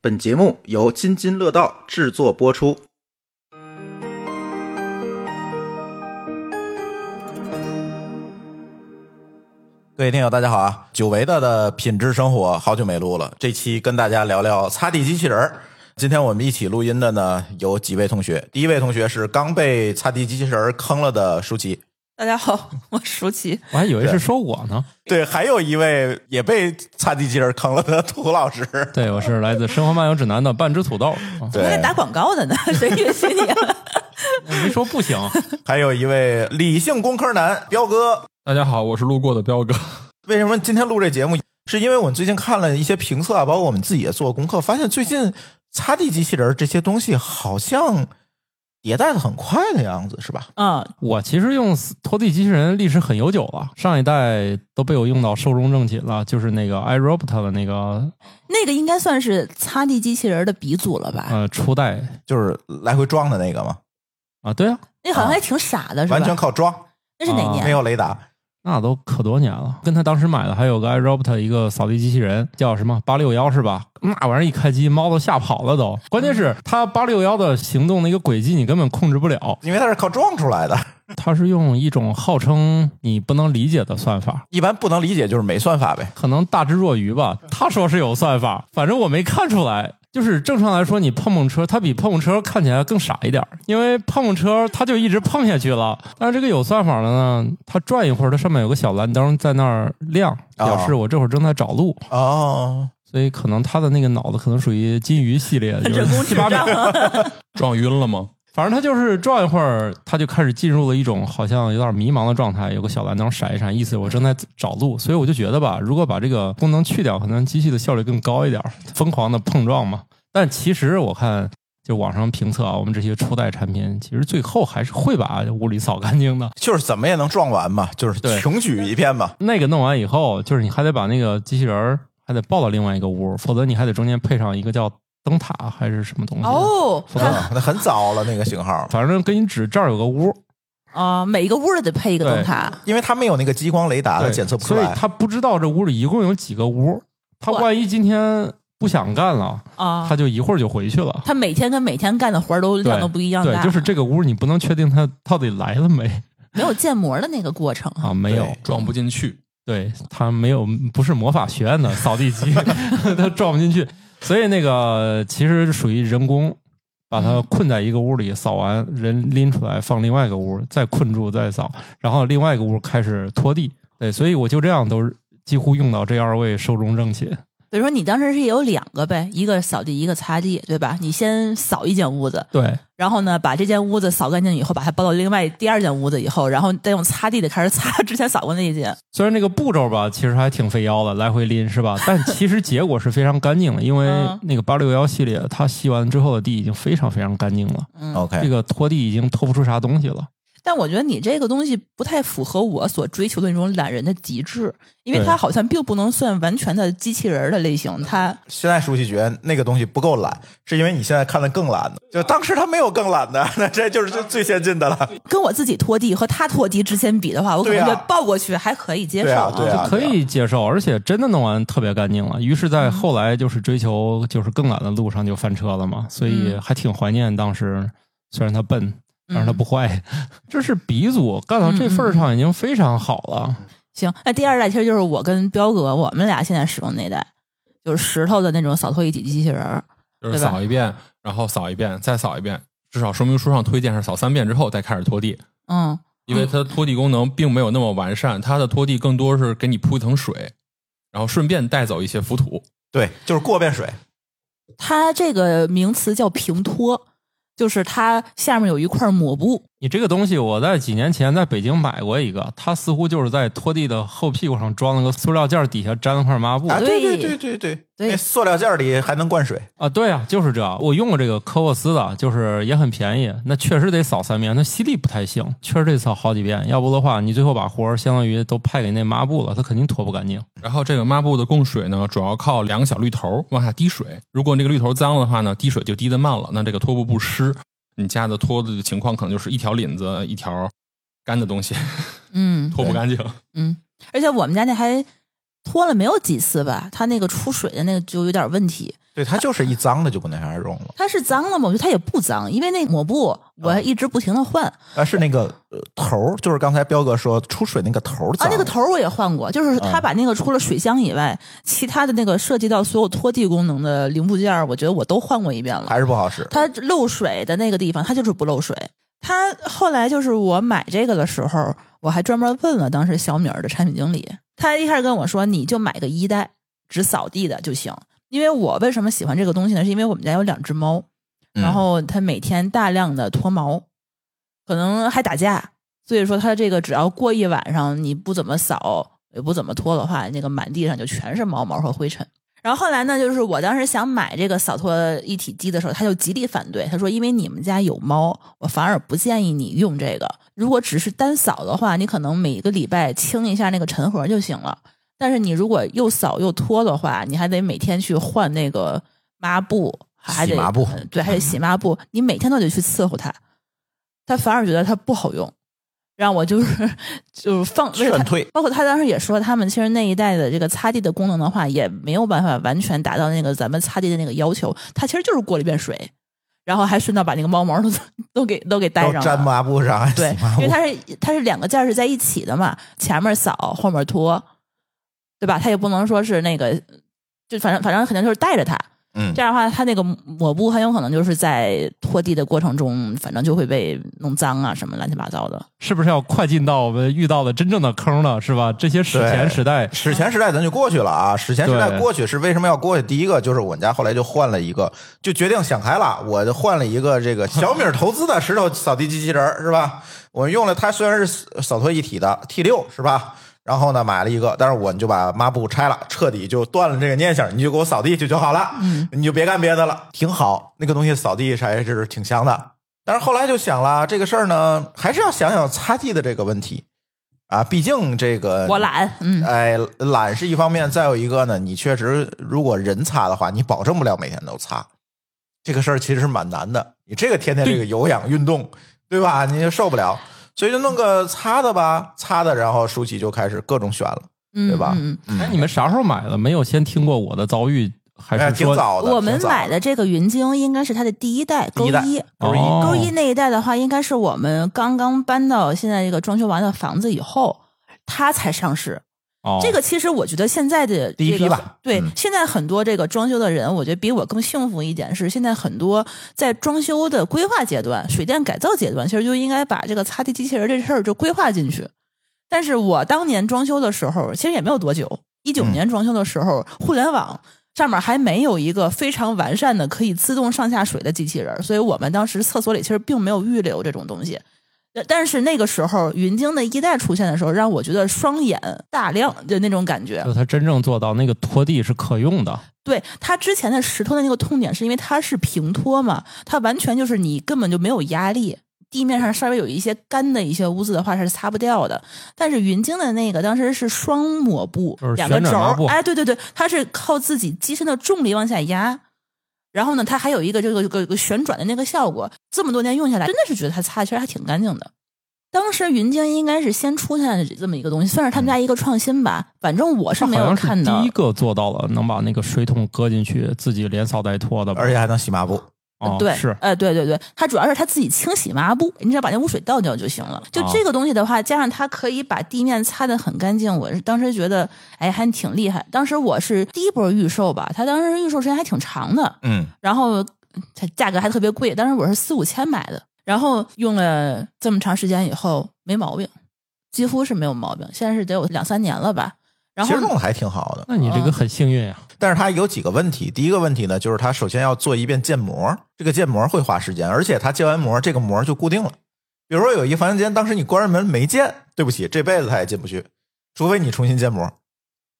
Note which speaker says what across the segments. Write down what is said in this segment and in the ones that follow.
Speaker 1: 本节目由津津乐道制作播出。各位听友，大家好啊！久违的的品质生活，好久没录了。这期跟大家聊聊擦地机器人儿。今天我们一起录音的呢，有几位同学。第一位同学是刚被擦地机器人儿坑了的舒淇，
Speaker 2: 大家好， 我舒淇。
Speaker 3: 我还以为是说我呢。
Speaker 1: 对，还有一位也被擦地机器人儿坑了的涂老师。
Speaker 3: 对，我是来自《生活漫游指南》的半只土豆。啊
Speaker 2: 我还
Speaker 1: 对，
Speaker 2: 打广告的呢，谁允许你啊 了？
Speaker 3: 没说不行。
Speaker 1: 还有一位理性工科男彪哥。
Speaker 4: 大家好，我是路过的彪哥。
Speaker 1: 为什么今天录这节目？是因为我们最近看了一些评测啊，包括我们自己也做功课，发现最近擦地机器人这些东西好像迭代的很快的样子，是吧？
Speaker 2: 嗯，
Speaker 3: 我其实用拖地机器人历史很悠久了，上一代都被我用到寿终正寝了，就是那个 iRobot 的那个
Speaker 2: 那个应该算是擦地机器人的鼻祖了吧？
Speaker 3: 呃初代
Speaker 1: 就是来回装的那个嘛，
Speaker 3: 啊，对啊，
Speaker 2: 那好像还挺傻的，是吧？
Speaker 1: 完全靠装，
Speaker 2: 那是哪
Speaker 3: 啊
Speaker 1: 没
Speaker 2: 年？
Speaker 1: 有雷达。
Speaker 3: 那都可多年了。跟他当时买的还有个 iRobot 一个扫地机器人，叫什么八六幺是吧？那玩意儿一开机，猫都吓跑了都。关键是它八六幺的行动那个轨迹你根本控制不了，
Speaker 1: 因为它是靠撞出来的，
Speaker 3: 它是用一种号称你不能理解的算法，
Speaker 1: 一般不能理解就是没算法呗。
Speaker 3: 可能大智若愚吧。他说是有算法，反正我没看出来。就是正常来说，你碰碰车，它比碰碰车看起来更傻一点儿，因为碰碰车它就一直碰下去了。但是这个有算法的呢，它转一会儿，它上面有个小蓝灯在那儿亮，
Speaker 2: 哦
Speaker 3: 表示我这会儿正在找路。
Speaker 1: 哦，
Speaker 3: 所以可能他的那个脑子可能属于金鱼 系列，就是
Speaker 2: 人工智
Speaker 3: 七八秒
Speaker 2: 障，
Speaker 4: 撞晕了吗？
Speaker 3: 反正他就是转一会儿，他就开始进入了一种好像有点迷茫的状态，有个小蓝灯闪一闪，意思我正在找路。所以我就觉得吧，如果把这个功能去掉，可能机器的效率更高一点，疯狂的碰撞嘛。但其实我看，就网上评测啊，我们这些初代产品，其实最后还是会把屋里扫干净的。
Speaker 1: 就是怎么也能撞完嘛，就是
Speaker 3: 对
Speaker 1: 穷举一遍嘛。
Speaker 3: 那个弄完以后，就是你还得把那个机器人儿还得抱到另外一个屋，否则你还得中间配上一个叫灯塔还是什么东西的。
Speaker 2: 哦
Speaker 3: 对
Speaker 1: 啊 那很早了那个型号，
Speaker 3: 反正跟你指这儿有个屋，
Speaker 2: 啊，每一个屋都得配一个灯塔，
Speaker 1: 因为它没有那个激光雷达，它
Speaker 3: 对，
Speaker 1: 检测不出
Speaker 3: 所以
Speaker 1: 来。
Speaker 3: 他不知道这屋里一共有几个屋。他
Speaker 2: 哇
Speaker 3: 万一今天不想干了，
Speaker 2: 啊
Speaker 3: 他。就一会儿就回去了。
Speaker 2: 他每天跟每天干的活儿都量都不一样
Speaker 3: 对
Speaker 2: 大，，
Speaker 3: 就是这个屋你不能确定他到底来了没
Speaker 2: 没有建模的那个过程
Speaker 3: 啊？没有
Speaker 1: 对，
Speaker 4: 撞不进去，
Speaker 3: 对他没有，不是魔法学院的扫地机， 他撞不进去。所以那个其实属于人工，把它困在一个屋里，扫完人拎出来放另外一个屋，再困住再扫，然后另外一个屋开始拖地。对，所以我就这样都是几乎用到这二位寿终正寝。
Speaker 2: 比如说你当时是有两个呗，一个扫地，一个擦地，对吧？你先扫一间屋子，
Speaker 3: 对，
Speaker 2: 然后呢，把这间屋子扫干净以后，把它抱到另外第二间屋子以后，然后再用擦地的开始擦之前扫过那 一间。
Speaker 3: 虽然那个步骤吧，其实还挺费腰的，来回拎是吧？但其实结果是非常干净的，因为
Speaker 2: 嗯
Speaker 3: 那个八六幺系列，它吸完之后的地已经非常非常干净了，
Speaker 2: 嗯，
Speaker 3: 这
Speaker 1: OK，
Speaker 3: 个拖地已经拖不出啥东西了。
Speaker 4: 哎
Speaker 2: 但我觉得你这个东西不太符合我所追求的那种懒人的极致，因为
Speaker 3: 对
Speaker 2: 它好像并不能算完全的机器人儿的类型。它
Speaker 1: 现在舒淇觉得那个东西不够懒，是因为你现在看的更懒的，就当时他没有更懒的，那 这就是最最先进的了。
Speaker 2: 跟我自己拖地和他拖地之间比的话，我可
Speaker 1: 对
Speaker 2: 能
Speaker 1: 啊
Speaker 2: 觉得抱过去还可以接受
Speaker 1: 对啊
Speaker 3: 可以接受，而且真的弄完特别干净了。于是，在后来就是追求就是更懒的路上就翻车了嘛，所以
Speaker 2: 嗯
Speaker 3: 还挺怀念当时。虽然它笨，但是它
Speaker 2: 嗯
Speaker 3: 不坏， 这是鼻祖，干到这份儿上已经非常好了。
Speaker 2: 行，那第二代其实就是我跟彪哥，我们俩现在使用那代，就是石头的那种扫拖一体机器人儿。
Speaker 4: 就是
Speaker 2: 对吧
Speaker 4: 扫一遍，然后扫一遍，再扫一遍。至少说明书上推荐是扫三遍之后再开始拖地，
Speaker 2: 嗯，
Speaker 4: 因为它的拖地功能并没有那么完善，它的拖地更多是给你铺一层水，然后顺便带走一些浮土。
Speaker 1: 对，就是过遍水，
Speaker 2: 它这个名词叫平拖，就是它下面有一块抹布，
Speaker 3: 你这个东西，我在几年前在北京买过一个，它似乎就是在拖地的后屁股上装了个塑料件儿，底下粘了块抹布
Speaker 1: 啊，
Speaker 3: 啊
Speaker 1: 对对
Speaker 2: 对
Speaker 1: 对对对，
Speaker 2: 对
Speaker 1: 那塑料件儿里还能灌水，
Speaker 3: 对啊，就是这。我用过这个科沃斯的，就是也很便宜，那确实得扫三遍，那吸力不太行，确实得扫好几遍，要不的话，你最后把活儿相当于都派给那抹布了，它肯定拖不干净。
Speaker 4: 然后这个抹布的供水呢，主要靠两个小绿头往下滴水。如果那个绿头脏了的话呢，滴水就滴得慢了，那这个拖布不湿，你家的拖的情况可能就是一条领子一条干的东西，
Speaker 2: 嗯
Speaker 4: 拖不干净。
Speaker 2: 嗯，而且我们家那还拖了没有几次吧，它那个出水的那个就有点问题，
Speaker 1: 对，它就是一脏的就不能让它用了。
Speaker 2: 它是脏的吗？我觉得它也不脏，因为那抹布我一直不停的换、
Speaker 1: 但是那个呃头儿，就是刚才彪哥说出水那个头儿
Speaker 2: 啊
Speaker 1: 脏，，
Speaker 2: 那个头儿我也换过，就是它把那个除了水箱以外，其他的那个涉及到所有拖地功能的零部件儿，我觉得我都换过一遍了。
Speaker 1: 还是不好使。
Speaker 2: 它漏水的那个地方，它就是不漏水。它后来就是我买这个的时候，我还专门问了当时小米儿的产品经理，他一开始跟我说，你就买个一代，只扫地的就行。因为我为什么喜欢这个东西呢？是因为我们家有两只猫，然后它每天大量的脱毛，可能还打架，所以说它这个只要过一晚上你不怎么扫也不怎么拖的话，那个满地上就全是毛毛和灰尘。然后后来呢，就是我当时想买这个扫拖一体机的时候，他就极力反对。他说：“因为你们家有猫，我反而不建议你用这个。如果只是单扫的话，你可能每个礼拜清一下那个尘盒就行了。但是你如果又扫又拖的话，你还得每天去换那个抹布，还得
Speaker 1: 洗抹布嗯
Speaker 2: 呃对，还得洗抹布，你每天都得去伺候它。他反而觉得它不好用，让我就是就是放为了
Speaker 1: 劝
Speaker 2: 它
Speaker 1: 退，
Speaker 2: 包括他当时也说，他们其实那一代的这个擦地的功能的话，也没有办法完全达到那个咱们擦地的那个要求。它其实就是过了一遍水，然后还顺道把那个猫毛都 都给都给带
Speaker 1: 都
Speaker 2: 上
Speaker 1: 粘
Speaker 2: 了。
Speaker 1: 抹布上，
Speaker 2: 对
Speaker 1: 洗抹，布
Speaker 2: 因为它是它是两个件儿是在一起的嘛，前面扫后面拖，对吧？它也不能说是那个，就反正反正肯定就是带着它。
Speaker 1: 嗯
Speaker 2: 这样的话，它那个抹布很有可能就是在拖地的过程中，反正就会被弄脏啊，什么乱七八糟的。
Speaker 3: 是不是要快进到我们遇到的真正的坑了，是吧？这些史前时代，
Speaker 1: 史前时代咱就过去了啊，史前时代
Speaker 3: 对
Speaker 1: 过去是为什么要过去？第一个就是我们家后来就换了一个，就决定想开了，我就换了一个这个小米儿投资的石头扫地机器人儿是吧？我用了它虽然是扫拖一体的 T 六是吧？然后呢，买了一个，但是我就把抹布拆了，彻底就断了这个念想，你就给我扫地去就好了，嗯，你就别干别的了，挺好。那个东西扫地还是挺香的，但是后来就想了，这个事儿呢，还是要想想擦地的这个问题啊，毕竟这个
Speaker 2: 我懒，嗯，
Speaker 1: 哎，懒是一方面，再有一个呢，你确实如果人擦的话，你保证不了每天都擦，这个事儿其实是蛮难的。你这个天天这个有氧运动，对吧？你就受不了，所以就弄个擦的吧，擦的，然后舒淇就开始各种选了，
Speaker 2: 嗯
Speaker 1: 对吧
Speaker 2: 嗯嗯
Speaker 3: 哎，你们啥时候买的？没有先听过我的遭遇，还
Speaker 1: 哎，
Speaker 3: 是
Speaker 1: 挺
Speaker 3: 说
Speaker 1: 早的。
Speaker 2: 我们
Speaker 1: 挺早
Speaker 2: 买的这个云鲸应该是它的第一代
Speaker 1: 第
Speaker 2: 勾
Speaker 1: 一代
Speaker 2: 一，
Speaker 1: 勾一
Speaker 3: 哦
Speaker 2: 勾一那一代的话，应该是我们刚刚搬到现在这个装修完的房子以后，它才上市。
Speaker 3: 哦，
Speaker 2: 这个其实我觉得现在的、这个、
Speaker 1: 第一批吧
Speaker 2: 对，
Speaker 1: 嗯
Speaker 2: 现在很多这个装修的人，我觉得比我更幸福一点是，现在很多在装修的规划阶段、水电改造阶段，其实就应该把这个擦地机器人这事儿就规划进去。但是我当年装修的时候，其实也没有多久，一九
Speaker 1: 嗯
Speaker 2: 年装修的时候，互联网。上面还没有一个非常完善的可以自动上下水的机器人儿，所以我们当时厕所里其实并没有预留这种东西。但但是那个时候，云鲸的一代出现的时候，让我觉得双眼大亮的那种感觉
Speaker 3: 就。他真正做到那个拖地是可用的，
Speaker 2: 对它之前的石头的那个痛点，是因为它是平拖嘛，它完全就是你根本就没有压力，地面上稍微有一些干的一些污渍的话是擦不掉的。但是云鲸的那个当时是双抹布
Speaker 3: 就是，
Speaker 2: 两个
Speaker 3: 旋转
Speaker 2: 轴
Speaker 3: 抹
Speaker 2: 儿
Speaker 3: 布，
Speaker 2: 哎，对对对，它是靠自己机身的重力往下压。然后呢，它还有一个这个这个这个旋转的那个效果，这么多年用下来，真的是觉得它擦的其实还挺干净的。当时云鲸应该是先出现的这么一个东西，算是他们家一个创新吧。反正我是
Speaker 3: 他
Speaker 2: 没
Speaker 3: 嗯好
Speaker 2: 有
Speaker 3: 像
Speaker 2: 看
Speaker 3: 是
Speaker 2: 到
Speaker 3: 第一个做到了能把那个水桶搁进去，自己连扫带拖的吧，
Speaker 1: 而且还能洗抹布，
Speaker 3: 哦
Speaker 2: 对，
Speaker 3: 是
Speaker 2: 呃，对对对，它主要是它自己清洗抹布，你只要把那污水倒掉就行了。就
Speaker 3: 哦
Speaker 2: 这个东西的话，加上它可以把地面擦得很干净，我是当时觉得，哎，还挺厉害。当时我是第一波预售吧，它当时预售时间还挺长的，
Speaker 1: 嗯，
Speaker 2: 然后嗯它价格还特别贵，当时我是四五千买的，然后用了这么长时间以后没毛病，几乎是没有毛病，现在是得有两三年了吧。然
Speaker 1: 其
Speaker 2: 后
Speaker 1: 实弄的还挺好的。
Speaker 3: 那你这个很幸运呀、
Speaker 1: 但是它有几个问题，第一个问题呢，就是它首先要做一遍建模，这个建模会花时间，而且它建完模，这个模就固定了。比如说有一房间，当时你关上门没建，对不起，这辈子它也进不去，除非你重新建模。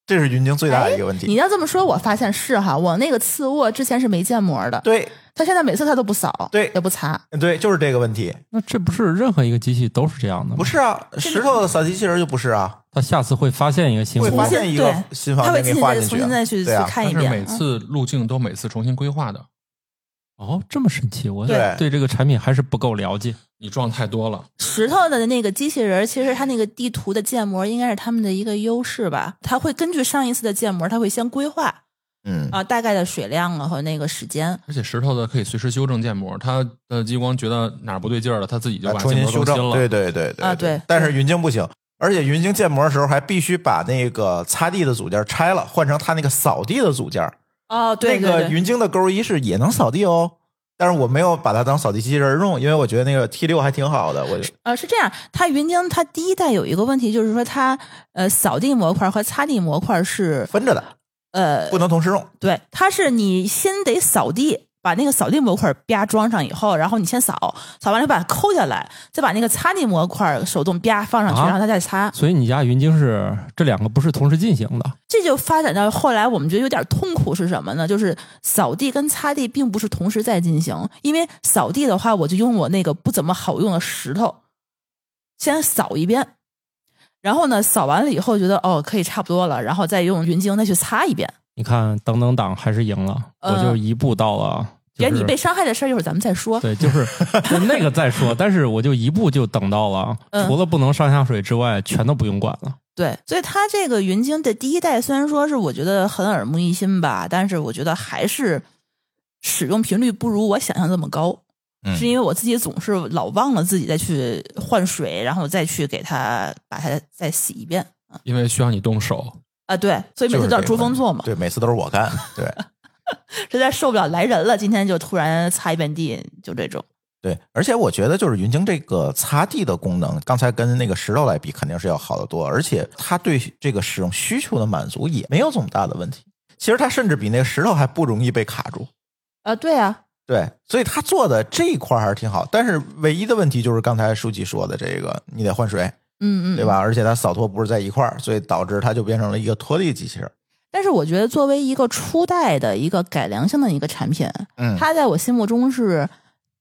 Speaker 1: 这是云鲸最大的一个问
Speaker 2: 哎你
Speaker 1: 题。
Speaker 2: 要这么说，我发现是哈，我那个次卧之前是没建模的，
Speaker 1: 对
Speaker 2: 他现在每次他都不扫，
Speaker 1: 对
Speaker 2: 也不擦，
Speaker 1: 对，就是这个问题。
Speaker 3: 那这不是任何一个机器都是这样的吗？
Speaker 1: 不，是啊，石头的扫地机器人就不是啊，
Speaker 3: 他下次会发现一个新
Speaker 1: 会
Speaker 3: 活
Speaker 1: 发
Speaker 3: 路。
Speaker 1: 现一个
Speaker 2: 对
Speaker 1: 新
Speaker 2: 他
Speaker 1: 房
Speaker 2: 会
Speaker 1: 间
Speaker 2: 进
Speaker 1: 给
Speaker 2: 去
Speaker 1: 画进
Speaker 2: 再重
Speaker 1: 去
Speaker 2: 新
Speaker 1: 啊，
Speaker 2: 再去
Speaker 1: 对
Speaker 2: 去
Speaker 1: 啊，
Speaker 2: 看
Speaker 4: 它
Speaker 2: 一
Speaker 4: 是
Speaker 2: 遍。
Speaker 4: 每次路径都每次重新规划的，
Speaker 3: 哦，这么神奇，我
Speaker 1: 对
Speaker 3: 对这个产品还是不够了解。
Speaker 4: 你撞太多了。
Speaker 2: 石头的那个机器人儿，其实它那个地图的建模应该是他们的一个优势吧。它会根据上一次的建模，它会先规划
Speaker 1: 嗯
Speaker 2: 啊，大概的水量了和那个时间。
Speaker 4: 而且石头的可以随时修正建模，它的激光觉得哪儿不对劲儿了，它自己就把
Speaker 1: 重新
Speaker 4: 建模
Speaker 1: 修
Speaker 4: 更新
Speaker 1: 正，
Speaker 4: 了。
Speaker 1: 对对对对
Speaker 2: 啊对
Speaker 1: 但是云鲸不行，而且云鲸建模的时候还必须把那个擦地的组件拆了，换成它那个扫地的组件。
Speaker 2: 哦，对对
Speaker 1: 那个
Speaker 2: 对，
Speaker 1: 云鲸的钩一是也能扫地哦，但是我没有把它当扫地机器人用，因为我觉得那个 T 六还挺好的。我就
Speaker 2: 呃，是这样，它云鲸它第一代有一个问题，就是说它呃扫地模块和擦地模块是
Speaker 1: 分着的，
Speaker 2: 呃
Speaker 1: 不能同时用。
Speaker 2: 对，它是你先得扫地，把那个扫地模块儿啪装上以后，然后你先扫，扫完了把它抠下来，再把那个擦地模块儿手动啪放上去，
Speaker 3: 啊
Speaker 2: 然后它再擦。
Speaker 3: 所以你家云鲸是这两个不是同时进行的，
Speaker 2: 这就发展到后来，我们觉得有点痛苦是什么呢？就是扫地跟擦地并不是同时在进行，因为扫地的话，我就用我那个不怎么好用的石头先扫一遍，然后呢，扫完了以后觉得哦可以差不多了，然后再用云鲸再去擦一遍。
Speaker 3: 你看等等党还是赢了，
Speaker 2: 呃
Speaker 3: 我就一步到了。就
Speaker 2: 别
Speaker 3: 是
Speaker 2: 哎你被伤害的事儿一会儿咱们再说。
Speaker 3: 对，就是就那个再说，但是我就一步就等到了，
Speaker 2: 嗯
Speaker 3: 除了不能上下水之外，全都不用管了。
Speaker 2: 对，所以它这个云鲸的第一代虽然说是我觉得很耳目一新吧，但是我觉得还是使用频率不如我想象这么高，
Speaker 1: 嗯
Speaker 2: 是因为我自己总是老忘了自己再去换水，然后再去给它把它再洗一遍
Speaker 4: 因为需要你动手。
Speaker 2: 啊。对，所以每次都要
Speaker 1: 就是这个
Speaker 2: 捉风做嘛，
Speaker 1: 对，每次都是我干。对
Speaker 2: 实在受不了来人了，今天就突然擦一遍地，就这种。
Speaker 1: 对，而且我觉得就是云鲸这个擦地的功能，刚才跟那个石头来比，肯定是要好得多，而且它对这个使用需求的满足也没有这么大的问题。其实它甚至比那个石头还不容易被卡住。
Speaker 2: 啊，对啊，
Speaker 1: 对，所以他做的这一块儿还是挺好，但是唯一的问题就是刚才书记说的这个，你得换水，
Speaker 2: 嗯嗯，
Speaker 1: 对吧？而且它扫拖不是在一块儿，所以导致它就变成了一个拖地机器人。
Speaker 2: 但是我觉得，作为一个初代的一个改良性的一个产品，
Speaker 1: 嗯，
Speaker 2: 它在我心目中是，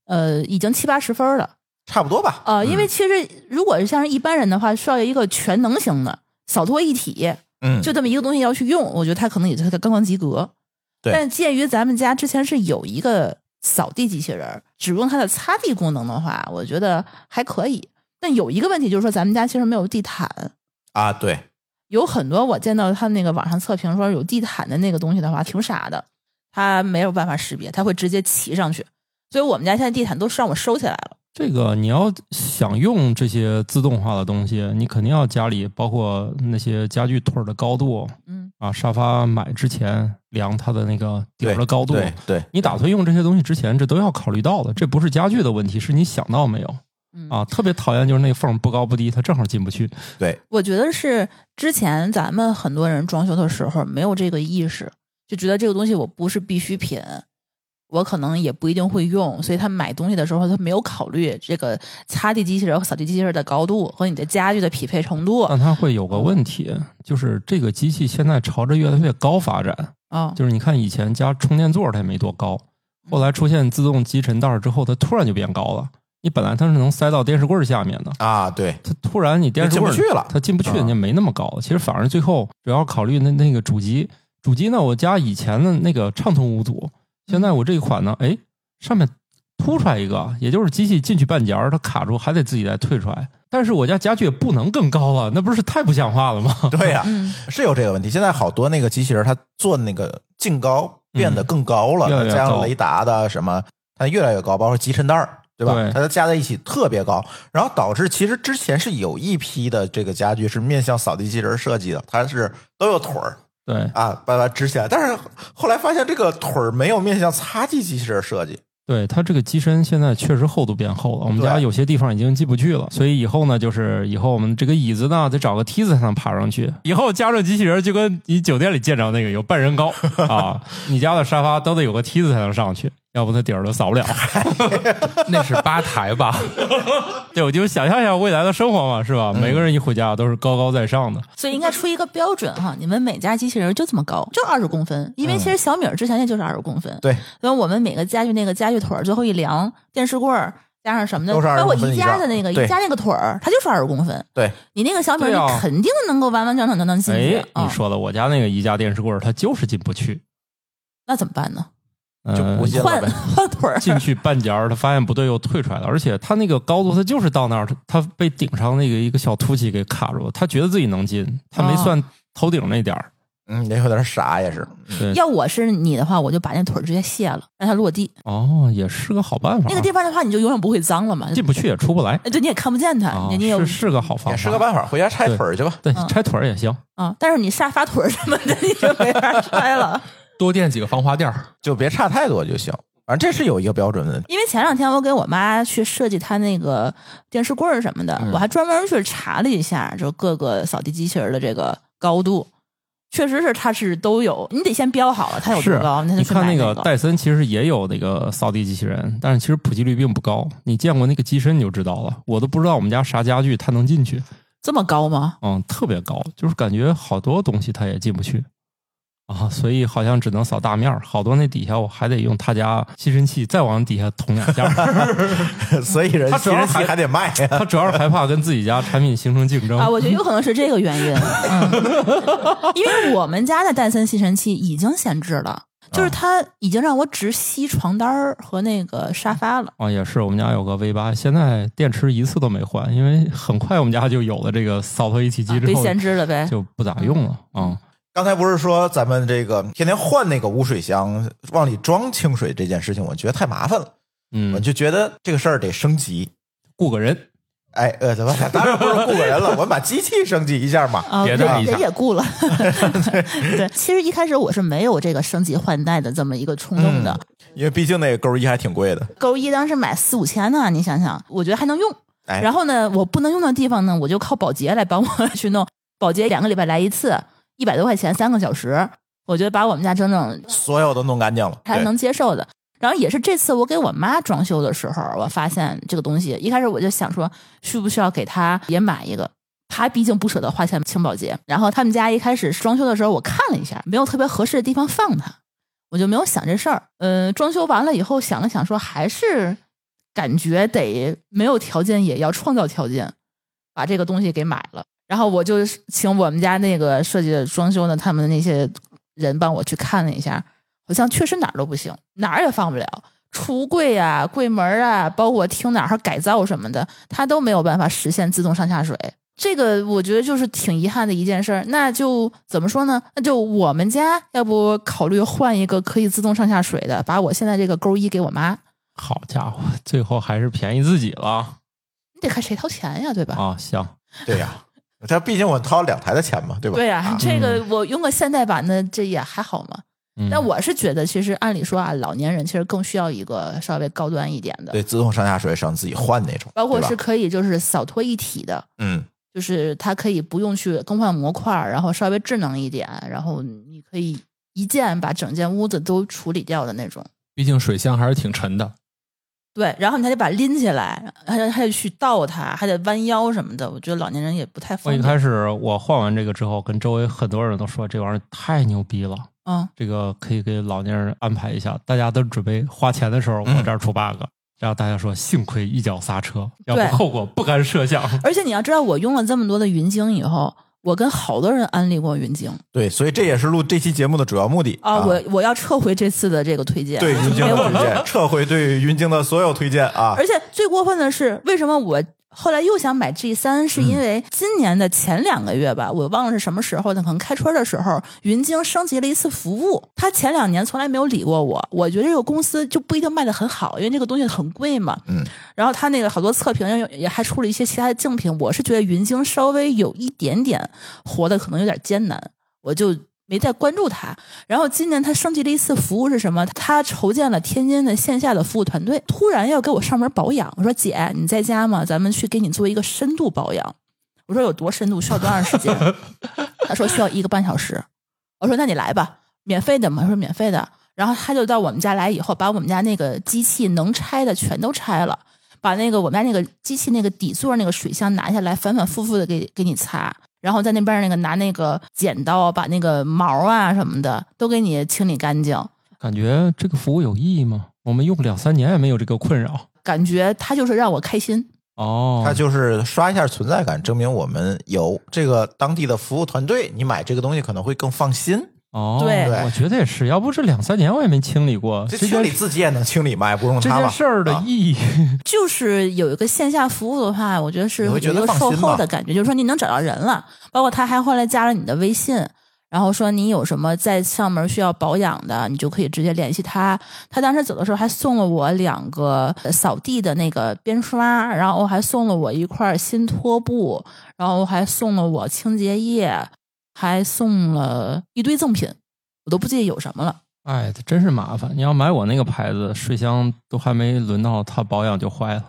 Speaker 2: 呃，已经七八十分儿了。
Speaker 1: 差不多吧。
Speaker 2: 呃，因为其实如果是像是一般人的话，需要一个全能型的扫拖一体，
Speaker 1: 嗯，
Speaker 2: 就这么一个东西要去用，我觉得它可能也就是刚刚及格。
Speaker 1: 对
Speaker 2: 但鉴于咱们家之前是有一个扫地机器人儿，只用它的擦地功能的话，我觉得还可以。但有一个问题就是说，咱们家其实没有地毯，
Speaker 1: 啊，对，
Speaker 2: 有很多我见到他们那个网上测评说有地毯的那个东西的话，挺傻的，它没有办法识别，它会直接骑上去。所以我们家现在地毯都是让我收起来了。
Speaker 3: 这个你要想用这些自动化的东西，你肯定要家里包括那些家具腿儿的高度
Speaker 2: 嗯，
Speaker 3: 啊，沙发买之前量它的那个底
Speaker 1: 对
Speaker 3: 儿的高度。
Speaker 1: 对对，
Speaker 3: 你打算用这些东西之前，这都要考虑到的。这不是家具的问题，是你想到没有
Speaker 2: 嗯
Speaker 3: 啊？特别讨厌就是那个缝儿不高不低，它正好进不去。
Speaker 2: 我觉得是之前咱们很多人装修的时候没有这个意识，就觉得这个东西我不是必需品，我可能也不一定会用，所以他买东西的时候他没有考虑这个擦地机器人和扫地机器人的高度和你的家具的匹配程度啊
Speaker 3: 但它会有个问题，就是这个机器现在朝着越来越高发展。
Speaker 2: 啊
Speaker 3: 就是你看以前加充电座它也没多高，后来出现自动集尘袋儿之后，它突然就变高了。你本来它是能塞到电视柜儿下面的，
Speaker 1: 啊， 对，
Speaker 3: 它突然你电视
Speaker 1: 进
Speaker 3: 柜
Speaker 1: 不
Speaker 3: 儿
Speaker 1: 去了。
Speaker 3: 它进不去，
Speaker 1: 啊
Speaker 3: 人家没那么高。其实反而最后主要考虑那那个主机，主机呢，我家以前的那个畅通无阻，现在我这一款呢，哎，上面凸出来一个，也就是机器进去半截儿，它卡住，还得自己再退出来。但是我家家具也不能更高了，那不是太不像话了吗？
Speaker 1: 对呀、
Speaker 2: 嗯
Speaker 1: 是有这个问题。现在好多那个机器人，它做那个净高变得更高了，
Speaker 3: 嗯越来越
Speaker 1: 它加上
Speaker 3: 高
Speaker 1: 雷达的什么，它越来越高，包括集尘袋儿，对吧？
Speaker 3: 对
Speaker 1: 它加在一起特别高，然后导致其实之前是有一批的这个家具是面向扫地机器人设计的，它是都有腿儿
Speaker 3: 对
Speaker 1: 啊，把它支起来。但是后来发现这个腿儿没有面向擦地机器人设计，
Speaker 3: 对，它这个机身现在确实厚度变厚了，我们家
Speaker 1: 对
Speaker 3: 有些地方已经进不去了，所以以后呢，就是以后我们这个椅子呢，得找个梯子才能爬上去。以后加上机器人，就跟你酒店里见着那个有半人 高啊，你家的沙发都得有个梯子才能上去，要不它底儿都扫不 了。
Speaker 4: 那是吧台吧？
Speaker 3: 对，我就想象一下未来的生活嘛，是吧？每个人一回家都是高高在上的，
Speaker 2: 所以应该出一个标准哈，你们每家机器人就这么高，就二十公分，因为其实小米儿之前也就是二十公分，
Speaker 1: 对，
Speaker 2: 所以我们每个家具那个家具腿儿最后一量，电视柜儿加上什么的，
Speaker 1: 都是20
Speaker 2: 包括
Speaker 1: 公分
Speaker 2: 宜
Speaker 1: 以
Speaker 2: 家
Speaker 1: 上
Speaker 2: 的那个
Speaker 1: 对
Speaker 2: 宜家那个腿儿，它就是二十公分，
Speaker 1: 对，
Speaker 2: 你那个小米儿
Speaker 3: 对啊
Speaker 2: 你肯定能够完完整整的能进去
Speaker 3: 哎，
Speaker 2: 啊、
Speaker 3: 你说的，我家那个宜家电视柜儿它就是进不去，
Speaker 2: 那怎么办呢？
Speaker 3: 呃
Speaker 1: 就不进了
Speaker 2: 换
Speaker 1: 呗。
Speaker 2: 换腿儿，
Speaker 3: 进去半截儿，他发现不对，又退出来了。而且他那个高度，他就是到那儿，他他被顶上那个一个小凸起给卡住了。他觉得自己能进，他没算头顶那点儿
Speaker 1: 嗯，也有点傻，也是。
Speaker 3: 对，
Speaker 2: 嗯要我是你的话，我就把那腿儿直接卸了，让它落地。
Speaker 3: 哦，也是个好办法啊。
Speaker 2: 那个地方的话，你就永远不会脏了嘛。
Speaker 3: 进不去也出不来，
Speaker 2: 哎对，你也看不见它，
Speaker 3: 啊
Speaker 2: 你你有
Speaker 3: 是是个好方法，
Speaker 1: 也是个办法，回家拆腿儿去吧。
Speaker 3: 对，
Speaker 2: 嗯
Speaker 3: 拆腿儿也行。
Speaker 2: 啊，但是你沙发腿儿什么的，你就没法拆了。
Speaker 4: 多垫几个防滑垫儿。
Speaker 1: 就别差太多就行。反正这是有一个标准的，
Speaker 2: 因为前两天我给我妈去设计她那个电视柜儿什么的，
Speaker 3: 嗯
Speaker 2: 我还专门去查了一下，就各个扫地机器人的这个高度，确实是它是都有，你得先标好了它有多
Speaker 3: 是
Speaker 2: 高，那就
Speaker 3: 你
Speaker 2: 去
Speaker 3: 看
Speaker 2: 买
Speaker 3: 那
Speaker 2: 个
Speaker 3: 个。戴森，其实也有那个扫地机器人，但是其实普及率并不高。你见过那个机身你就知道了。我都不知道我们家啥家具它能进去，
Speaker 2: 这么高吗？
Speaker 3: 嗯，特别高，就是感觉好多东西它也进不去啊，所以好像只能扫大面儿。好多那底下我还得用他家吸尘器再往底下捅两下儿。
Speaker 1: 所以人
Speaker 3: 他主
Speaker 1: 吸
Speaker 3: 要
Speaker 1: 尘器
Speaker 3: 还
Speaker 1: 还得卖啊呀。
Speaker 3: 他主要是害怕跟自己家产品形成竞争
Speaker 2: 啊，我觉得有可能是这个原 因，嗯，因为我们家的戴森吸尘器已经闲置了，
Speaker 3: 啊
Speaker 2: 就是它已经让我只吸床单儿和那个沙发了。
Speaker 3: 啊，也是，我们家有个 V 八，现在电池一次都没换，因为很快我们家就有了这个扫拖一体
Speaker 2: 啊
Speaker 3: 机之
Speaker 2: 被
Speaker 3: 后，
Speaker 2: 闲置了嗯呗，
Speaker 3: 就不咋用了啊。
Speaker 1: 刚才不是说咱们这个天天换那个污水箱往里装清水这件事情，我觉得太麻烦了，我
Speaker 3: 嗯，
Speaker 1: 就觉得这个事儿得升级。
Speaker 3: 雇个人，
Speaker 1: 哎，呃，怎么 当然不是雇个人了， 我们把机器升级一下嘛。
Speaker 2: 啊，
Speaker 4: 迭
Speaker 2: 人
Speaker 4: 代一下
Speaker 2: 人也雇了。对，其实一开始我是没有这个升级换代的这么一个冲动的。
Speaker 1: 因为毕竟那个勾一还挺贵的。
Speaker 2: 勾一当时买四五千呢，你想想，我觉得还能用。
Speaker 1: 哎
Speaker 2: 然后呢，我不能用的地方呢，我就靠保洁来帮我去弄。保洁两个礼拜来一次，一百多块钱，三个小时，我觉得把我们家整整
Speaker 1: 所有都弄干净了，
Speaker 2: 还
Speaker 1: 对
Speaker 2: 能接受的。然后也是这次我给我妈装修的时候，我发现这个东西，一开始我就想说，需不需要给她也买一个？她毕竟不舍得花钱请保洁。然后他们家一开始装修的时候，我看了一下，没有特别合适的地方放它，我就没有想这事儿。呃，装修完了以后想了想说，还是感觉得没有条件也要创造条件，把这个东西给买了。然后我就请我们家那个设计的装修呢，他们的那些人帮我去看了一下，好像确实哪儿都不行，哪儿也放不了。橱柜啊、柜门啊，包括厅哪儿还改造什么的，它都没有办法实现自动上下水。这个我觉得就是挺遗憾的一件事儿。那就怎么说呢？那就我们家要不考虑换一个可以自动上下水的，把我现在这个勾一给我妈，
Speaker 3: 好家伙，最后还是便宜自己了
Speaker 2: 你得看谁掏钱呀，对吧？
Speaker 3: 啊！行，
Speaker 1: 对呀、他毕竟我掏两台的钱嘛，对吧？
Speaker 2: 对呀、
Speaker 1: 啊
Speaker 2: 这个我用个现代版的，这也还好嘛。
Speaker 3: 嗯
Speaker 2: 但我是觉得，其实按理说啊，老年人其实更需要一个稍微高端一点的，
Speaker 1: 对自动上下水省自己换那种，
Speaker 2: 包括
Speaker 1: 对吧
Speaker 2: 是可以就是扫拖一体的，
Speaker 1: 嗯，
Speaker 2: 就是它可以不用去更换模块儿，然后稍微智能一点，然后你可以一键把整间屋子都处理掉的那种。
Speaker 4: 毕竟水箱还是挺沉的，
Speaker 2: 对，然后你还得把它拎起来，还得还得去倒它，还得弯腰什么的。我觉得老年人也不太
Speaker 3: 我
Speaker 2: 方
Speaker 3: 一
Speaker 2: 便。
Speaker 3: 开始我换完这个之后，跟周围很多人都说这玩意儿太牛逼了，
Speaker 2: 嗯，
Speaker 3: 这个可以给老年人安排一下。大家都准备花钱的时候，
Speaker 1: 嗯
Speaker 3: 我这儿出 bug，、然后大家说幸亏一脚刹车，要
Speaker 2: 对哎
Speaker 3: 不后果不堪设想。
Speaker 2: 而且你要知道，我用了这么多的云鲸以后，我跟好多人安利过云鲸
Speaker 1: 对，所以这也是录这期节目的主要目的
Speaker 2: 啊，我我要撤回这次的这个推荐。 啊
Speaker 1: 对云鲸
Speaker 2: 没
Speaker 1: 的
Speaker 2: 有
Speaker 1: 推荐，撤回对云鲸的所有推荐啊！
Speaker 2: 而且最过分的是，为什么我后来又想买 G 三？是因为今年的前两个月吧，我忘了是什么时候呢？可能开春的时候，云鲸升级了一次服务。它前两年从来没有理过我，我觉得这个公司就不一定卖的很好，因为这个东西很贵嘛。
Speaker 1: 嗯。
Speaker 2: 然后它那个好多测评也有也还出了一些其他的竞品，我是觉得云鲸稍微有一点点活的可能有点艰难，我就。没再关注它，然后今年它升级了一次服务是什么？它筹建了天津的线下的服务团队，突然要给我上门保养。我说姐，你在家吗？咱们去给你做一个深度保养。我说有多深度？需要多长时间？他说需要一个半小时。我说那你来吧，免费的嘛。他说免费的。然后他就到我们家来以后，把我们家那个机器能拆的全都拆了，把那个我们家那个机器那个底座那个水箱拿下来，反反复复的给给你擦。然后在那边那个拿那个剪刀把那个毛啊什么的都给你清理干净，
Speaker 3: 感觉这个服务有意义吗？我们用两三年也没有这个困扰。
Speaker 2: 感觉他就是让我开心。
Speaker 3: 哦，
Speaker 1: 它就是刷一下存在感，证明我们有这个当地的服务团队，你买这个东西可能会更放心。
Speaker 3: 哦，
Speaker 2: 对
Speaker 1: 对
Speaker 3: 我觉得也是，要不这两三年我也没清理过
Speaker 1: 这
Speaker 3: 件
Speaker 1: 清理自己也能清理嘛，也不用
Speaker 3: 这
Speaker 1: 它
Speaker 3: 件
Speaker 1: 了。
Speaker 3: 事儿的
Speaker 1: 啊
Speaker 3: 意义。
Speaker 2: 就是有一个线下服务的话，我觉得是
Speaker 1: 你
Speaker 2: 有
Speaker 1: 会
Speaker 2: 一
Speaker 1: 觉得
Speaker 2: 个
Speaker 1: 放
Speaker 2: 售
Speaker 1: 心
Speaker 2: 后
Speaker 1: 吧
Speaker 2: 的感觉，就是说你能找到人了，包括他还后来加了你的微信，然然后说你有什么在上门需要保养的，你就可以直接联系他。他当时走的时候还送了我两个呃扫地的那个边刷，然后还送了我一块新拖布，然后还送了我清洁液，还送了一堆赠品，我都不记得有什么了。
Speaker 3: 哎，这真是麻烦！你要买我那个牌子，水箱都还没轮到它保养就坏了。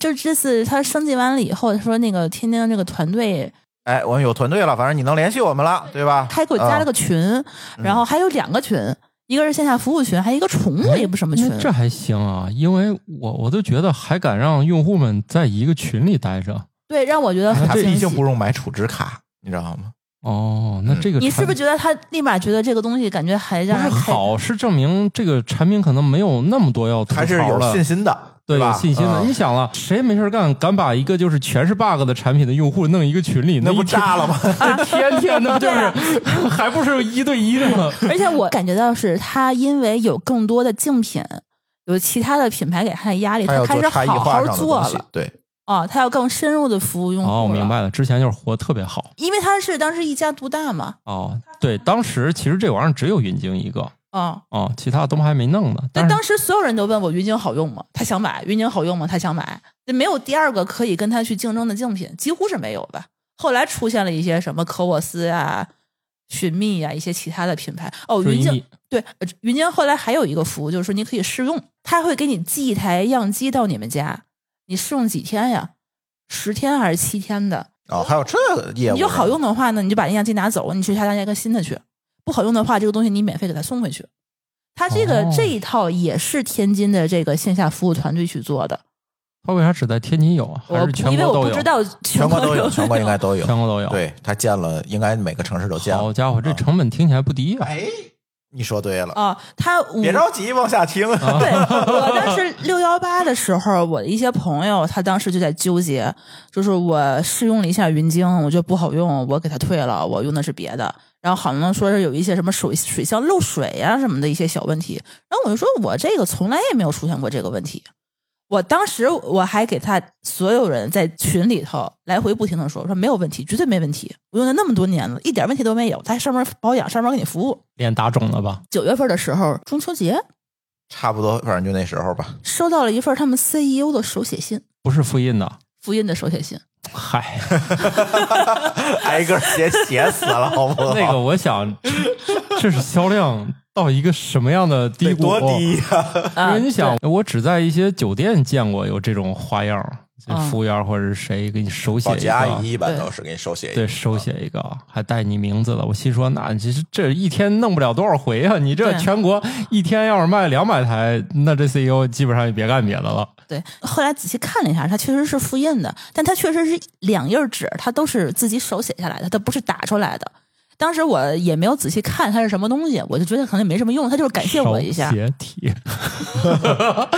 Speaker 2: 就这次他升级完了以后，他说那个天津的这个团队
Speaker 1: 哎，我们有团队了，反正你能联系我们了，对吧？
Speaker 2: 开口加了
Speaker 1: 个
Speaker 2: 个群，
Speaker 1: 嗯
Speaker 2: 然后还有两个群，一个是线下服务群，还有一个宠
Speaker 1: 哎
Speaker 2: 物也不什么群。
Speaker 3: 那这还行啊，因为我我都觉得还敢让用户们在一个群里待着。
Speaker 2: 对，让我觉得很
Speaker 1: 他
Speaker 2: 惊
Speaker 1: 毕
Speaker 2: 喜
Speaker 1: 竟。不用买储值卡，你知道吗？
Speaker 3: 哦，
Speaker 1: 嗯
Speaker 3: 那这个
Speaker 2: 你是
Speaker 3: 产
Speaker 2: 不是觉得他立马觉得这个东西感觉还让
Speaker 3: 不是
Speaker 2: 人开
Speaker 3: 好，是证明这个产品可能没有那么多要吐槽
Speaker 1: 还是有
Speaker 3: 了。
Speaker 1: 信心的，
Speaker 3: 对，
Speaker 1: 吧？
Speaker 3: 有信心的。
Speaker 1: 嗯
Speaker 3: 你想了，谁没事干敢把一个就是全是 bug 的产品的用户弄一个群里，
Speaker 1: 那不
Speaker 3: 一天
Speaker 1: 炸了吗？
Speaker 3: 天 天 那不就是
Speaker 2: 啊
Speaker 3: 还不是一对一的 吗？
Speaker 2: 而且我感觉到是他因为有更多的竞品，有其他的品牌给他的压力，
Speaker 1: 他要
Speaker 2: 他开
Speaker 1: 做
Speaker 2: 始
Speaker 1: 差异
Speaker 2: 好
Speaker 1: 化
Speaker 2: 好
Speaker 1: 上的
Speaker 2: 做
Speaker 1: 东西
Speaker 2: 了，
Speaker 1: 对，
Speaker 2: 哦，他要更深入的服务用户
Speaker 3: 哦，我明
Speaker 2: 了，
Speaker 3: 白了，之前就是活特别好。
Speaker 2: 因为他是当时一家独大嘛，
Speaker 3: 哦，对，当时其实这玩意儿只有云鲸一个
Speaker 2: 哦。
Speaker 3: 哦，其他都还没弄呢。
Speaker 2: 但
Speaker 3: 但是
Speaker 2: 当时所有人都问我云鲸好用吗？他想买云鲸好用吗？他想买，就没有第二个可以跟他去竞争的竞品，几乎是没有吧。后来出现了一些什么科沃斯啊、寻觅啊一些其他的品牌。哦，
Speaker 3: 追
Speaker 2: 云
Speaker 3: 你
Speaker 2: 鲸对，呃云鲸后来还有一个服务，就是说你可以试用，他会给你寄一台样机到你们家，你试用几天呀？十天还是七天的？
Speaker 1: 哦，还有这个业务
Speaker 2: 你就好用的话呢，你就把那样机拿走，你去下单一个新的去；不好用的话，这个东西你免费给他送回去。他这个、
Speaker 3: 哦
Speaker 2: 这一套也是天津的这个线下服务团队去做的，
Speaker 3: 它为啥只在天津有啊？还
Speaker 2: 我
Speaker 3: 是
Speaker 2: 不
Speaker 3: 全
Speaker 2: 因为
Speaker 3: 国
Speaker 2: 我
Speaker 3: 都
Speaker 2: 不
Speaker 3: 有
Speaker 2: 知？道
Speaker 1: 全
Speaker 2: 全
Speaker 1: 国都有，
Speaker 2: 有，
Speaker 1: 全国应该都有
Speaker 3: 全。国都有。，
Speaker 1: 对嗯他建了，应该每个城市都建
Speaker 3: 好
Speaker 1: 了。
Speaker 3: 家伙，这成本听起来不低啊！
Speaker 1: 哎，你说对了，
Speaker 2: 啊。他五
Speaker 1: 别着急，往下听。
Speaker 2: 对我当时六幺八的时候，我的一些朋友他当时就在纠结，就是我试用了一下云鲸，我觉得不好用，我给他退了，我用的是别的。然后好像说是有一些什么水水箱漏水呀、什么的一些小问题，然后我就说我这个从来也没有出现过这个问题。我当时我还给他所有人在群里头来回不停的说，我说没有问题，绝对没问题，我用了那么多年了，一点问题都没有，他还上门保养，上门给你服务。
Speaker 3: 脸打肿了吧？
Speaker 2: 九月份的时候，中秋节
Speaker 1: 差不多，反正就那时候吧。
Speaker 2: 收到了一份他们 CEO 的手写信，
Speaker 3: 不是复印的，
Speaker 2: 复印的手写信。
Speaker 3: 嗨，
Speaker 1: 挨个写写死了，好不好？
Speaker 3: 那个我想，这这是销量到一个什么样的低
Speaker 1: 得
Speaker 3: 谷？
Speaker 1: 多低呀、
Speaker 3: 因
Speaker 2: 啊
Speaker 3: 为你想，我只在一些酒店见过有这种花样儿，就
Speaker 2: 嗯
Speaker 3: 服务员或者是谁给你手写
Speaker 1: 保
Speaker 3: 一
Speaker 1: 洁
Speaker 3: 个，
Speaker 1: 阿姨一般
Speaker 2: 对
Speaker 1: 都是给你手写一
Speaker 3: 对，
Speaker 1: 个。
Speaker 3: 手写一个，还带你名字的。我心说，那其实这一天弄不了多少回啊！你这
Speaker 2: 对
Speaker 3: 全国一天要是卖两百台，那这 CEO 基本上也别干别的了。
Speaker 2: 对，后来仔细看了一下，它确实是复印的，但它确实是两页纸，它都是自己手写下来的，它不是打出来的。当时我也没有仔细看它是什么东西，我就觉得可能没什么用，它就是感谢我一下
Speaker 3: 手。写体，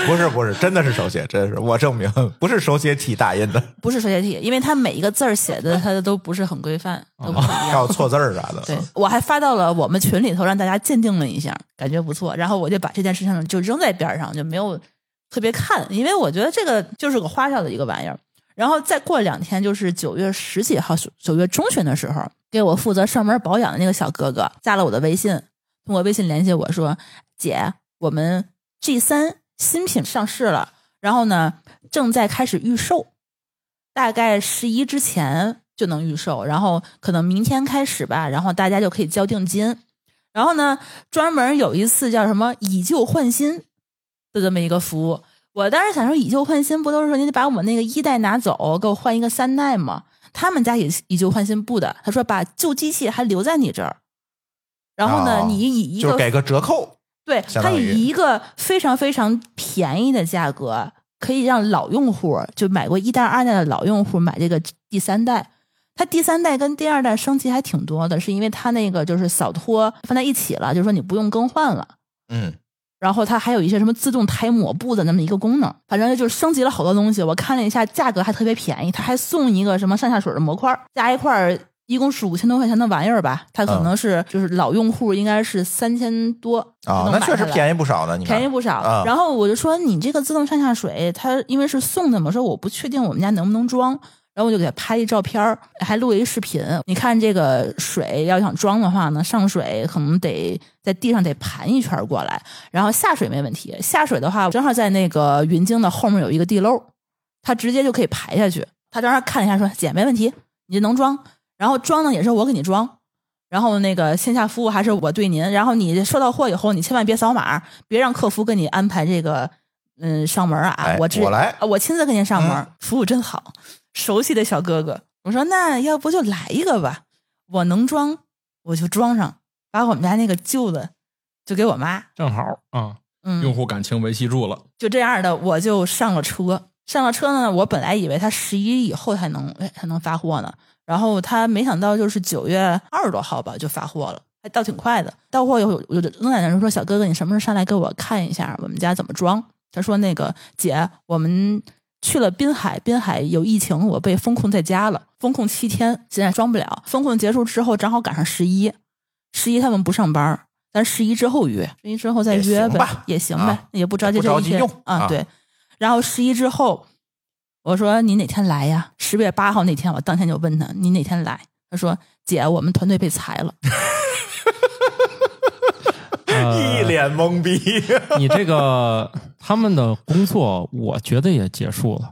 Speaker 1: 不是不是，真的是手写，真是我证 明不是手写体打印的，
Speaker 2: 不是手写体，因为它每一个字儿写的它都不是很规范，都不是一
Speaker 1: 还
Speaker 2: 样。
Speaker 1: 有错字儿啥的。
Speaker 2: 对，我还发到了我们群里头，让大家鉴定了一下，感觉不错。然后我就把这件事情就扔在边儿上，就没有特别看，因为我觉得这个就是个花哨的一个玩意儿。然后再过两天，就是九月十几号，九月中旬的时候，给我负责上门保养的那个小哥哥加了我的微信，通过微信联系我说：“姐，我们 G 三新品上市了，然后呢，正在开始预售，大概十一之前就能预售，然后可能明天开始吧，然后大家就可以交定金。然后呢，专门有一次叫什么“以旧换新”的这么一个服务。我当时想说，以旧换新不都是说你得把我那个一代拿走，给我换一个三代吗？他们家也是以旧换新不的，他说把旧机器还留在你这儿，然后呢，
Speaker 1: 哦
Speaker 2: 你以一
Speaker 1: 就是
Speaker 2: 个
Speaker 1: 给个折扣，
Speaker 2: 对，
Speaker 1: 相
Speaker 2: 它
Speaker 1: 当于
Speaker 2: 以一个非常非常便宜的价格，可以让老用户就买过一代、二代的老用户买这个第三代。它第三代跟第二代升级还挺多的，是因为它那个就是扫拖放在一起了，就是说你不用更换了。
Speaker 1: 嗯，
Speaker 2: 然后它还有一些什么自动胎抹布的那么一个功能，反正就是升级了好多东西。我看了一下，价格还特别便宜，它还送一个什么上下水的模块儿，加一块儿一共是五千多块钱的玩意儿吧，它
Speaker 1: 嗯
Speaker 2: 可能是、就是老用户应该是三千多
Speaker 1: 啊、那确实
Speaker 2: 宜。
Speaker 1: 便宜不少呢。你看
Speaker 2: 便宜不少。
Speaker 1: 啊
Speaker 2: 然后我就说你这个自动上下水，它因为是送的嘛，说我不确定我们家能不能装。然后我就给他拍一照片儿，还录了一视频。你看这个水要想装的话呢，上水可能得在地上得盘一圈儿过来，然后下水没问题。下水的话，正好在那个云鲸的后面有一个地漏，他直接就可以排下去。他当时看了一下说：“姐，没问题，你这能装。”然后装呢也是我给你装，然后那个线下服务还是我对您，然后你收到货以后，你千万别扫码，别让客服给你安排这个嗯上门啊，
Speaker 1: 哎
Speaker 2: 我这
Speaker 1: 我来嗯
Speaker 2: 我亲自给您上门，服务真好，熟悉的小哥哥。我说那要不就来一个吧，我能装我就装上，把我们家那个旧的就给我妈，
Speaker 3: 正好啊，
Speaker 4: 用
Speaker 2: 嗯，
Speaker 4: 户感情维系住了，
Speaker 2: 就这样的，我就上了车。上了车呢，我本来以为他十一以后才能哎才能发货呢，然后他没想到就是九月二十多号吧就发货了，还倒挺快的。到货以后，我就扔在那儿说：“小哥哥，你什么时候上来给我看一下我们家怎么装？”他说：“那个姐，我们去了滨海，滨海有疫情，我被封控在家了，封控七天，现在装不了。封控结束之后，正好赶上十一，十一他们不上班儿，咱十一之后约，十一之后再
Speaker 1: 也行
Speaker 2: 约呗，也
Speaker 1: 吧
Speaker 2: 行
Speaker 1: 啊
Speaker 2: 呗，也不着急
Speaker 1: 不
Speaker 2: 这
Speaker 1: 着
Speaker 2: 一
Speaker 1: 急
Speaker 2: 切
Speaker 1: 用啊
Speaker 2: 啊，对。然后十一之后，我说你哪天来呀？十月八号那天，我当天就问他你哪天来，他说姐，我们团队被裁了。呃
Speaker 1: 一脸懵逼。
Speaker 3: 呃你这个他们的工作，我觉得也结束了。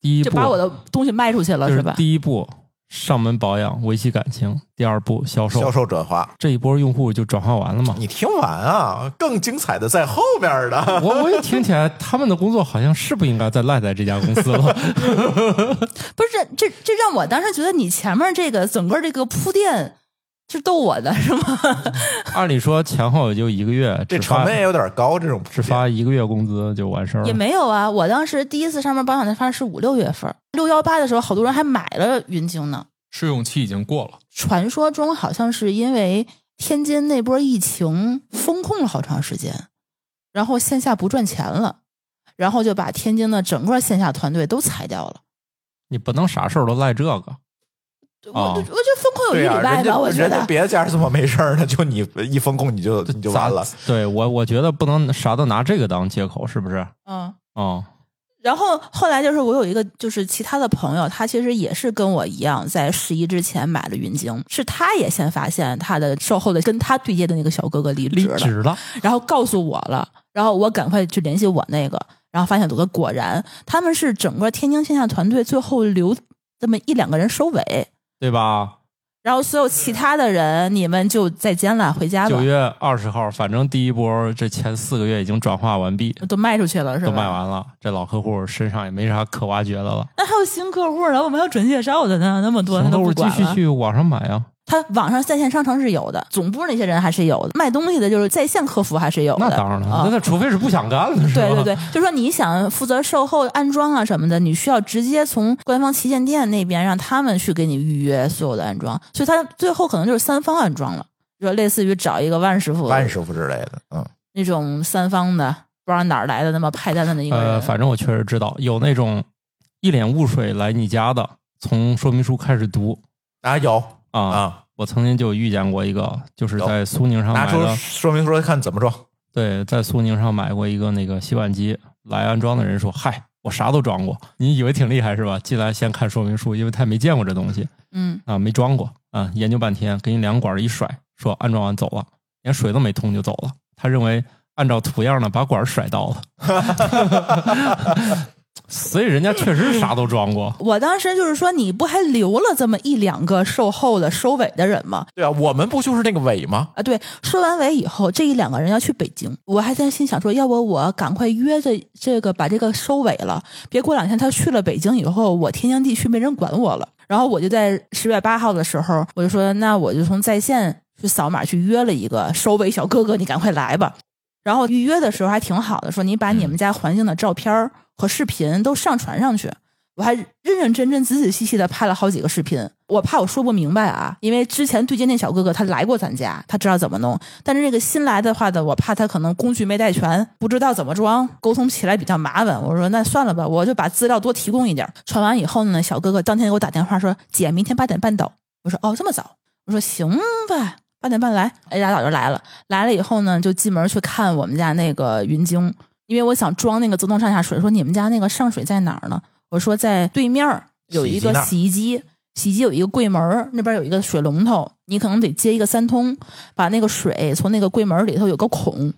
Speaker 3: 第一步
Speaker 2: 就把我的东西卖出去了，
Speaker 3: 就是
Speaker 2: 是吧？
Speaker 3: 第一步上门保养，维系感情；第二步销售，
Speaker 1: 销售转化，
Speaker 3: 这一波用户就转化完了 嘛。
Speaker 1: 你听完啊，更精彩的在后面呢。
Speaker 3: 我我也听起来，他们的工作好像是不应该再赖在这家公 司了。
Speaker 2: 不是这这这让我当时觉得你前面这个整个这个铺垫是逗我的是吗？
Speaker 1: 嗯
Speaker 3: 按理说前后也就一个月，
Speaker 1: 这
Speaker 3: 只发
Speaker 1: 成本也有点高，这种
Speaker 3: 只发一个月工资就完事儿
Speaker 2: 也
Speaker 3: 了。
Speaker 2: 没有啊，我当时第一次上班保养的发是五六月份，六幺八的时候，好多人还买了云鲸呢。
Speaker 4: 试用期已经过了，
Speaker 2: 传说中好像是因为天津那波疫情封控了好长时间，然后线下不赚钱了，然后就把天津的整个线下团队都裁掉了。
Speaker 3: 你不能啥事儿都赖这个。
Speaker 2: 我
Speaker 3: 哦
Speaker 2: 我觉得封控有一
Speaker 1: 对呀、啊
Speaker 2: 礼拜
Speaker 1: 人
Speaker 2: 吧，
Speaker 1: 家
Speaker 2: 我觉
Speaker 1: 人家
Speaker 2: 得
Speaker 1: 别的家怎么没事儿呢？就你一封控你就你就完 了
Speaker 3: 咋。对我，我觉得不能啥都拿这个当借口，是不是？
Speaker 2: 嗯。
Speaker 3: 哦，
Speaker 2: 然后后来就是我有一个就是其他的朋友，他其实也是跟我一样，在十一之前买了云鲸，是他也先发现他的售后的跟他对接的那个小哥哥离职
Speaker 3: 离
Speaker 2: 了，
Speaker 3: 职了，
Speaker 2: 然后告诉我了，然后我赶快去联系我那个，然后发现我果然他们是整个天津线下团队最后留这么一两个人收尾，
Speaker 3: 对吧？
Speaker 2: 然后所有其他的人你们就再见了，回家吧
Speaker 3: 九，月二十号，反正第一波这前四个月已经转化完毕，
Speaker 2: 都卖出去了是吧？
Speaker 3: 都卖完了，这老客户身上也没啥可挖掘的了。
Speaker 2: 那还有新客户呢，我们还有准介绍的呢，那么多他
Speaker 3: 行，客
Speaker 2: 都
Speaker 3: 户
Speaker 2: 不
Speaker 3: 继
Speaker 2: 管
Speaker 3: 续
Speaker 2: 了。
Speaker 3: 去网上买啊，
Speaker 2: 他网上在线商城是有的，总部那些人还是有的，卖东西的就是在线客服还是有的。
Speaker 3: 那当然了
Speaker 2: 啊，
Speaker 3: 那那除非是不想干了，是吧？呃
Speaker 2: 对对对，就说你想负责售后、安装啊什么的，你需要直接从官方旗舰店那边让他们去给你预约所有的安装，所以他最后可能就是三方安装了，就类似于找一个万师傅
Speaker 1: 万师傅之类的，嗯，
Speaker 2: 那种三方的，不知道哪儿来的那么派单的那一个人，
Speaker 3: 呃，反正我确实知道有那种一脸雾水来你家的，从说明书开始读
Speaker 1: 啊有
Speaker 3: 啊。
Speaker 1: 啊，
Speaker 3: 我曾经就遇见过一个，就是
Speaker 1: 有
Speaker 3: 在苏宁上
Speaker 1: 拿
Speaker 3: 买
Speaker 1: 出
Speaker 3: 的，
Speaker 1: 说明书看怎么装。
Speaker 3: 对，在苏宁上买过一个那个洗碗机，来安装的人说：“嗨，我啥都装过，你以为挺厉害是吧？进来先看说明书，因为他也没见过这东西
Speaker 2: 嗯，
Speaker 3: 啊，没装过啊，研究半天，给你两管一甩，说安装完走了，连水都没通就走了。他认为按照图样呢，把管儿甩到了， 所以人家确实啥都装过。
Speaker 2: 我当时就是说，你不还留了这么一两个售后的收尾的人吗？
Speaker 1: 对啊，我们不就是那个尾吗？
Speaker 2: 啊，对，收完尾以后，这一两个人要去北京，我还在心想说，要不我赶快约着这个把这个收尾了，别过两天他去了北京以后，我天津地区没人管我了。然后我就在十月八号的时候，我就说，那我就从在线去扫码去约了一个收尾小哥哥，你赶快来吧。然后预约的时候还挺好的，说你把你们家环境的照片儿和视频都上传上去。我还认认真真、仔仔细细的拍了好几个视频。我怕我说不明白啊，因为之前对接那小哥哥他来过咱家，他知道怎么弄。但是这个新来的话呢，我怕他可能工具没带全，不知道怎么装，沟通起来比较麻烦。我说那算了吧，我就把资料多提供一点儿。传完以后呢，小哥哥当天给我打电话说：“姐，明天八点半到。”我说：“哦，这么早？”我说：“行吧，八点半来。”哎，大早就来了。来了以后呢，就进门去看我们家那个云鲸，因为我想装那个自动上下水。说你们家那个上水在哪儿呢？我说在对面儿有
Speaker 1: 洗衣
Speaker 2: 一
Speaker 1: 机
Speaker 2: 个
Speaker 1: 那儿
Speaker 2: 洗衣机，洗衣机有一个柜门儿，那边有一个水龙头，你可能得接一个三通，把那个水从那个柜门儿里头有个孔，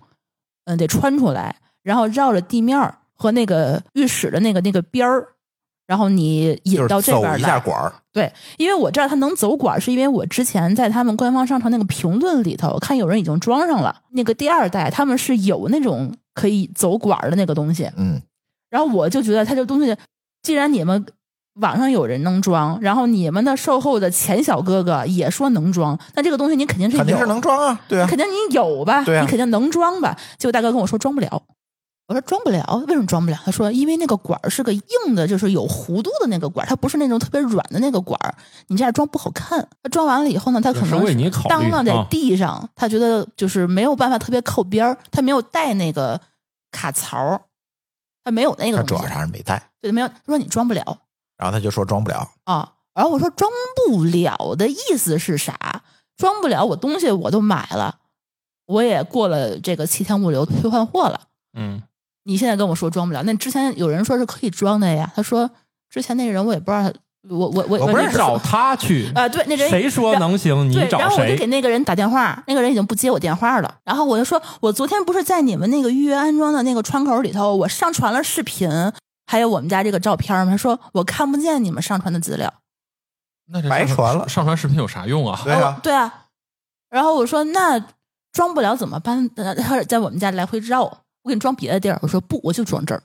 Speaker 2: 嗯，得穿出来，然后绕着地面儿和那个浴室的那个那个边儿，然后你引
Speaker 1: 就
Speaker 2: 到
Speaker 1: 是
Speaker 2: 这
Speaker 1: 走
Speaker 2: 边儿
Speaker 1: 一下
Speaker 2: 来。
Speaker 1: 管儿，
Speaker 2: 对，因为我知道它能走管儿，是因为我之前在他们官方上传那个评论里头看有人已经装上了那个第二代，他们是有那种可以走管儿的那个东西。
Speaker 1: 嗯，
Speaker 2: 然后我就觉得它这东西，既然你们网上有人能装，然后你们的售后的前小哥哥也说能装，那这个东西你肯定是有，
Speaker 1: 肯定是能装啊，对啊
Speaker 2: 肯，定你有吧？
Speaker 1: 对啊
Speaker 2: 你肯定能装吧？结果大哥跟我说装不了。我说装不了，为什么装不了？他说因为那个管儿是个硬的，就是有弧度的那个管儿，它不是那种特别软的那个管儿，你这样装不好看。他装完了以后呢，他可
Speaker 3: 是
Speaker 2: 能
Speaker 3: 为你考虑
Speaker 2: 当到在
Speaker 3: 啊
Speaker 2: 地上，他觉得就是没有办法特别靠边儿，他没有带那个卡槽儿，他没有那个
Speaker 1: 他
Speaker 2: 东
Speaker 1: 主
Speaker 2: 西，
Speaker 1: 要是还是没带，
Speaker 2: 对，没有。他说你装不了
Speaker 1: 然后他就说装不了，
Speaker 2: 啊。然后我说装不了的意思是啥？装不了，我东西我都买了，我也过了这个七天物流退换货了。
Speaker 3: 嗯，
Speaker 2: 你现在跟我说装不了，那之前有人说是可以装的呀。他说之前那个人我也不知道他，我我我
Speaker 1: 我不认识
Speaker 3: 找他去，
Speaker 2: 啊，对，那人
Speaker 3: 谁说
Speaker 2: 然
Speaker 3: 能行？你
Speaker 2: 对，
Speaker 3: 找
Speaker 2: 然后我就给
Speaker 3: 谁？
Speaker 2: 那个人打电话，那个人已经不接我电话了。然后我就说，我昨天不是在你们那个预约安装的那个窗口里头，我上传了视频，还有我们家这个照片吗？他说我看不见你们上传的资料。
Speaker 4: 那这
Speaker 1: 白
Speaker 4: 上
Speaker 1: 传了
Speaker 4: 上传视频有啥用 啊？
Speaker 1: 对啊，
Speaker 2: 对啊。然后我说那装不了怎么办？呃他在我们家来回绕，我给你装别的地儿。我说不，我就装这儿，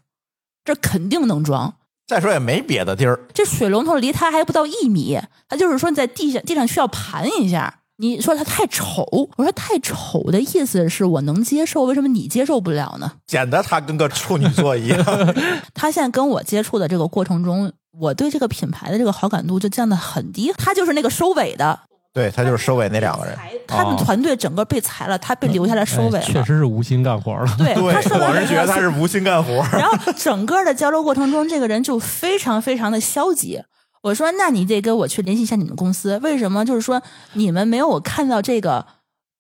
Speaker 2: 这儿肯定能装。
Speaker 1: 再说也没别的地儿，
Speaker 2: 这水龙头离它还不到一米，它就是说在地上地上需要盘一下。你说它太丑，我说太丑的意思是我能接受，为什么你接受不了呢？
Speaker 1: 显得他跟个处女座一样。
Speaker 2: 他现在跟我接触的这个过程中，我对这个品牌的这个好感度就降得很低。他就是那个收尾的，
Speaker 1: 对他就是收尾那两个人，
Speaker 2: 裁他们团队整个被裁了，他被留下来收尾
Speaker 3: 哎确
Speaker 2: 了。
Speaker 3: 实是无心干活了。
Speaker 2: 对他收
Speaker 1: 我
Speaker 2: 完
Speaker 1: 是觉得他是无心干活。
Speaker 2: 然后整个的交流过程中，这个人就非常非常的消极。我说：“那你得跟我去联系一下你们公司，为什么？就是说你们没有看到这个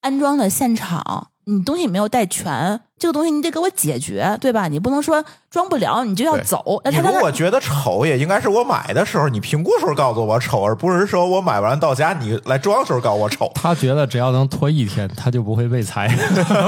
Speaker 2: 安装的现场，你东西没有带全，这个东西你得给我解决，对吧？你不能说装不了你就要
Speaker 1: 对
Speaker 2: 走。那
Speaker 1: 你
Speaker 2: 他
Speaker 1: 如
Speaker 2: 在那
Speaker 1: 果觉得丑，也应该是我买的时候，你评估时候告诉我丑，而不是说我买完到家你来装的时候告诉我丑。
Speaker 3: 他觉得只要能拖一天，他就不会被裁。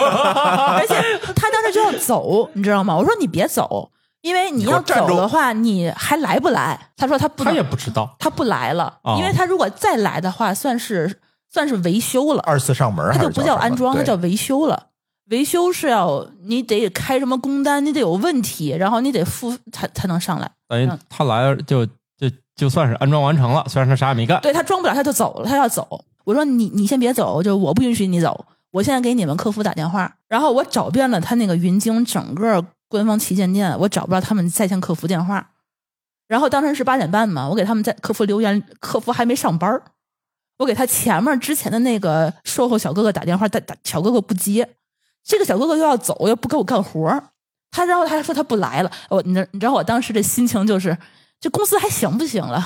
Speaker 2: 而且他当时就要走，你知道吗？我说你别走，因为你要
Speaker 1: 你给我站
Speaker 2: 走
Speaker 1: 住
Speaker 2: 的话，你还来不来？他说他不
Speaker 3: 他
Speaker 2: 能，
Speaker 3: 也不知道，
Speaker 2: 他不来了，
Speaker 3: 哦
Speaker 2: 因为他如果再来的话，算是算是维修了。
Speaker 1: 二次上门
Speaker 2: 它
Speaker 1: 还
Speaker 2: 就是不
Speaker 1: 叫
Speaker 2: 叫
Speaker 1: 什么
Speaker 2: 安装，它
Speaker 1: 对
Speaker 2: 叫维修了。维修是要你得开什么工单，你得有问题，然后你得付才才能上来。
Speaker 3: 等于他来了就就就算是安装完成了，虽然他啥也没干。
Speaker 2: 对他装不了，他就走了，他要走。我说你你先别走，就我不允许你走，我现在给你们客服打电话。然后我找遍了他那个云京整个官方旗舰店，我找不到他们在线客服电话。然后当时是八点半嘛，我给他们在客服留言，客服还没上班儿我给他前面之前的那个售后小哥哥打电话，打打小哥哥不接，这个小哥哥又要走，又不给我干活儿他然后他还说他不来了，我你知你知道我当时的心情就是，这公司还行不行了？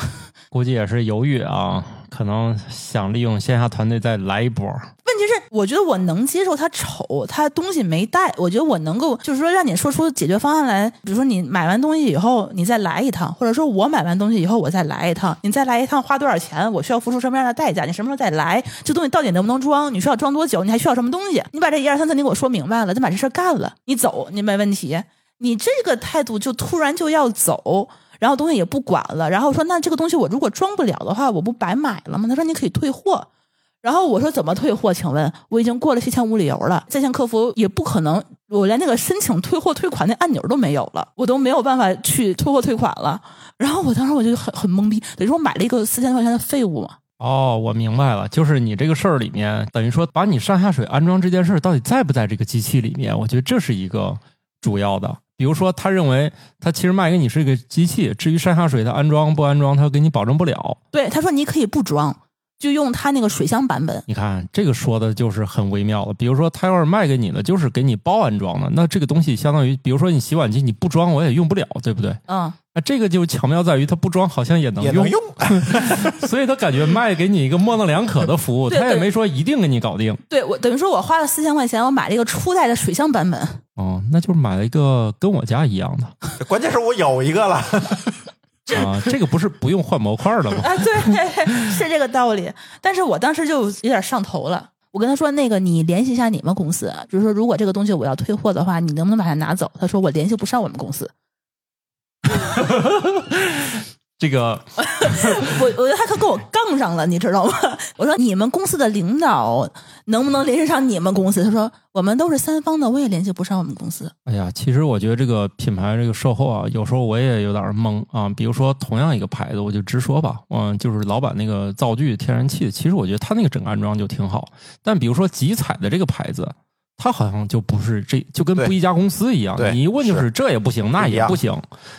Speaker 3: 估计也是犹豫啊，可能想利用线下团队再来一波。
Speaker 2: 问题是，我觉得我能接受他丑，他东西没带，我觉得我能够就是说让你说出解决方案来。比如说你买完东西以后，你再来一趟，或者说我买完东西以后我再来一趟，你再来一趟花多少钱，我需要付出什么样的代价，你什么时候再来，这东西到底能不能装，你需要装多久，你还需要什么东西，你把这一二三四你给我说明白了，咱把这事儿干了，你走，你没问题。你这个态度就突然就要走，然后东西也不管了，然后说那这个东西我如果装不了的话，我不白买了吗？他说你可以退货。然后我说怎么退货？请问我已经过了七天无理由了，在线客服也不可能，我连那个申请退货退款那按钮都没有了，我都没有办法去退货退款了。然后我当时我就很很懵逼，等于说我买了一个四千块钱的废物嘛。
Speaker 3: 哦，我明白了，就是你这个事儿里面，等于说把你上下水安装这件事儿到底在不在这个机器里面？我觉得这是一个主要的。比如说，他认为他其实卖给你是一个机器，至于上下水的安装不安装，他给你保证不了。
Speaker 2: 对，他说你可以不装，就用他那个水箱版本。
Speaker 3: 你看这个说的就是很微妙了。比如说，他要是卖给你的，就是给你包安装的，那这个东西相当于，比如说你洗碗机你不装我也用不了，对不对？
Speaker 2: 嗯，
Speaker 3: 那这个就巧妙在于它不装好像也能
Speaker 1: 也
Speaker 3: 用
Speaker 1: 能，用，
Speaker 3: 所以他感觉卖给你一个模棱两可的服 务，
Speaker 2: 对
Speaker 3: 他也
Speaker 2: 对
Speaker 3: 没说一定给你搞定。
Speaker 2: 对我等于说我花了四千块钱，我买了一个初代的水箱版本。
Speaker 3: 哦，那就是买了一个跟我家一样的。
Speaker 1: 关键是我有一个了，
Speaker 3: 啊，这个不是不用换模块 了吗？
Speaker 2: 啊，对，是这个道理。但是我当时就有点上头了，我跟他说：“那个，你联系一下你们公司，啊就是说，如果这个东西我要退货的话，你能不能把它拿走？”他说：“我联系不上我们公司。
Speaker 3: 这个
Speaker 2: 我”我觉得他可跟我杠上了，你知道吗？ 我说：“你们公司的领导能不能联系上你们公司？”他说：“我们都是三方的，我也联系不上我们公司。
Speaker 3: 哎呀，其实我觉得这个品牌这个售后啊，有时候我也有点懵啊。比如说同样一个牌子，我就直说吧，嗯，就是老板那个灶具、天然气，其实我觉得它那个整个安装就挺好。但比如说集采的这个牌子，它好像就不是这，就跟
Speaker 1: 对
Speaker 3: 不一家公司一样。
Speaker 1: 对
Speaker 3: 你一问就是
Speaker 1: 是
Speaker 3: 这也不行，那
Speaker 1: 不一
Speaker 3: 也
Speaker 1: 样
Speaker 3: 不行。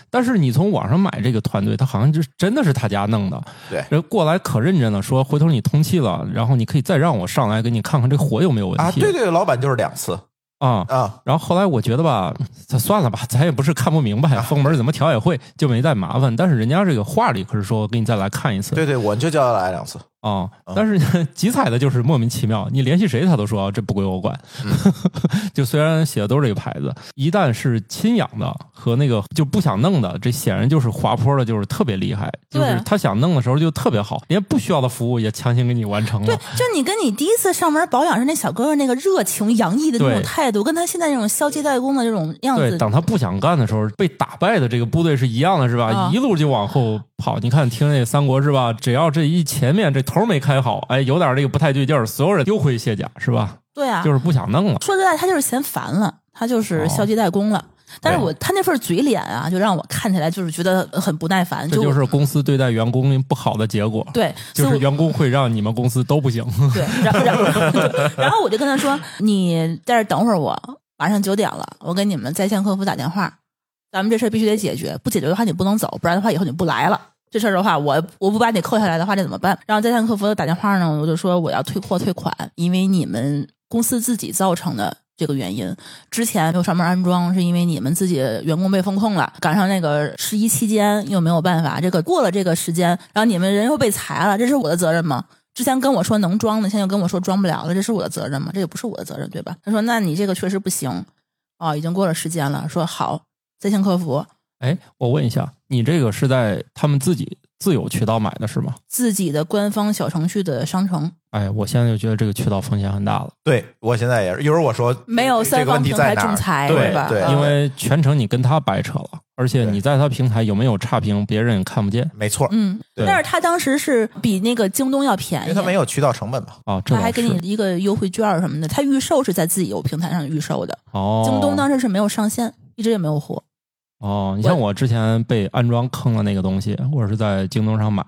Speaker 3: 但是你从网上买这个团队，他好像就是真的是他家弄的。
Speaker 1: 对
Speaker 3: 然后过来可认真了，说回头你通气了，然后你可以再让我上来给你看看这火有没有问 题
Speaker 1: 啊，对对，老板就是两次
Speaker 3: 啊
Speaker 1: 啊，
Speaker 3: 然后后来我觉得吧， 这算了吧，咱也不是看不明
Speaker 2: 啊
Speaker 3: 白，封门怎么调也会，就没再麻烦。但是人家这个话里可是说，给你再来看一次
Speaker 1: 对对，我就叫他来两次，
Speaker 3: 啊、
Speaker 2: 嗯
Speaker 3: 但是集采的就是莫名其妙，你联系谁他都说、啊这不归我管。
Speaker 2: 嗯
Speaker 3: 就虽然写的都是这个牌子，一旦是亲养的和那个就不想弄的，这显然就是滑坡的，就是特别厉害，就
Speaker 2: 对
Speaker 3: 是他想弄的时候就特别好，连不需要的服务也强行给你完成
Speaker 2: 对
Speaker 3: 了。，
Speaker 2: 就你跟你第一次上门保养时那小哥哥那个热情洋溢的那
Speaker 3: 对
Speaker 2: 种态度，跟他现在那种消极怠工的这种样
Speaker 3: 对，
Speaker 2: 子，
Speaker 3: 当他不想干的时候，被打败的这个部队是一样的，是吧？
Speaker 2: 啊
Speaker 3: 一路就往后跑。你看，听那三国是吧？只要这一前面这头没开好，哎，有点这个不太对劲儿，所有人丢盔卸甲，是吧？
Speaker 2: 对啊，
Speaker 3: 就是不想弄了。
Speaker 2: 说实在，他就是嫌烦了，他
Speaker 3: 哦
Speaker 2: 就是消极怠工了。但
Speaker 3: 哎
Speaker 2: 是我他那份嘴脸啊，就让我看起来就是觉得很不耐烦，
Speaker 3: 这
Speaker 2: 就
Speaker 3: 就是公司对待员工不好的结果，
Speaker 2: 对，
Speaker 3: 就
Speaker 2: 所
Speaker 3: 是
Speaker 2: 以
Speaker 3: 员工会让你们公司都不行。
Speaker 2: 我 对，然后然后 对然后我就跟他说：“你在这儿等会儿我，马上九点了，我给你们在线客服打电话，咱们这事儿必须得解决，不解决的话你不能走，不然的话以后你不来了。”这事儿的话，我我不把你扣下来的话，这怎么办？然后在线客服打电话呢，我就说我要退货退款，因为你们公司自己造成的这个原因。之前没有上门安装，是因为你们自己员工被风控了，赶上那个十一期间又没有办法，这个过了这个时间，然后你们人又被裁了，这是我的责任吗？之前跟我说能装的，现在又跟我说装不了了，这是我的责任吗？这也不是我的责任，对吧？他说：“那你这个确实不行，哦，已经过了时间了。”说好，在线客服
Speaker 3: 哎，我问一下，你这个是在他们自己自有渠道买的是吗？
Speaker 2: 自己的官方小程序的商城
Speaker 3: 哎，我现在就觉得这个渠道风险很大了。
Speaker 1: 对我现在也是，一会儿我说
Speaker 2: 没有
Speaker 1: 这
Speaker 2: 三
Speaker 1: 个问
Speaker 2: 方
Speaker 1: 题
Speaker 2: 平
Speaker 1: 在
Speaker 2: 台
Speaker 1: 哪儿
Speaker 2: 仲裁，
Speaker 1: 对
Speaker 2: 是吧？
Speaker 1: 对
Speaker 2: 嗯
Speaker 3: 因为全程你跟他掰扯了，而且
Speaker 1: 对
Speaker 3: 你在他平台有没有差评，别人也看不见
Speaker 1: 没错，
Speaker 2: 嗯，
Speaker 3: 对
Speaker 2: 但是他当时是比那个京东要便
Speaker 1: 因
Speaker 2: 宜，
Speaker 1: 为他没有渠道成本嘛，
Speaker 3: 啊。这
Speaker 2: 他
Speaker 3: 倒
Speaker 2: 还
Speaker 3: 是
Speaker 2: 给你一个优惠券儿什么的。他预售是在自己有平台上预售的，
Speaker 3: 哦，
Speaker 2: 京东当时是没有上线，一直也没有货。
Speaker 3: 哦，你像我之前被安装坑了那个东西，我是在京东上买，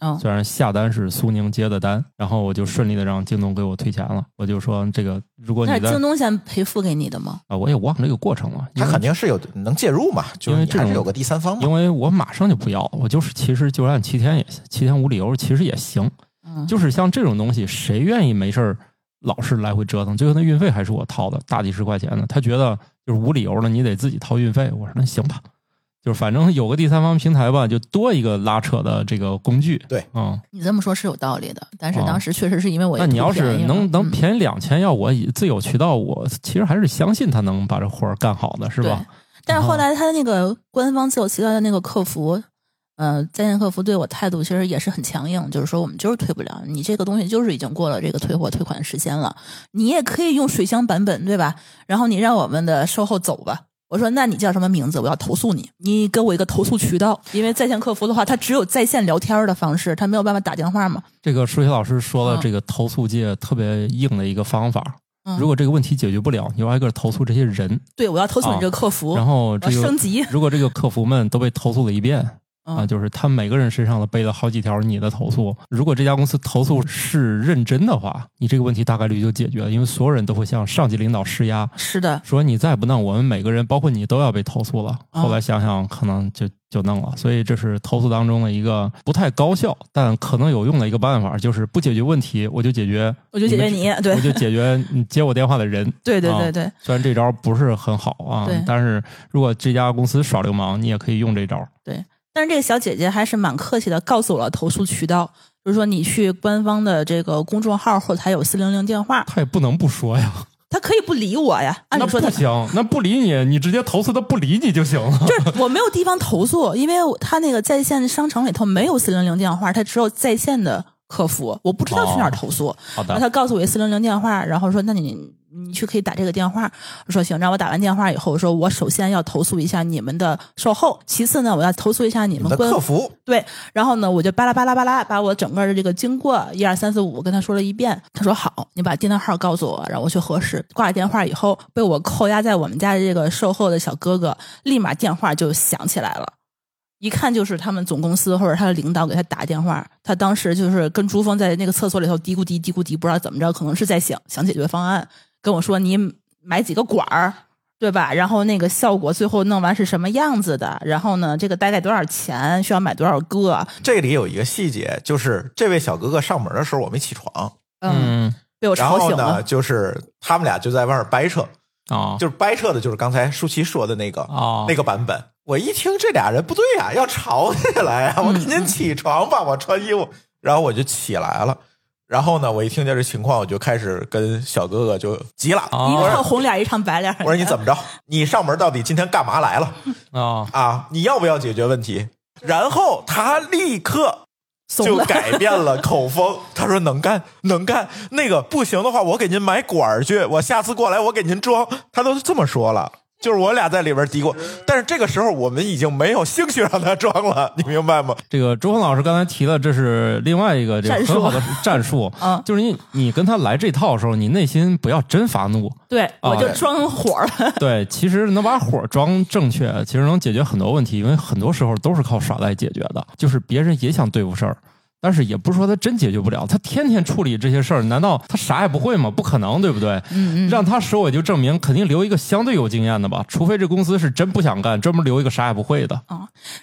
Speaker 2: 嗯，
Speaker 3: 虽然下单是苏宁接的单，然后我就顺利的让京东给我退钱了。我就说这个，如果
Speaker 2: 那
Speaker 3: 你
Speaker 2: 是
Speaker 3: 在
Speaker 2: 京东先赔付给你的吗？
Speaker 3: 啊，我也忘了这个过程了，因
Speaker 1: 他
Speaker 3: 为
Speaker 1: 肯定是有能介入嘛，就
Speaker 3: 因
Speaker 1: 是
Speaker 3: 为
Speaker 1: 你
Speaker 3: 这
Speaker 1: 还是
Speaker 3: 种
Speaker 1: 有个第三方嘛
Speaker 3: 因，为我马上就不要了，我就是其实就按七天也七天无理由，其实也行。
Speaker 2: 嗯，
Speaker 3: 就是像这种东西，谁愿意没事儿老是来回折腾？最后那运费还是我掏的，大几十块钱呢。他觉得就是无理由了，你得自己掏运费。我说那行吧，就是反正有个第三方平台吧，就多一个拉扯的这个工具。
Speaker 1: 对，
Speaker 3: 嗯，
Speaker 2: 你这么说是有道理的，但是
Speaker 3: 哦
Speaker 2: 当时确实是因为我
Speaker 3: 那你要
Speaker 2: 图
Speaker 3: 是
Speaker 2: 便宜嘛
Speaker 3: 能能
Speaker 2: 嗯
Speaker 3: 便宜两千，要我以自有渠道，我其实还是相信他能把这活儿干好的，是吧啊
Speaker 2: 对？但是后来他那个官方自有渠道的那个客服，呃，在线客服对我态度其实也是很强硬，就是说我们就是退不了，你这个东西就是已经过了这个退货退款时间了，你也可以用水箱版本对吧？然后你让我们的售后走吧。我说，那你叫什么名字？我要投诉你。你给我一个投诉渠道，因为在线客服的话，他只有在线聊天的方式，他没有办法打电话嘛。
Speaker 3: 这个数学老师说
Speaker 2: 嗯
Speaker 3: 了，这个投诉界特别硬的一个方法。
Speaker 2: 嗯
Speaker 3: 如果这个问题解决不了，你就挨个投诉这些人，
Speaker 2: 对，我要投诉你这个客服，
Speaker 3: 哦然后
Speaker 2: 我
Speaker 3: 这
Speaker 2: 要
Speaker 3: 个
Speaker 2: 升级。
Speaker 3: 如果这个客服们都被投诉了一遍
Speaker 2: 嗯
Speaker 3: 啊，就是他们每个人身上都背了好几条你的投诉。如果这家公司投诉是认真的话，你这个问题大概率就解决了，因为所有人都会向上级领导施压，
Speaker 2: 是的，
Speaker 3: 说你再不弄，我们每个人包括你都要被投诉了。
Speaker 2: 嗯
Speaker 3: 后来想想，可能就就弄了。所以这是投诉当中的一个不太高效，但可能有用的一个办法，就是不解决问题，我就解决，
Speaker 2: 我就解决你
Speaker 3: 们
Speaker 2: 对
Speaker 3: 我就解决 你接我电话的人。
Speaker 2: 对对
Speaker 3: 啊
Speaker 2: 对对，
Speaker 3: 虽然这招不是很好啊
Speaker 2: 对，
Speaker 3: 但是如果这家公司耍流氓，你也可以用这招。
Speaker 2: 但是这个小姐姐还是蛮客气的，告诉我了投诉渠道，就是说你去官方的这个公众号后台有四零零电话，
Speaker 3: 他也不能不说呀，
Speaker 2: 他可以不理我呀。按
Speaker 3: 那
Speaker 2: 理啊说他
Speaker 3: 不行，那不理你，你直接投诉他不理你就行了。
Speaker 2: 就是我没有地方投诉，因为他那个在线商城里头没有四零零电话，他只有在线的客服，我不知道去哪儿投诉。
Speaker 3: 好
Speaker 2: 然后他告诉我一四零零电话，然后说那你你去可以打这个电话。我说行，让我打完电话以后，我说我首先要投诉一下你们的售后，其次呢我要投诉一下你
Speaker 1: 你们
Speaker 2: 们
Speaker 1: 的
Speaker 2: 官
Speaker 1: 客服
Speaker 2: 对，然后呢我就巴拉巴拉巴拉把我整个的这个经过一二三四五跟他说了一遍。他说好，你把订单号告诉我，让我去核实。挂了电话以后，被我扣押在我们家的这个售后的小哥哥，立马电话就响起来了。一看就是他们总公司或者他的领导给他打电话，他当时就是跟朱峰在那个厕所里头嘀咕嘀嘀咕嘀，不知道怎么着，可能是在想想解决方案，跟我说你买几个管儿，对吧？然后那个效果最后弄完是什么样子的？然后呢，这个大概多少钱？需要买多少个？
Speaker 1: 这里有一个细节，就是这位小哥哥上门的时候我没起床，
Speaker 2: 嗯，被我
Speaker 1: 然
Speaker 2: 吵
Speaker 1: 后
Speaker 2: 醒
Speaker 1: 呢，
Speaker 2: 了。
Speaker 1: 就是他们俩就在外面掰扯，
Speaker 4: 啊
Speaker 1: 就是掰扯的，就是刚才舒淇说的那个、
Speaker 2: 哦
Speaker 4: 啊
Speaker 1: 那个版本。我一听这俩人不对呀、要吵起来
Speaker 2: 嗯
Speaker 1: 啊！我赶紧起床吧，我穿衣服，然后我就起来了。然后呢，我一听见这情况，我就开始跟小哥哥就急了，
Speaker 4: 啊
Speaker 2: 一
Speaker 3: 哦
Speaker 1: 我
Speaker 2: 个
Speaker 1: 说
Speaker 2: 红脸，一唱白脸。：“
Speaker 1: 我说你怎么着？你上门到底今天干嘛来了
Speaker 4: 啊
Speaker 1: 啊？你要不要解决问题？”然后他立刻
Speaker 2: 怂
Speaker 1: 就
Speaker 2: 了？
Speaker 1: 改变了口风。 他说能干能干，那个不行的话，我给您买管儿去，我下次过来我给您装。他都这么说了。就是我俩在里边嘀咕，但是这个时候我们已经没有兴趣让他装了， 你明白吗？
Speaker 3: 这个周峰老师刚才提了，这是另外一个这个
Speaker 2: 战术，
Speaker 3: 很好的战术
Speaker 2: 嗯
Speaker 3: 就是你你跟他来这套的时候，你内心不要真发怒，
Speaker 2: 对，我就
Speaker 3: 对
Speaker 2: 装火了。
Speaker 3: 对，其实能把火装正确，其实能解决很多问题，因为很多时候都是靠耍赖解决的，就是别人也想对付事儿。但是也不是说他真解决不了，他天天处理这些事儿，难道他啥也不会吗？不可能，对不对？
Speaker 2: 嗯嗯，
Speaker 3: 让他收尾就证明肯定留一个相对有经验的吧，除非这公司是真不想干，专门留一个啥也不会的。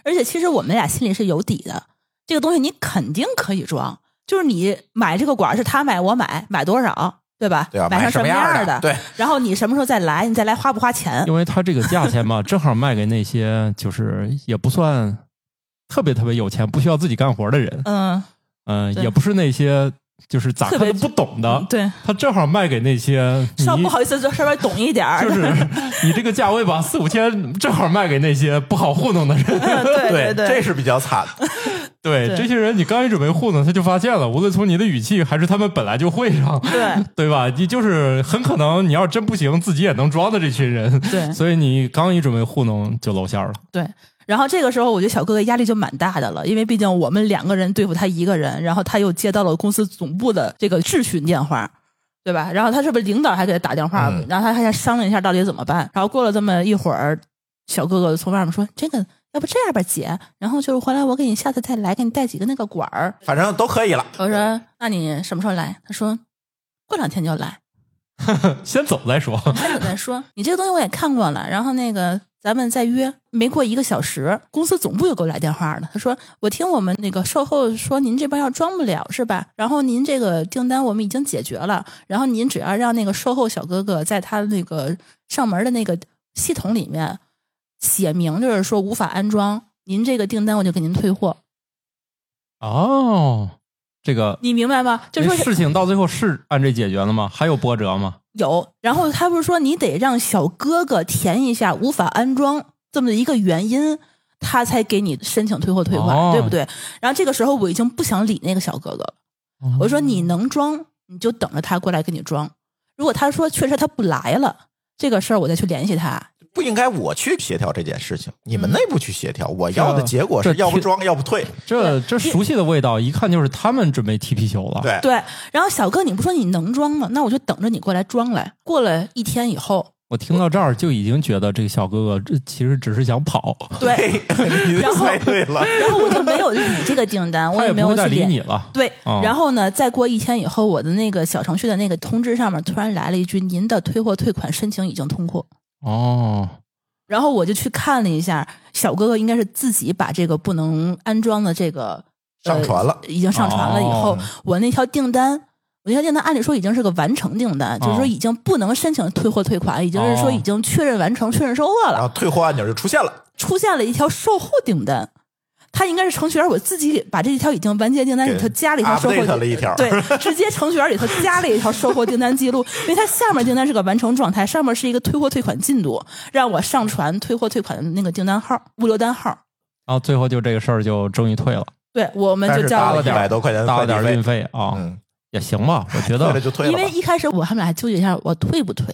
Speaker 2: 而且其实我们俩心里是有底的，这个东西你肯定可以装。就是你买这个管儿是他买我买，买多少，对吧？
Speaker 1: 对吧？啊
Speaker 2: 买成
Speaker 1: 什
Speaker 2: 什
Speaker 1: 么
Speaker 2: 么
Speaker 1: 样
Speaker 2: 样
Speaker 1: 的？对，
Speaker 2: 然后你什么时候再来？你再来花不花钱？
Speaker 3: 因为它这个价钱吧，正好卖给那些就是也不算特别特别有钱、不需要自己干活的人，
Speaker 2: 嗯，
Speaker 3: 嗯、
Speaker 2: 对
Speaker 3: 也不是那些就是咋看
Speaker 2: 特别嗯
Speaker 3: 都不懂的，
Speaker 2: 对，
Speaker 3: 他正好卖给那些你
Speaker 2: 稍不好意思，就稍微懂一点儿。
Speaker 3: 就是 你这个价位吧，四五千正好卖给那些不好糊弄的 人。
Speaker 2: 嗯对对，
Speaker 1: 这是比较惨的。
Speaker 3: 对，
Speaker 2: 对
Speaker 3: 这些人你刚一准备糊弄，他就发现了，无论从你的语气还是他们本来就会上，
Speaker 2: 对
Speaker 3: 对吧？你就是很可能你要真不行，自己也能装的这群人。
Speaker 2: 对
Speaker 3: 所以你刚一准备糊弄就露馅儿了。
Speaker 2: 对。然后这个时候，我觉得小哥哥压力就蛮大的了，因为毕竟我们两个人对付他一个人，然后他又接到了公司总部的这个质询电话，对吧？然后他是不是领导还给他打电话，
Speaker 1: 嗯
Speaker 2: 然后他还商量一下到底怎么办？然后过了这么一会儿，小哥哥从外面说：“这个要不这样吧，姐，然后就是回来我给你下次再来，给你带几个那个管儿。”
Speaker 1: 反正都可以了。
Speaker 2: 我说：“那你什么时候来？”他说：“过两天就来。”
Speaker 3: 先走 再说。
Speaker 2: 他有在说，你这个东西我也看过了，然后那个咱们再约。没过一个小时，公司总部又给我来电话了，他说我听我们那个售后说您这边要装不了是吧？然后您这个订单我们已经解决了，然后您只要让那个售后小哥哥在他那个上门的那个系统里面写明，就是说无法安装。您这个订单我就给您退货，
Speaker 3: 哦，这个哎
Speaker 2: 你明白吗？就说是
Speaker 3: 事情到最后是按这解决了吗？还有波折吗？
Speaker 2: 有，然后他不是说你得让小哥哥填一下无法安装这么一个原因，他才给你申请退货退款，
Speaker 3: 哦
Speaker 2: 对不对？然后这个时候我已经不想理那个小哥哥了，
Speaker 3: 哦
Speaker 2: 我说你能装你就等着他过来给你装，如果他说确实他不来了，这个事儿我再去联系他。
Speaker 1: 不应该我去协调这件事情，你们
Speaker 2: 嗯
Speaker 1: 内部去协调。我要的
Speaker 3: 这
Speaker 1: 结果是
Speaker 3: 这
Speaker 1: 要不
Speaker 3: 挺
Speaker 1: 装，要不退。
Speaker 3: 这这熟悉的味道，一看就是他们准备踢皮球了。
Speaker 1: 对，
Speaker 2: 对，然后小哥你不说你能装吗？那我就等着你过来装来。过了一天以后，
Speaker 3: 我听到这儿就已经觉得这个小哥哥这其实只是想跑，
Speaker 2: 对，
Speaker 1: 你
Speaker 2: 然后
Speaker 1: 猜对了。
Speaker 2: 然后我就没有理这个订单，我
Speaker 3: 他也
Speaker 2: 也没
Speaker 3: 不
Speaker 2: 有
Speaker 3: 会再
Speaker 2: 去
Speaker 3: 理
Speaker 2: 联
Speaker 3: 你了。
Speaker 2: 对，
Speaker 3: 哦
Speaker 2: 然后呢，再过一天以后，我的那个小程序的那个通知上面突然来了一句：“您的退货退款申请已经通过。
Speaker 3: 哦，”
Speaker 2: 然后我就去看了一下，小哥哥应该是自己把这个不能安装的这个
Speaker 1: 上传了
Speaker 2: 呃已经上传了以后，
Speaker 3: 哦
Speaker 2: 我那条订单。我那条订单按理说已经是个完成订单，就是说已经不能申请退货退款，已经是说
Speaker 3: 哦
Speaker 2: 已
Speaker 1: 哦
Speaker 2: 经确认完成、确认收货了
Speaker 1: 然。后退货按钮就出现了，
Speaker 2: 出现了一条售后订单，他应该是程序员我自己给把这一条已经完结订单里头
Speaker 1: 给
Speaker 2: 哎加了一条收货
Speaker 1: update 了一 条
Speaker 2: 对，直接程序员里头加了一条收货订单记录，因为它下面订单是个完成状态，上面是一个退货退款进度，让我上传退货退款的那个订单号、物流单号。
Speaker 3: 然后最后就这个事儿就终于退了，
Speaker 2: 对我们
Speaker 1: 但
Speaker 2: 就是叫
Speaker 1: 搭了
Speaker 2: 了
Speaker 1: 一百多块钱的
Speaker 3: 搭了
Speaker 1: 快递
Speaker 3: 点儿运
Speaker 1: 嗯费，
Speaker 3: 费啊，
Speaker 1: 嗯，
Speaker 3: 也 行吧，我觉
Speaker 1: 退了
Speaker 3: 得。
Speaker 1: 就退了
Speaker 2: 因
Speaker 1: 吧，
Speaker 2: 为一开始我他们俩还纠结一下，我退不退？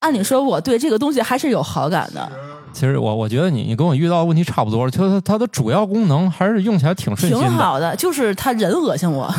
Speaker 2: 按理说我对这个东西还是有好感的，
Speaker 3: 其实我我觉得你你跟我遇到的问题差不多，就是它的主要功能还是用起来挺顺
Speaker 2: 挺
Speaker 3: 心的，
Speaker 2: 好的。就是他人恶心我，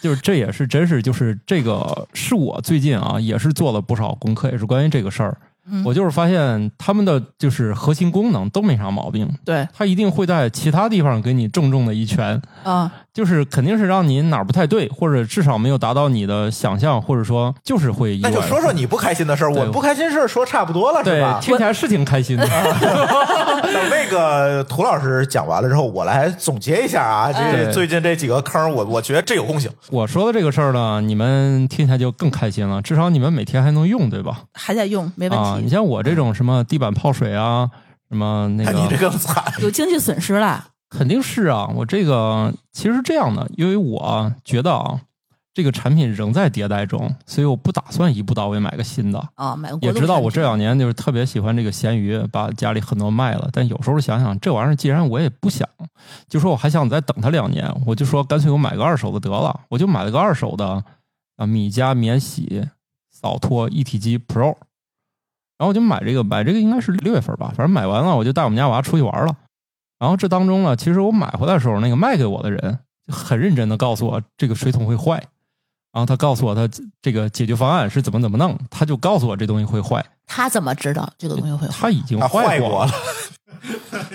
Speaker 3: 就是这也是真是就是这个是我最近啊也是做了不少功课，也是关于这个事儿。
Speaker 2: 嗯
Speaker 3: 我就是发现他们的就是核心功能都没啥毛病，
Speaker 2: 对
Speaker 3: 它一定会在其他地方给你重重的一拳，
Speaker 2: 啊，
Speaker 3: 就是肯定是让你哪儿不太对，或者至少没有达到你的想象，或者说就是会意
Speaker 1: 那
Speaker 3: 外。
Speaker 1: 就说说你不开心的事儿，我
Speaker 3: 对
Speaker 1: 们不开心事儿说差不多了，是
Speaker 3: 对，
Speaker 1: 吧？
Speaker 3: 听起来是挺开心的。
Speaker 1: 等那个涂老师讲完了之后，我来总结一下啊，这
Speaker 2: 哎
Speaker 3: 对
Speaker 1: 最近这几个坑，我我觉得这有共性。
Speaker 3: 我说的这个事儿呢，你们听起来就更开心了，至少你们每天还能用，对吧？
Speaker 2: 还在用，没问
Speaker 3: 啊，你
Speaker 2: 题，
Speaker 3: 像我这种什么地板泡水啊，什么那
Speaker 1: 看
Speaker 3: 个
Speaker 1: 你这更惨，
Speaker 2: 有经济损失了。
Speaker 3: 肯定是啊，我这个其实是这样的，因为我觉得啊，这个产品仍在迭代中，所以我不打算一步到位买个新的。
Speaker 2: 啊，买个国
Speaker 3: 也
Speaker 2: 度
Speaker 3: 知道
Speaker 2: 产
Speaker 3: 我这
Speaker 2: 品
Speaker 3: 两年就是特别喜欢这个闲鱼，把家里很多卖了，但有时候想想这玩意儿，既然我也不想，就说我还想再等它两年，我就说干脆我买个二手的得了，我就买了个二手的啊米家免洗扫拖一体机 Pro，然后我就买这个，买这个应该是六月份吧，反正买完了我就带我们家娃出去玩了。然后这当中呢，其实我买回来的时候，那个卖给我的人就很认真的告诉我这个水桶会坏，然后他告诉我他这个解决方案是怎么怎么弄，他就告诉我这东西会坏，
Speaker 2: 他怎么知道这个东西会
Speaker 3: 他已经
Speaker 1: 啊坏
Speaker 3: 过
Speaker 1: 我了，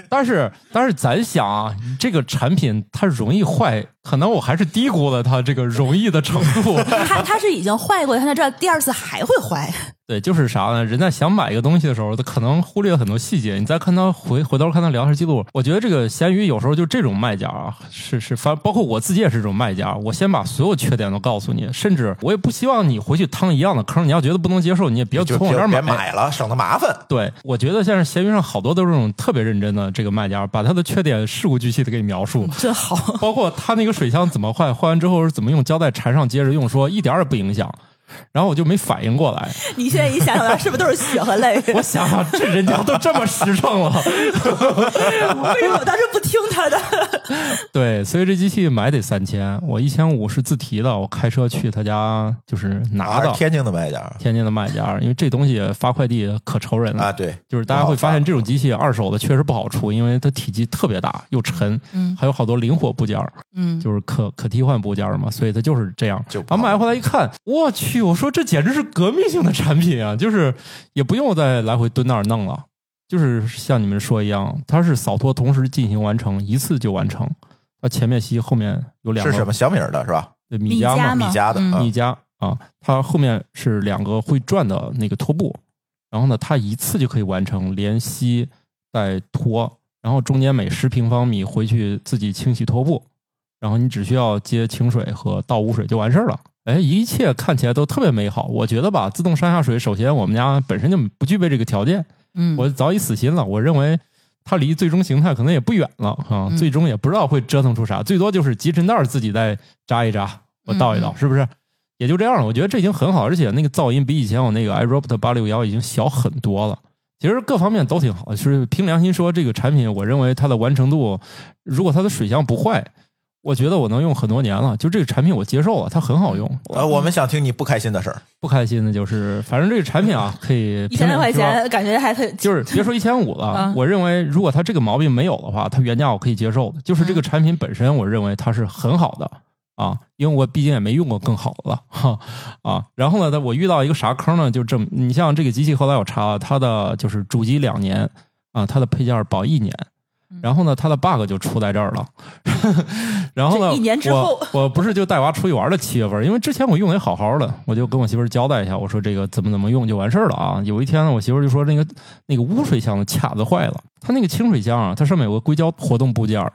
Speaker 3: 但是但是咱想啊，这个产品它容易坏，可能我还是低估了它这个容易的程度。
Speaker 2: 他他是已经坏过，他才知道第二次还会坏。
Speaker 3: 对，就是啥呢？人在想买一个东西的时候，他可能忽略了很多细节。你再看他回回头看他聊天记录，我觉得这个闲鱼有时候就这种卖家啊，是是反，包括我自己也是这种卖家。我先把所有缺点都告诉你，甚至我也不希望你回去趟一样的坑。你要觉得不能接受，你也别
Speaker 1: 就
Speaker 3: 从我这
Speaker 1: 别别
Speaker 3: 儿
Speaker 1: 买了，省得麻烦。
Speaker 3: 对，我觉得现在闲鱼上好多都是这种特别认真的这个卖家，把他的缺点事无巨细的给你描述，
Speaker 2: 真好，
Speaker 3: 包括他那个水箱怎么坏，坏完之后是怎么用胶带缠上接着用，说一点儿也不影响。然后我就没反应过来，
Speaker 2: 你现在一想想，是不是都是血和泪？
Speaker 3: 我想想，这人家都这么实诚了，
Speaker 2: 为什么我当时不听他的？
Speaker 3: 对，所以这机器买得三千，我一千五是自提的，我开车去他家就是 拿
Speaker 1: 啊
Speaker 3: 的，
Speaker 1: 天津的卖家
Speaker 3: 天津的卖家，因为这东西发快递可愁人了
Speaker 1: 啊，对，
Speaker 3: 就是大家会发现这种机器二手的确实不好出，因为它体积特别大又沉，
Speaker 2: 嗯
Speaker 3: 还有好多灵活部件儿，
Speaker 2: 嗯，
Speaker 3: 就是可可替换部件儿嘛，所以它就是这样。
Speaker 1: 就
Speaker 3: 然后买回来一看，我去，我说这简直是革命性的产品啊！就是也不用再来回蹲那儿弄了，就是像你们说一样，它是扫拖同时进行完成，一次就完成。它前面吸，后面有两
Speaker 1: 是
Speaker 3: 个
Speaker 1: 什么小米儿的是吧？
Speaker 3: 对米家嘛，
Speaker 1: 米家的
Speaker 2: 嗯
Speaker 1: 啊
Speaker 3: 米家啊，它后面是两个会转的那个拖布，然后呢，它一次就可以完成连吸带拖，然后中间每十平方米回去自己清洗拖布，然后你只需要接清水和倒污水就完事儿了。哎，一切看起来都特别美好。我觉得吧，自动上下水，首先我们家本身就不具备这个条件，
Speaker 2: 嗯
Speaker 3: 我早已死心了。我认为它离最终形态可能也不远了啊，
Speaker 2: 嗯
Speaker 3: 最终也不知道会折腾出啥，最多就是集尘袋儿自己再扎一扎，我倒一倒，
Speaker 2: 嗯
Speaker 3: 是不是？也就这样了。我觉得这已经很好，而且那个噪音比以前我那个 iRobot 八六幺已经小很多了。其实各方面都挺好，就是凭良心说，这个产品我认为它的完成度，如果它的水箱不坏，我觉得我能用很多年了。就这个产品我接受了，它很好用。
Speaker 2: 嗯
Speaker 1: 呃，我们想听你不开心的事儿，
Speaker 3: 不开心的就是，反正这个产品啊，可以
Speaker 2: 一千来块
Speaker 3: 是吧
Speaker 2: 钱，感觉还很
Speaker 3: 就是别说一千五了
Speaker 2: 啊，
Speaker 3: 我认为如果它这个毛病没有的话，它原价我可以接受的。就是这个产品本身，我认为它是很好的啊，因为我毕竟也没用过更好的了哈啊。然后呢，我遇到一个啥坑呢？就这么，你像这个机器后来我查它的就是主机两年啊，它的配件保一年。
Speaker 2: 嗯
Speaker 3: 然后呢，它的 bug 就出在这儿了。 然后呢，
Speaker 2: 这一年之后
Speaker 3: 我我不是就带娃出去玩了七月份，因为之前我用的也好好的，我就跟我媳妇儿交代一下，我说这个怎么怎么用就完事儿了啊。有一天呢，我媳妇儿就说那个那个污水箱的卡子坏了，它那个清水箱啊，它上面有个硅胶活动部件儿，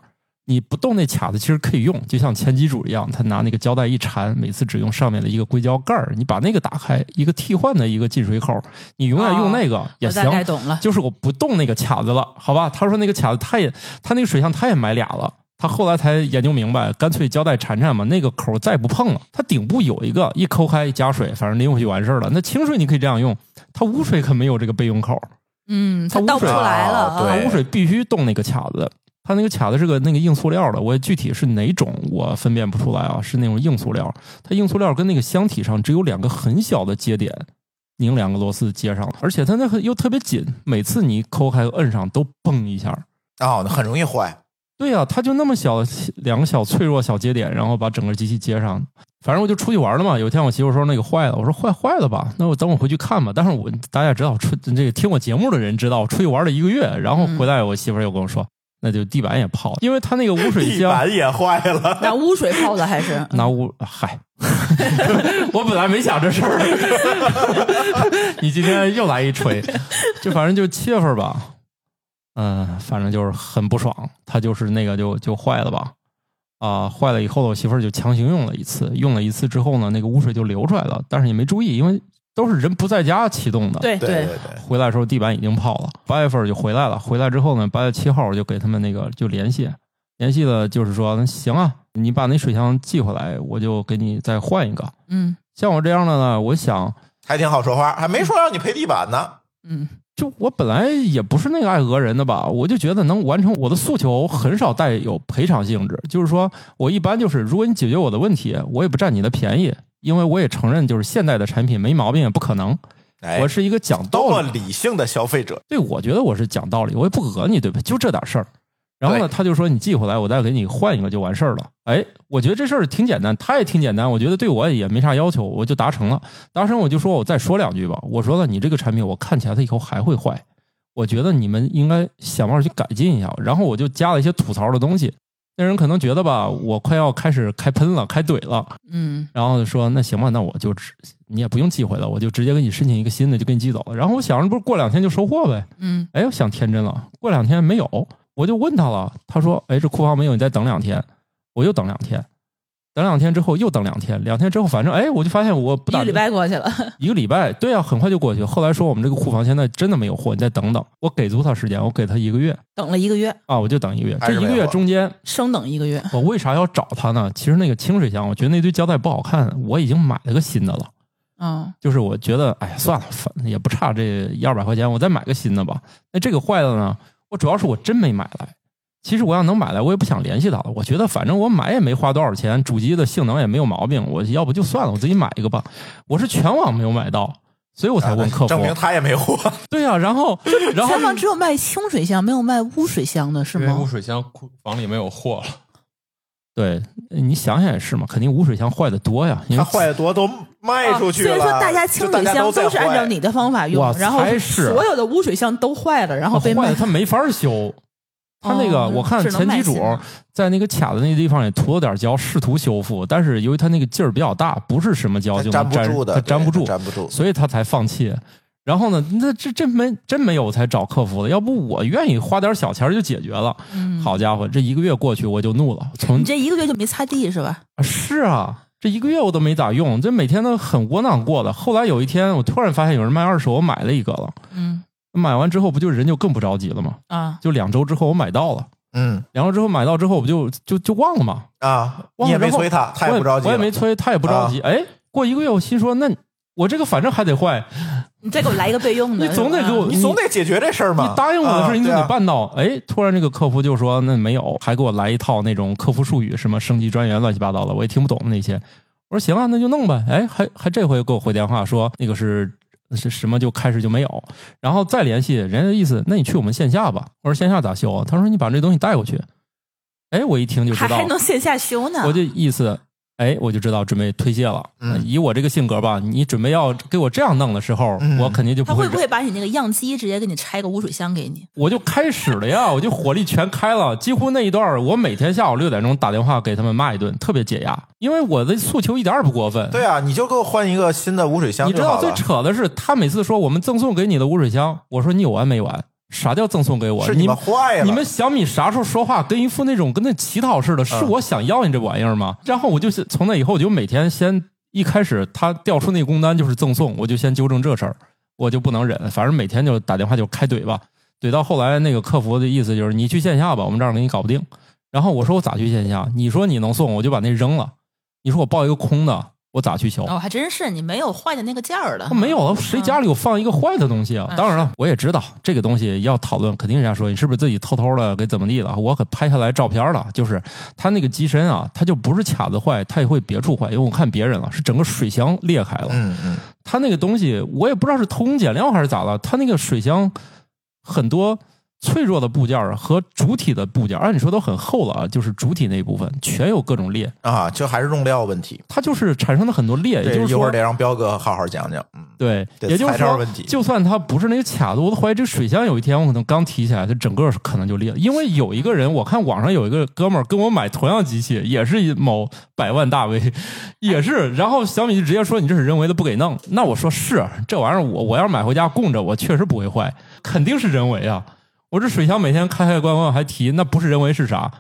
Speaker 3: 你不动那卡子其实可以用，就像前机主一样，它拿那个胶带一缠，每次只用上面的一个硅胶盖儿，你把那个打开，一个替换的一个进水口，你永远用那个
Speaker 2: 哦
Speaker 3: 也
Speaker 2: 我
Speaker 3: 行。
Speaker 2: 大概懂了。
Speaker 3: 就是我不动那个卡子了，好吧？他说那个卡子他也他那个水箱他也买俩了，他后来才研究明白，干脆胶带缠缠嘛，那个口儿再不碰了。它顶部有一个，一抠开加水，反正淋回去完事儿了。那清水你可以这样用，它污水可没有这个备用口儿，
Speaker 2: 嗯，它
Speaker 3: 它污
Speaker 2: 倒不出
Speaker 3: 水
Speaker 2: 来了
Speaker 1: 啊
Speaker 2: 啊，
Speaker 1: 对
Speaker 3: 污水必须动那个卡子。它那个卡子是个那个硬塑料的，我具体是哪种我分辨不出来啊，是那种硬塑料。它硬塑料啊跟那个箱体上只有两个很小的接点，拧两个螺丝接上了，而且它那个又特别紧，每次你抠开摁上都嘣一下。
Speaker 1: 哦，那很容易坏。
Speaker 3: 对呀、它就那么小两个小脆弱小节点，然后把整个机器接上。反正我就出去玩了嘛。有一天我媳妇说那个坏了，我说坏坏了吧，那我等我回去看吧。但是我大家知道，出这个听我节目的人知道，我出去玩了一个月，然后回来我媳妇又跟我说，那就地板也泡了，因为它那个污水
Speaker 1: 地
Speaker 3: 箱
Speaker 1: 板也坏了，
Speaker 2: 那啊污水泡的还是
Speaker 3: 拿污，嗨， 我本来没想这事儿， 你今天又来一锤，就反正就七月份吧，嗯，反正就是很不爽，它就是那个就就坏了吧，啊、坏了以后我媳妇儿就强行用了一次，用了一次之后呢，那个污水就流出来了，但是也没注意，因为都是人不在家启动 的，
Speaker 2: 对
Speaker 1: 对对对，
Speaker 3: 回来的时候地板已经泡了。八月份就回来了，回来之后呢，八月七号我就给他们那个就联系，联系了就是说那行啊，你把那水箱寄回来，我就给你再换一个。
Speaker 2: 嗯
Speaker 3: 像我这样的呢，我想
Speaker 1: 还挺好说话，还没说让你赔地板呢。
Speaker 2: 嗯，
Speaker 3: 就我本来也不是那个爱讹人的吧，我就觉得能完成我的诉求，很少带有赔偿性质。就是说我一般就是，如果你解决我的问题，我也不占你的便宜，因为我也承认就是现代的产品没毛病也不可能。
Speaker 1: 哎，
Speaker 3: 嗯我是一个讲道
Speaker 1: 多
Speaker 3: 理
Speaker 1: 么理性的消费者，
Speaker 3: 对，我觉得我是讲道理，我也不讹你，对吧？就这点事儿。然后呢，
Speaker 1: 对
Speaker 3: 他就说你寄回来，我再给你换一个就完事儿了。哎，我觉得这事儿挺简单，他也挺简单，我觉得对我也没啥要求，我就达成了。达成我就说我再说两句吧，我说了，你这个产品我看起来它以后还会坏，我觉得你们应该想办法去改进一下。然后我就加了一些吐槽的东西，那人可能觉得吧，我快要开始开喷了，开怼了。
Speaker 2: 嗯
Speaker 3: 然后就说那行吧，那我就直你也不用寄回来，我就直接给你申请一个新的，就给你寄走了。然后我想着不是过两天就收货呗，
Speaker 2: 嗯
Speaker 3: 哎，我想天真了，过两天没有，我就问他了，他说，哎，这库房没有，你再等两天，我又等两天，等两天之后又等两天，两天之后反正，哎，我就发现我不
Speaker 2: 一
Speaker 3: 打
Speaker 2: 个礼拜过去了，
Speaker 3: 一个礼拜，对啊，很快就过去。后来说我们这个库房现在真的没有货，你再等等。我给足他时间，我给他一个月
Speaker 2: 等了一个月，
Speaker 3: 啊，我就等一个月。
Speaker 1: 还
Speaker 3: 这
Speaker 1: 是
Speaker 3: 一个
Speaker 1: 没有
Speaker 3: 月
Speaker 1: 货
Speaker 3: 中间，
Speaker 2: 生等一个月，
Speaker 3: 我为啥要找他呢？其实那个清水箱，我觉得那堆胶带不好看，我已经买了个新的了。
Speaker 2: 嗯
Speaker 3: 就是我觉得，哎呀，算了，反也不差这一二百块钱，我再买个新的吧。那这个坏了呢，我主要是我真没买来。其实我要能买来，我也不想联系他了。我觉得反正我买也没花多少钱，主机的性能也没有毛病，我要不就算了，我自己买一个吧。我是全网没有买到，所以我才问客服。
Speaker 1: 啊证明他也没 货。
Speaker 3: 对呀、然后然后
Speaker 2: 前方只有卖清水箱，没有卖污水箱的是
Speaker 4: 因为污
Speaker 2: 吗？
Speaker 4: 水箱库房里没有货了，
Speaker 3: 对你想想也是嘛，肯定污水箱坏的多呀，因
Speaker 1: 他
Speaker 3: 为
Speaker 1: 坏的多都卖出去
Speaker 2: 啊哦所
Speaker 1: 了。
Speaker 2: 以说，大家清
Speaker 1: 就
Speaker 2: 水
Speaker 1: 大家
Speaker 2: 箱
Speaker 1: 在
Speaker 2: 都是按照你的方法
Speaker 3: 哇
Speaker 2: 用，然后
Speaker 3: 才是啊
Speaker 2: 所有的污水箱都坏了，然后被
Speaker 3: 哦坏
Speaker 2: 卖
Speaker 3: 了，。它没法修。它那个、
Speaker 2: 哦
Speaker 3: 我看
Speaker 2: 只能
Speaker 3: 前
Speaker 2: 卖
Speaker 3: 几主
Speaker 2: 新的
Speaker 3: 在那个卡的那地方也涂了点胶，试图修复，但是由于它那个劲儿比较大，不是什么胶就
Speaker 1: 粘
Speaker 3: 能
Speaker 1: 不住的，
Speaker 3: 它粘不
Speaker 1: 对
Speaker 3: 住，
Speaker 1: 粘不住。
Speaker 3: 所以他才放弃。然后呢，那这这没真没有，我才找客服的。要不我愿意花点小钱儿就解决了。
Speaker 2: 嗯，
Speaker 3: 好家伙，这一个月过去我就怒了，从
Speaker 2: 你这一个月就没擦地是吧？
Speaker 3: 是啊，这一个月我都没咋用，这每天都很窝囊过的。后来有一天，我突然发现有人卖二手，我买了一个了。
Speaker 2: 嗯
Speaker 3: 买完之后，不就人就更不着急了吗？
Speaker 2: 啊，
Speaker 3: 就两周之后我买到了。
Speaker 1: 嗯
Speaker 3: 然后之后买到之后，我就就就忘了嘛，
Speaker 1: 啊，你
Speaker 3: 忘
Speaker 1: 也
Speaker 3: 了之
Speaker 1: 没
Speaker 3: 后
Speaker 1: 催他，他也不着急了。
Speaker 3: 我
Speaker 1: 啊
Speaker 3: 也没催，他也不着急。哎，过一个月，我心说，那我这个反正还得坏，
Speaker 2: 你再给我来一个备用的，
Speaker 3: 你总得
Speaker 2: 是吧
Speaker 3: 给我
Speaker 1: 啊你总得解决这事儿嘛。
Speaker 3: 你答应我的事，
Speaker 1: 啊
Speaker 3: 你总
Speaker 1: 对
Speaker 3: 得
Speaker 1: 啊
Speaker 3: 办到。哎，突然这个客服就说，那没有，还给我来一套那种客服术语，什么升级专员乱七八糟的，我也听不懂那些。我说行啊，那就弄呗。哎，还还这回给我回电话说那个是是什么就开始就没有，然后再联系人家意思，那你去我们线下吧。我说线下咋修啊？他说你把这东西带过去。哎，我一听就知
Speaker 2: 还
Speaker 3: 道
Speaker 2: 还能线下修呢。
Speaker 3: 我就意思，哎，我就知道准备推卸了。
Speaker 1: 嗯
Speaker 3: 以我这个性格吧，你准备要给我这样弄的时候，
Speaker 1: 嗯
Speaker 3: 我肯定就
Speaker 2: 他
Speaker 3: 会
Speaker 2: 会不会把你那个样机直接给你拆个污水箱给你？
Speaker 3: 我就开始了呀，我就火力全开了，几乎那一段儿我每天下午六点钟打电话给他们骂一顿，特别解压，因为我的诉求一点儿也不过分。
Speaker 1: 对啊，你就给我换一个新的污水箱
Speaker 3: 你知
Speaker 1: 就好
Speaker 3: 道最
Speaker 1: 了。
Speaker 3: 扯的是，他每次说我们赠送给你的污水箱，我说你有完没完？啥叫赠送给我？
Speaker 1: 是
Speaker 3: 你
Speaker 1: 们坏了，
Speaker 3: 你们小米啥时候说话跟一副那种跟那乞讨似的？是我想要你这玩意儿吗？然后我就是从那以后，我就每天先一开始他调出那工单就是赠送，我就先纠正这事儿，我就不能忍，反正每天就打电话就开怼吧，怼到后来那个客服的意思就是你去线下吧，我们这儿给你搞不定。然后我说我咋去线下？你说你能送，我就把那扔了。你说我抱一个空的，我咋去求？
Speaker 2: 哦，还真是你没有坏的那个件儿了
Speaker 3: 啊，没有啊，谁家里有放一个坏的东西啊？
Speaker 2: 嗯
Speaker 3: 当然了，我也知道这个东西要讨论，肯定人家说你是不是自己偷偷的给怎么地了？我可拍下来照片了，就是它那个机身啊，它就不是卡子坏，它也会别处坏，因为我看别人了，是整个水箱裂开了。
Speaker 1: 嗯嗯，
Speaker 3: 它那个东西我也不知道是偷工减料还是咋了，它那个水箱很多脆弱的部件儿和主体的部件儿，按理说都很厚了啊，就是主体那部分全有各种裂，
Speaker 1: 啊，就还是用料问题。
Speaker 3: 它就是产生了很多裂，也
Speaker 1: 这
Speaker 3: 就是
Speaker 1: 一会
Speaker 3: 说
Speaker 1: 儿得让彪哥好好讲讲。嗯，
Speaker 3: 对，
Speaker 1: 对
Speaker 3: 也就是
Speaker 1: 材料
Speaker 3: 说，
Speaker 1: 问题
Speaker 3: 就算它不是那个卡子，我都怀疑这水箱有一天我可能刚提起来，它整个可能就裂了。因为有一个人，我看网上有一个哥们儿跟我买同样机器，也是某百万大 V，也 是，然后小米就直接说你这是人为的不给弄。那我说是，这玩意儿我我要是买回家供着，我确实不会坏，肯定是人为啊。我这水箱每天开开关关还提，那不是人为是啥？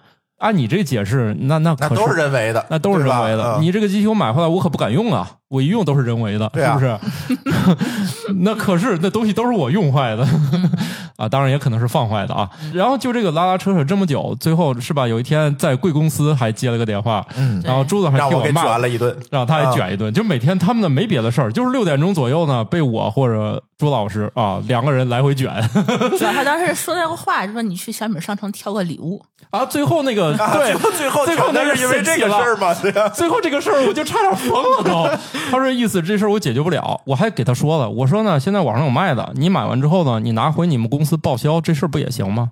Speaker 3: 按你这解释，那那
Speaker 1: 那
Speaker 3: 可
Speaker 1: 都是人为的，
Speaker 3: 那都是人为
Speaker 1: 对吧
Speaker 3: 的。
Speaker 1: 嗯
Speaker 3: 你这个机器我买回来，我可不敢用啊！我一用都是人为的，
Speaker 1: 对啊
Speaker 3: 是 不是？那可是那东西都是我用坏的 啊，当然也可能是放坏的啊。然后就这个拉拉扯扯这么久，最后是吧？有一天在贵公司还接了个电话，
Speaker 1: 嗯
Speaker 3: 然后珠子还
Speaker 1: 让
Speaker 3: 替
Speaker 1: 我给
Speaker 3: 骂
Speaker 1: 卷了一啊顿。
Speaker 3: 让他也卷一顿，就每天他们的没别的事儿，就是六点钟左右呢，被我或者朱老师啊两个人来回卷
Speaker 2: 主要他当时说那个话，说你去小米商城挑个礼物，
Speaker 3: 啊，最后那个
Speaker 1: 啊
Speaker 3: 对，
Speaker 1: 最后
Speaker 3: 最
Speaker 1: 全
Speaker 3: 后
Speaker 1: 都
Speaker 3: 那个
Speaker 1: 是因为
Speaker 3: 生气
Speaker 1: 这个事
Speaker 3: 了
Speaker 1: 儿嘛， 对啊
Speaker 3: 最后这个事儿我就差点疯了都。他说意思这事儿我解决不了，我还给他说了，我说呢现在网上有卖的，你买完之后呢，你拿回你们公司报销，这事儿不也行吗？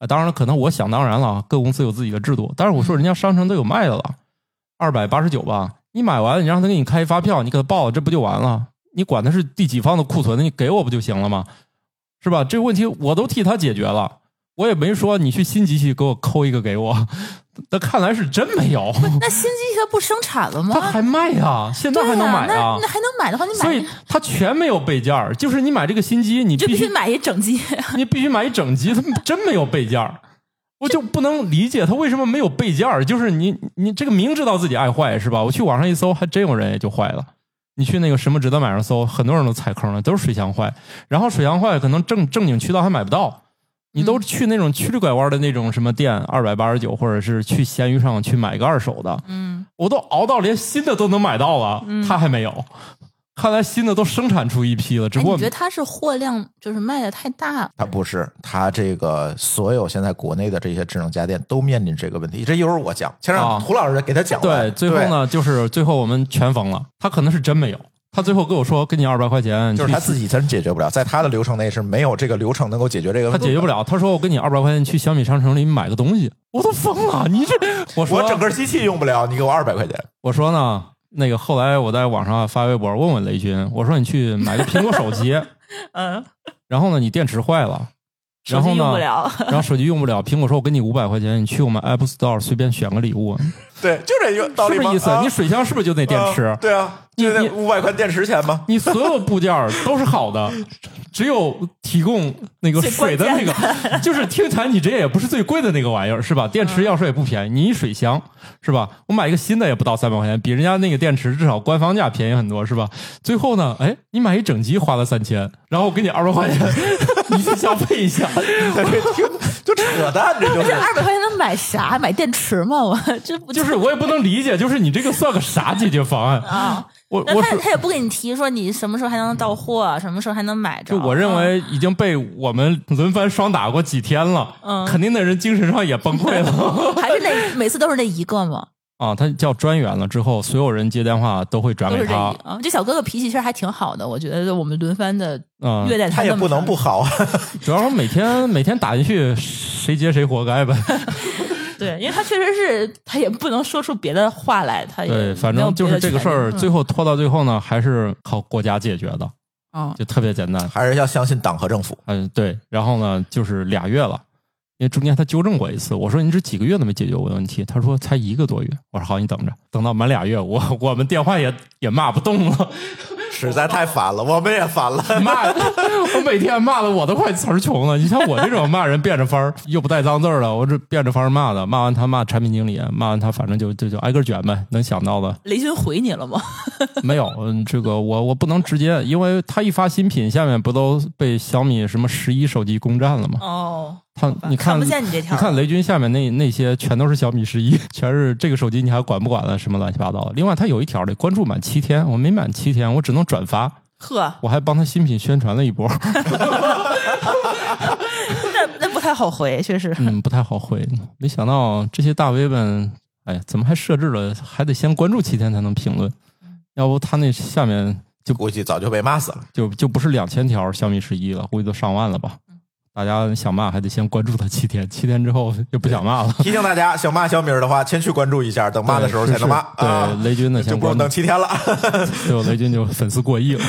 Speaker 3: 啊，当然了，可能我想当然了啊，各公司有自己的制度，但是我说人家商城都有卖的了，二百八十九吧，你买完了你让他给你开发票，你给他报了，这不就完了？你管他是第几方的库存，你给我不就行了吗？是吧？这个问题我都替他解决了，我也没说你去新机器给我抠一个给我， 那看来是真没有。
Speaker 2: 那新机器它不生产了
Speaker 3: 哦他
Speaker 2: 吗？
Speaker 3: 还卖呀，现在
Speaker 2: 对
Speaker 3: 还能买
Speaker 2: 呀
Speaker 3: 啊
Speaker 2: 那，那还能买的话，你买
Speaker 3: 所以它全没有备件儿，就是你买这个新机，你
Speaker 2: 你就
Speaker 3: 必
Speaker 2: 必
Speaker 3: 须
Speaker 2: 须买一整机。
Speaker 3: 你必须买一整机，它真没有备件儿。我就不能理解它为什么没有备件儿，就是你你这个明知道自己爱坏是吧？我去网上一搜，还真有人也就坏了。你去那个什么值得买上搜，很多人都踩坑了，都是水箱坏。然后水箱坏，可能正正经渠道还买不到，你
Speaker 2: 嗯
Speaker 3: 都去那种曲里拐弯的那种什么店，二百八十九，或者是去闲鱼上去买一个二手的，
Speaker 2: 嗯，
Speaker 3: 我都熬到连新的都能买到了，它还没有。看来新的都生产出一批了，只
Speaker 2: 哎
Speaker 3: 不
Speaker 2: 你
Speaker 3: 过
Speaker 2: 觉得它是货量就是卖的太大？
Speaker 1: 它不是，它这个所有现在国内的这些智能家电都面临这个问题。这一会儿我讲，先让
Speaker 3: 啊
Speaker 1: 涂老师给他讲完。
Speaker 2: 啊
Speaker 3: 对，最后呢，就是最后我们全封了。他可能是真没有，他最后跟我说给你二百块钱，
Speaker 1: 对，就是
Speaker 3: 你去
Speaker 1: 他自己真解决不了，在他的流程内是没有这个流程能够解决这个
Speaker 3: 他
Speaker 1: 问题。
Speaker 3: 解决不了。他说我给你二百块钱去小米商城里买个东西，我都疯了。你这我说
Speaker 1: 我整个机器用不了，你给我二百块钱。
Speaker 3: 我说呢，那个后来我在网上发微博问问雷军，我说你去买个苹果 手机，
Speaker 2: 嗯，
Speaker 3: 然后呢你电池坏了，然后
Speaker 2: 手机用不
Speaker 3: 呢。
Speaker 2: 了。
Speaker 3: 然后手机用不了，苹果说：“我给你五百块钱，你去我们 App Store 随便选个礼物，
Speaker 1: 对，就这个道
Speaker 3: 是
Speaker 1: 理
Speaker 3: 不
Speaker 1: 吗
Speaker 3: 是意思？
Speaker 1: 啊
Speaker 3: 你水箱是不是就那电池？
Speaker 1: 啊对啊，
Speaker 3: 你
Speaker 1: 就那
Speaker 3: 你
Speaker 1: 五百块电池钱 吗？
Speaker 3: 你所有部件儿都是好 的，只有提供那个水的那个，就是听起来你这也不是最贵的那个玩意儿，是吧？电池要是也不便宜，你一水箱是吧？我买一个新的也不到三百块钱，比人家那个电池至少官方价便宜很多，是吧？最后呢，哎，你买一整机花了三千，然后我给你二百块钱， 你去消费一下，
Speaker 1: 就扯淡，这就
Speaker 2: 这
Speaker 1: 是。
Speaker 2: 二百块钱能买啥？买电池吗？我这不
Speaker 3: 就是我也不能理解，就是你这个算个啥解决方案？
Speaker 2: 啊。
Speaker 3: 我
Speaker 2: 那
Speaker 3: 我
Speaker 2: 他
Speaker 3: 是
Speaker 2: 他也不给你提说你什么时候还能到货，啊什么时候还能买着。啊
Speaker 3: 就我认为已经被我们轮番双打过几天了，
Speaker 2: 嗯
Speaker 3: 肯定那人精神上也崩溃 了
Speaker 2: 还是 那每次都是那一个嘛，
Speaker 3: 啊！他叫专员了之后，所有人接电话都会转
Speaker 2: 都
Speaker 3: 给
Speaker 2: 是这一
Speaker 3: 他，
Speaker 2: 啊。这小哥哥脾气其实还挺好的，我觉得我们轮番的
Speaker 3: 嗯，
Speaker 2: 虐待
Speaker 1: 他也
Speaker 2: 这么
Speaker 1: 不能不好 啊，
Speaker 3: 主要是每天每天打进去，谁接谁活该呗。
Speaker 2: 对，因为他确实是他也不能说出别的话来，他也
Speaker 3: 对，反
Speaker 2: 哎没有别
Speaker 3: 正就是
Speaker 2: 的
Speaker 3: 这个事
Speaker 2: 权利
Speaker 3: 儿，最后拖到最后呢，还是靠国家解决的，
Speaker 1: 哦
Speaker 2: 嗯
Speaker 3: 就特别简单。
Speaker 1: 还是要相信党和政府。
Speaker 3: 嗯，对。然后呢，就是俩月了，因为中间他纠正过一次，我说你这几个月都没解决我的问题，他说才一个多月。我说好，你等着，等到满俩月，我我们电话也也骂不动了。
Speaker 1: 实在太烦了，我们也烦了。
Speaker 3: 骂，我每天骂的我都快词儿穷了。你像我这种骂人变着法儿，又不带脏字儿的，我这变着法儿骂的。骂完他骂产品经理，骂完他反正就就就挨个卷呗，能想到的
Speaker 2: 雷军回你了吗？
Speaker 3: 没有。嗯，这个我我不能直接，因为他一发新品，下面不都被小米什么十一手机攻占了吗？
Speaker 2: 哦，
Speaker 3: 他你
Speaker 2: 看
Speaker 3: 看
Speaker 2: 不见你这条
Speaker 3: 你看雷军下面那那些全都是小米十一，全是这个手机你还管不管了？什么乱七八糟的。另外，他有一条得关注满七天，我没满七天，我只能转发，
Speaker 2: 呵，
Speaker 3: 我还帮他新品宣传了一波，
Speaker 2: 那那不太好回，确 实。
Speaker 3: 嗯，不太好回。没想到这些大 V 们，哎呀，怎么还设置了还得先关注七天才能评论？要不他那下面
Speaker 1: 估计 早就被骂死了。
Speaker 3: 就就不是两千条小米十一了，估计都上万了吧？大家想骂还得先关注他七天，七天之后就不想骂了。
Speaker 1: 提醒大家，想骂小米儿的话，先去关注一下，等骂的时候才能骂
Speaker 3: 对是是
Speaker 1: 啊
Speaker 3: 对，雷军的
Speaker 1: 就
Speaker 3: 先
Speaker 1: 不用
Speaker 3: 关注
Speaker 1: 等七天了。
Speaker 3: 最后雷军就粉丝过 亿了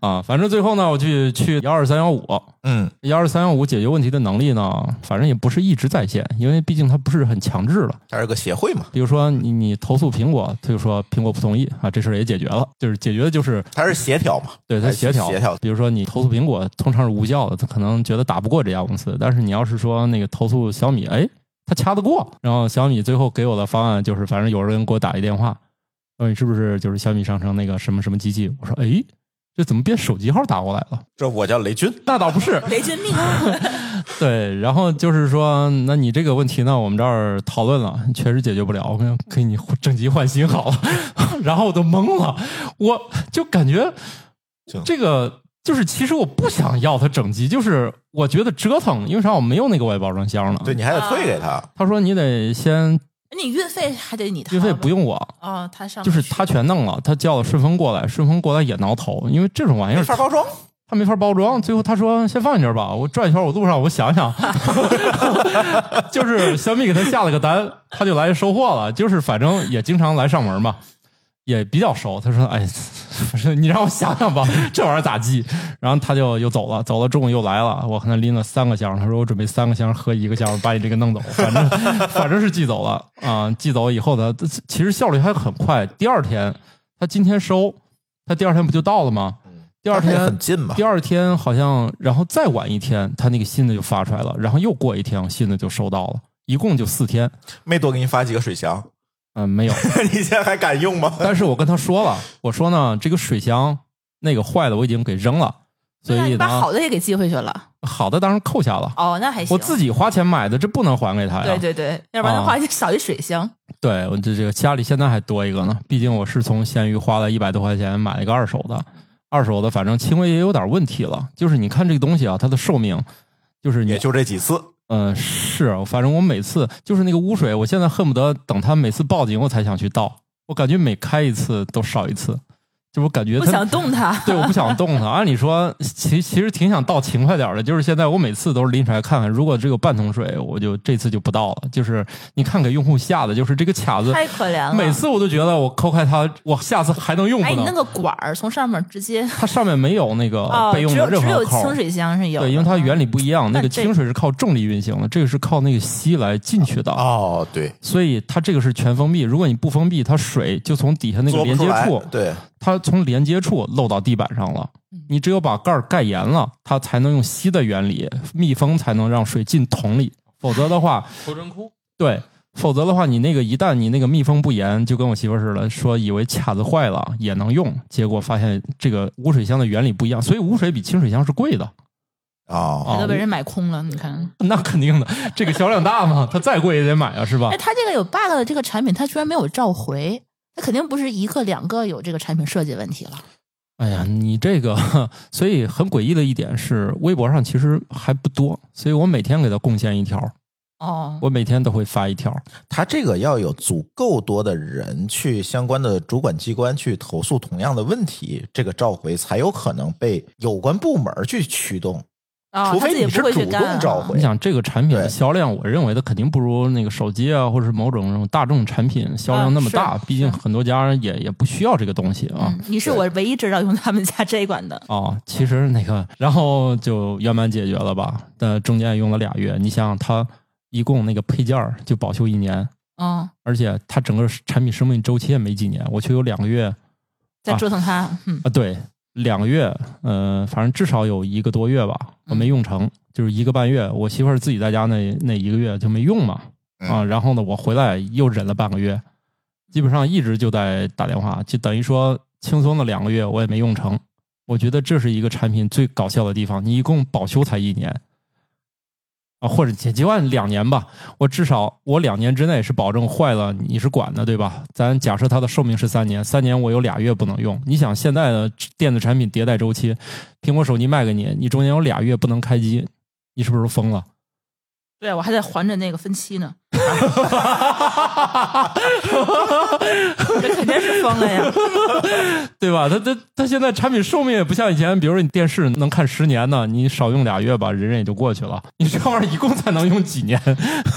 Speaker 3: 啊！反正最后呢，我去去幺二三幺五，
Speaker 1: 嗯，
Speaker 3: 幺二三幺五解决问题的能力呢，反正也不是一直在线，因为毕竟它不是很强制了。
Speaker 1: 它是个协会嘛，
Speaker 3: 比如说你你投诉苹果，他就说苹果不同意啊，这事儿也解决了，就是解决的就是
Speaker 1: 它是协调嘛，
Speaker 3: 对它协调。
Speaker 1: 哎协调
Speaker 3: 比如说你投诉苹果，通常是无效的，他可能觉得打不过这家公司，但是你要是说那个投诉小米，哎，他掐得过。然后小米最后给我的方案就是，反正有人给我打一电话，问你是不是就是小米商城那个什么什么机器？我说，哎，这怎么变手机号打过来了？
Speaker 1: 这我叫雷军，
Speaker 3: 那倒不是，
Speaker 2: 雷军命，
Speaker 3: 对，然后就是说，那你这个问题呢，我们这儿讨论了，确实解决不了，我跟给你正极换新好了。 然后我都懵了，我就感觉
Speaker 1: 行
Speaker 3: 这个就是，其实我不想要它整机，就是我觉得折腾，因为啥我没有那个外包装箱了。
Speaker 1: 对，你还得退给他。
Speaker 3: 他说你得先
Speaker 2: 你运费还得你掏吧，
Speaker 3: 运费不用我，
Speaker 2: 哦，他上
Speaker 3: 就是他全弄了，他叫了顺丰过来，顺丰过来也挠头，因为这种玩意
Speaker 1: 没
Speaker 3: 儿
Speaker 1: 法包装，
Speaker 3: 他没法包装，最后他说先放你这儿吧，我转一圈，我路上我想想， 就是小米给他下了个单，他就来收货了，就是反正也经常来上门嘛，也比较熟。他说：“哎， 不是你让我想想吧，这玩意儿咋寄？”然后他就又走了，走了中午又来了，我看他拎了三个箱，他说我准备三个箱合一个箱，把你这个弄走，反正 反正是寄走了啊、寄走以后呢，其实效率还很快，第二天他今天收，他第二天不就到了吗？第二
Speaker 1: 它嗯也
Speaker 3: 天
Speaker 1: 很近嘛
Speaker 3: 第。二天好像，然后再晚一天，他那个新的就发出来了，然后又过一天，我新的就收到了，一共就四天。
Speaker 1: 没多给你发几个水箱，
Speaker 3: 嗯、没有，
Speaker 1: 你现在还敢用吗？
Speaker 3: 但是我跟他说了，我说呢，这个水箱那个坏的我已经给扔了，所
Speaker 2: 那
Speaker 3: 以
Speaker 2: 你把
Speaker 3: 呢，
Speaker 2: 好的也给寄回去了。
Speaker 3: 好的当然扣下了，
Speaker 2: 哦，那还行。
Speaker 3: 啊我自己花钱买的，这不能还给他呀。
Speaker 2: 对对对，要不然的
Speaker 3: 啊
Speaker 2: 话就少一水箱。
Speaker 3: 对我这这个家里现在还多一个
Speaker 2: 嗯
Speaker 3: 呢，毕竟我是从闲鱼花了一百多块钱买了一个二手的，二手的反正轻微也有点问题了，就是你看这个东西啊，它的寿命。就是你
Speaker 1: 也就这几次，
Speaker 3: 嗯，是，反正我每次就是那个污水，我现在恨不得等他每次报警我才想去倒，我感觉每开一次都少一次，就我感觉
Speaker 2: 不
Speaker 3: 他
Speaker 2: 想动 它。
Speaker 3: 对，我不想动它。按理说，其其实挺想倒勤快点儿的，就是现在我每次都是拎出来看看，如果这有半桶水，我就这次就不倒了。就是你看给用户吓的，就是这个卡子，
Speaker 2: 太可怜了。
Speaker 3: 每次我都觉得我抠开它，我下次还能用
Speaker 2: 啊哎，
Speaker 3: 不
Speaker 2: 你
Speaker 3: 能。
Speaker 2: 那个管儿从上面直接
Speaker 3: 它上面没有那个
Speaker 2: 哦，
Speaker 3: 备用
Speaker 2: 只
Speaker 3: 的
Speaker 2: 有
Speaker 3: 任
Speaker 2: 只
Speaker 3: 何
Speaker 2: 有
Speaker 3: 扣儿
Speaker 2: 清。水箱是有的，
Speaker 3: 对，因为它原理不一样，那
Speaker 2: 那
Speaker 3: 个
Speaker 2: 这
Speaker 3: 清水是靠重力运行的，这个是靠那个吸来进去的。
Speaker 1: 哦，对，
Speaker 3: 所以它这个是全封闭。如果你不封闭，它水就从底下那个
Speaker 1: 做不
Speaker 3: 连接
Speaker 1: 出来
Speaker 3: 处，，
Speaker 1: 对，
Speaker 3: 它从连接处漏到地板上了。
Speaker 2: 嗯
Speaker 3: 你只有把盖儿盖严了，它才能用吸的原理密封，才能让水进桶里。否则的话，
Speaker 4: 头真哭。
Speaker 3: 对，否则的话，你那个一旦你那个密封不严，就跟我媳妇儿似的，说以为卡子坏了也能用，结果发现这个污水箱的原理不一样，所以污水比清水箱是贵的
Speaker 1: 哦，
Speaker 3: 啊
Speaker 2: 都。被人买空了。你看，
Speaker 3: 那肯定的，这个销量大嘛，它再贵也得买啊，是吧
Speaker 2: 哎，？它这个有 bug 的这个产品，它居然没有召回，它肯定不是一个两个有这个产品设计问题了。
Speaker 3: 哎呀，你这个，所以很诡异的一点是，微博上其实还不多，所以我每天给他贡献一条，
Speaker 2: 哦，
Speaker 3: 我每天都会发一条。
Speaker 1: 他这个要有足够多的人去相关的主管机关去投诉同样的问题，这个召回才有可能被有关部门去驱动，
Speaker 2: 哦
Speaker 1: 除
Speaker 2: 它
Speaker 1: 非
Speaker 2: 自己
Speaker 1: 你是
Speaker 2: 不会去
Speaker 1: 主
Speaker 2: 干啊
Speaker 1: 动召回
Speaker 3: 你。想这个产品的
Speaker 1: 对
Speaker 3: 销量，我认为它肯定不如那个手机啊，或者是某种这种大众产品销量那么大，
Speaker 2: 啊是
Speaker 3: 毕竟
Speaker 2: 是
Speaker 3: 很多家也也不需要这个东西啊。
Speaker 2: 嗯，你是我唯一知道用他们家这一款的。
Speaker 3: 哦，其实那个，然后就圆满解决了吧？但中间也用了俩月，你想想，它一共那个配件儿就保修一年，
Speaker 2: 嗯，
Speaker 3: 而且它整个产品生命周期也没几年，我却有两个月
Speaker 2: 再折腾它，嗯，
Speaker 3: 啊，对，两个月，呃，反正至少有一个多月吧，我没用成，就是一个半月。我媳妇儿自己在家那那一个月就没用嘛，啊，然后呢，我回来又忍了半个月，基本上一直就在打电话，就等于说轻松的两个月我也没用成。我觉得这是一个产品最搞笑的地方，你一共保修才一年。啊，或者解就按两年吧，我至少我两年之内是保证坏了你是管的，对吧？咱假设它的寿命是三年，三年我有俩月不能用。你想现在的电子产品迭代周期，苹果手机卖给你，你中间有俩月不能开机，你是不 是疯了？
Speaker 2: 对我还在还着那个分期呢，这肯定是疯了呀。
Speaker 3: 对吧？它它它现在产品寿命也不像以前，比如说你电视能看十年呢，你少用俩月吧，忍忍也就过去了。你这玩意儿一共才能用几 年？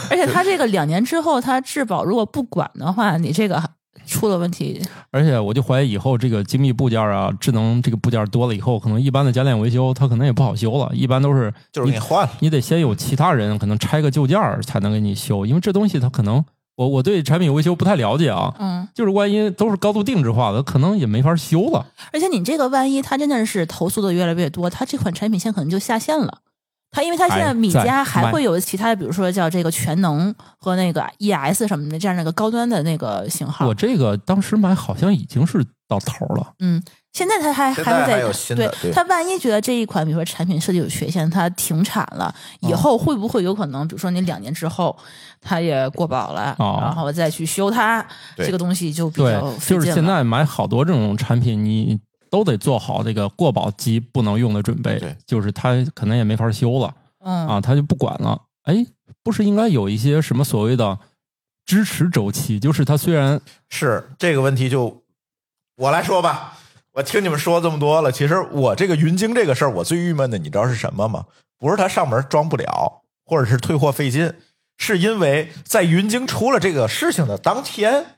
Speaker 2: 而且它这个两年之后，它质保如果不管的话，你这个出了问题，
Speaker 3: 而且我就怀疑以后这个精密部件啊，智能这个部件多了以后，可能一般的家电维修它可能也不好修了，一般都是
Speaker 1: 就是给你换了，
Speaker 3: 你得先有其他人可能拆个旧件儿才能给你修，因为这东西它可能我我对产品维修不太了解啊，
Speaker 2: 嗯，
Speaker 3: 就是万一都是高度定制化的，可能也没法修了。
Speaker 2: 而且你这个万一它真的是投诉的越来越多，它这款产品线可能就下线了。它因为它现在米家
Speaker 3: 还在
Speaker 2: 还会有其他的，比如说叫这个全能和那个 ES 什么的这样的一个高端的那个型号
Speaker 3: 我。这个当时买好像已经是到头了，
Speaker 2: 嗯，现在它还
Speaker 1: 现
Speaker 2: 会
Speaker 1: 在
Speaker 2: 在
Speaker 1: 还有新的对
Speaker 2: 它万一觉得这一款比如说产品设计有缺陷，它停产了，
Speaker 1: 嗯
Speaker 2: 以后会不会有可能，比如说你两年之后它也过保了，
Speaker 3: 哦
Speaker 2: 然后再去修它，
Speaker 1: 对
Speaker 2: 这个东西就比
Speaker 3: 对
Speaker 2: 较，费
Speaker 3: 就是
Speaker 2: 劲
Speaker 3: 现
Speaker 2: 了。
Speaker 3: 在买好多这种产品你。都得做好这个过保级不能用的准备
Speaker 1: 对，
Speaker 3: 就是它可能也没法修了。
Speaker 2: 嗯
Speaker 3: 啊，他就不管了。哎，不是应该有一些什么所谓的支持周期？就是它虽然
Speaker 1: 是这个问题就我来说吧。我听你们说这么多了，其实我这个云鲸这个事儿，我最郁闷的，你知道是什么吗？不是它上门装不了，或者是退货费劲，是因为在云鲸出了这个事情的当天，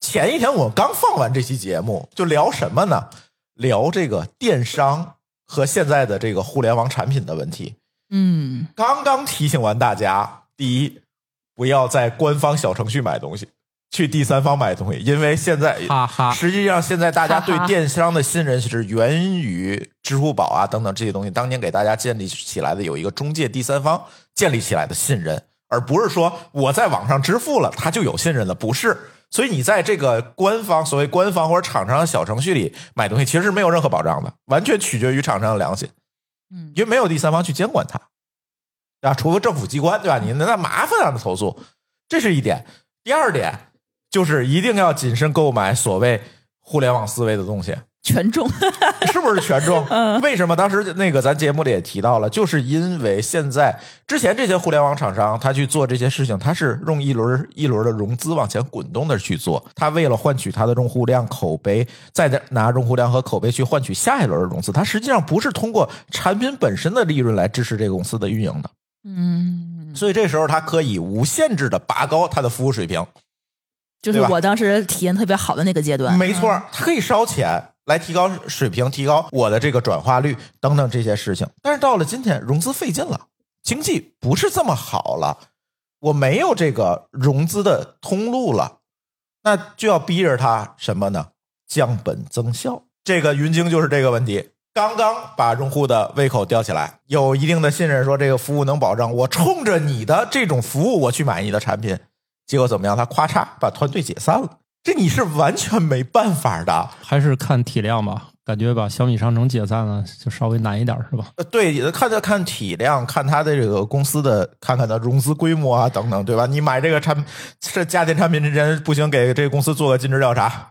Speaker 1: 前一天我刚放完这期节目，就聊什么呢？聊这个电商和现在的这个互联网产品的问题。
Speaker 2: 嗯，
Speaker 1: 刚刚提醒完大家，第一，不要在官方小程序买东西，去第三方买东西，因为现在
Speaker 3: 哈哈
Speaker 1: 实际上现在大家对
Speaker 2: 哈哈
Speaker 1: 电商的信任是源于支付宝啊等等这些东西，当年给大家建立起来的有一个中介第三方建立起来的信任，而不是说我在网上支付了，它就有信任了，不是。所以你在这个官方所谓官方或者厂商的小程序里买东西，其实是没有任何保障的，完全取决于厂商的良心。
Speaker 2: 嗯
Speaker 1: 因为没有第三方去监管它，对吧？除非政府机关，对吧？你那那麻烦让他投诉，这是一点。第二点就是一定要谨慎购买所谓互联网思维的东西，
Speaker 2: 权重，
Speaker 1: 是不是权重？为什么当时那个咱节目里也提到了，就是因为现在之前这些互联网厂商他去做这些事情，他是用一轮一轮的融资往前滚动的去做，他为了换取他的用户量、口碑，再拿用户量和口碑去换取下一轮的融资，他实际上不是通过产品本身的利润来支持这个公司的运营的，
Speaker 2: 嗯，
Speaker 1: 所以这时候他可以无限制的拔高他的服务水平，
Speaker 2: 就是
Speaker 1: 对吧
Speaker 2: 我当时体验特别好的那个阶段。嗯
Speaker 1: 没错，它可以烧钱来提高水平，提高我的这个转化率等等这些事情。但是到了今天，融资费劲了，经济不是这么好了，我没有这个融资的通路了，那就要逼着他什么呢？降本增效。这个云鲸就是这个问题。刚刚把用户的胃口吊起来，有一定的信任，说这个服务能保障。我冲着你的这种服务，我去买你的产品，结果怎么样？他咔嚓把团队解散了，这你是完全没办法的。
Speaker 3: 还是看体量吧，感觉把小米商城解散了就稍微难一点，是 吧？
Speaker 1: 呃，对，看它看体量，看它的这个公司的，看看它融资规模啊等等，对吧？你买这个产这家电产品之前，不行给这个公司做个尽职调查，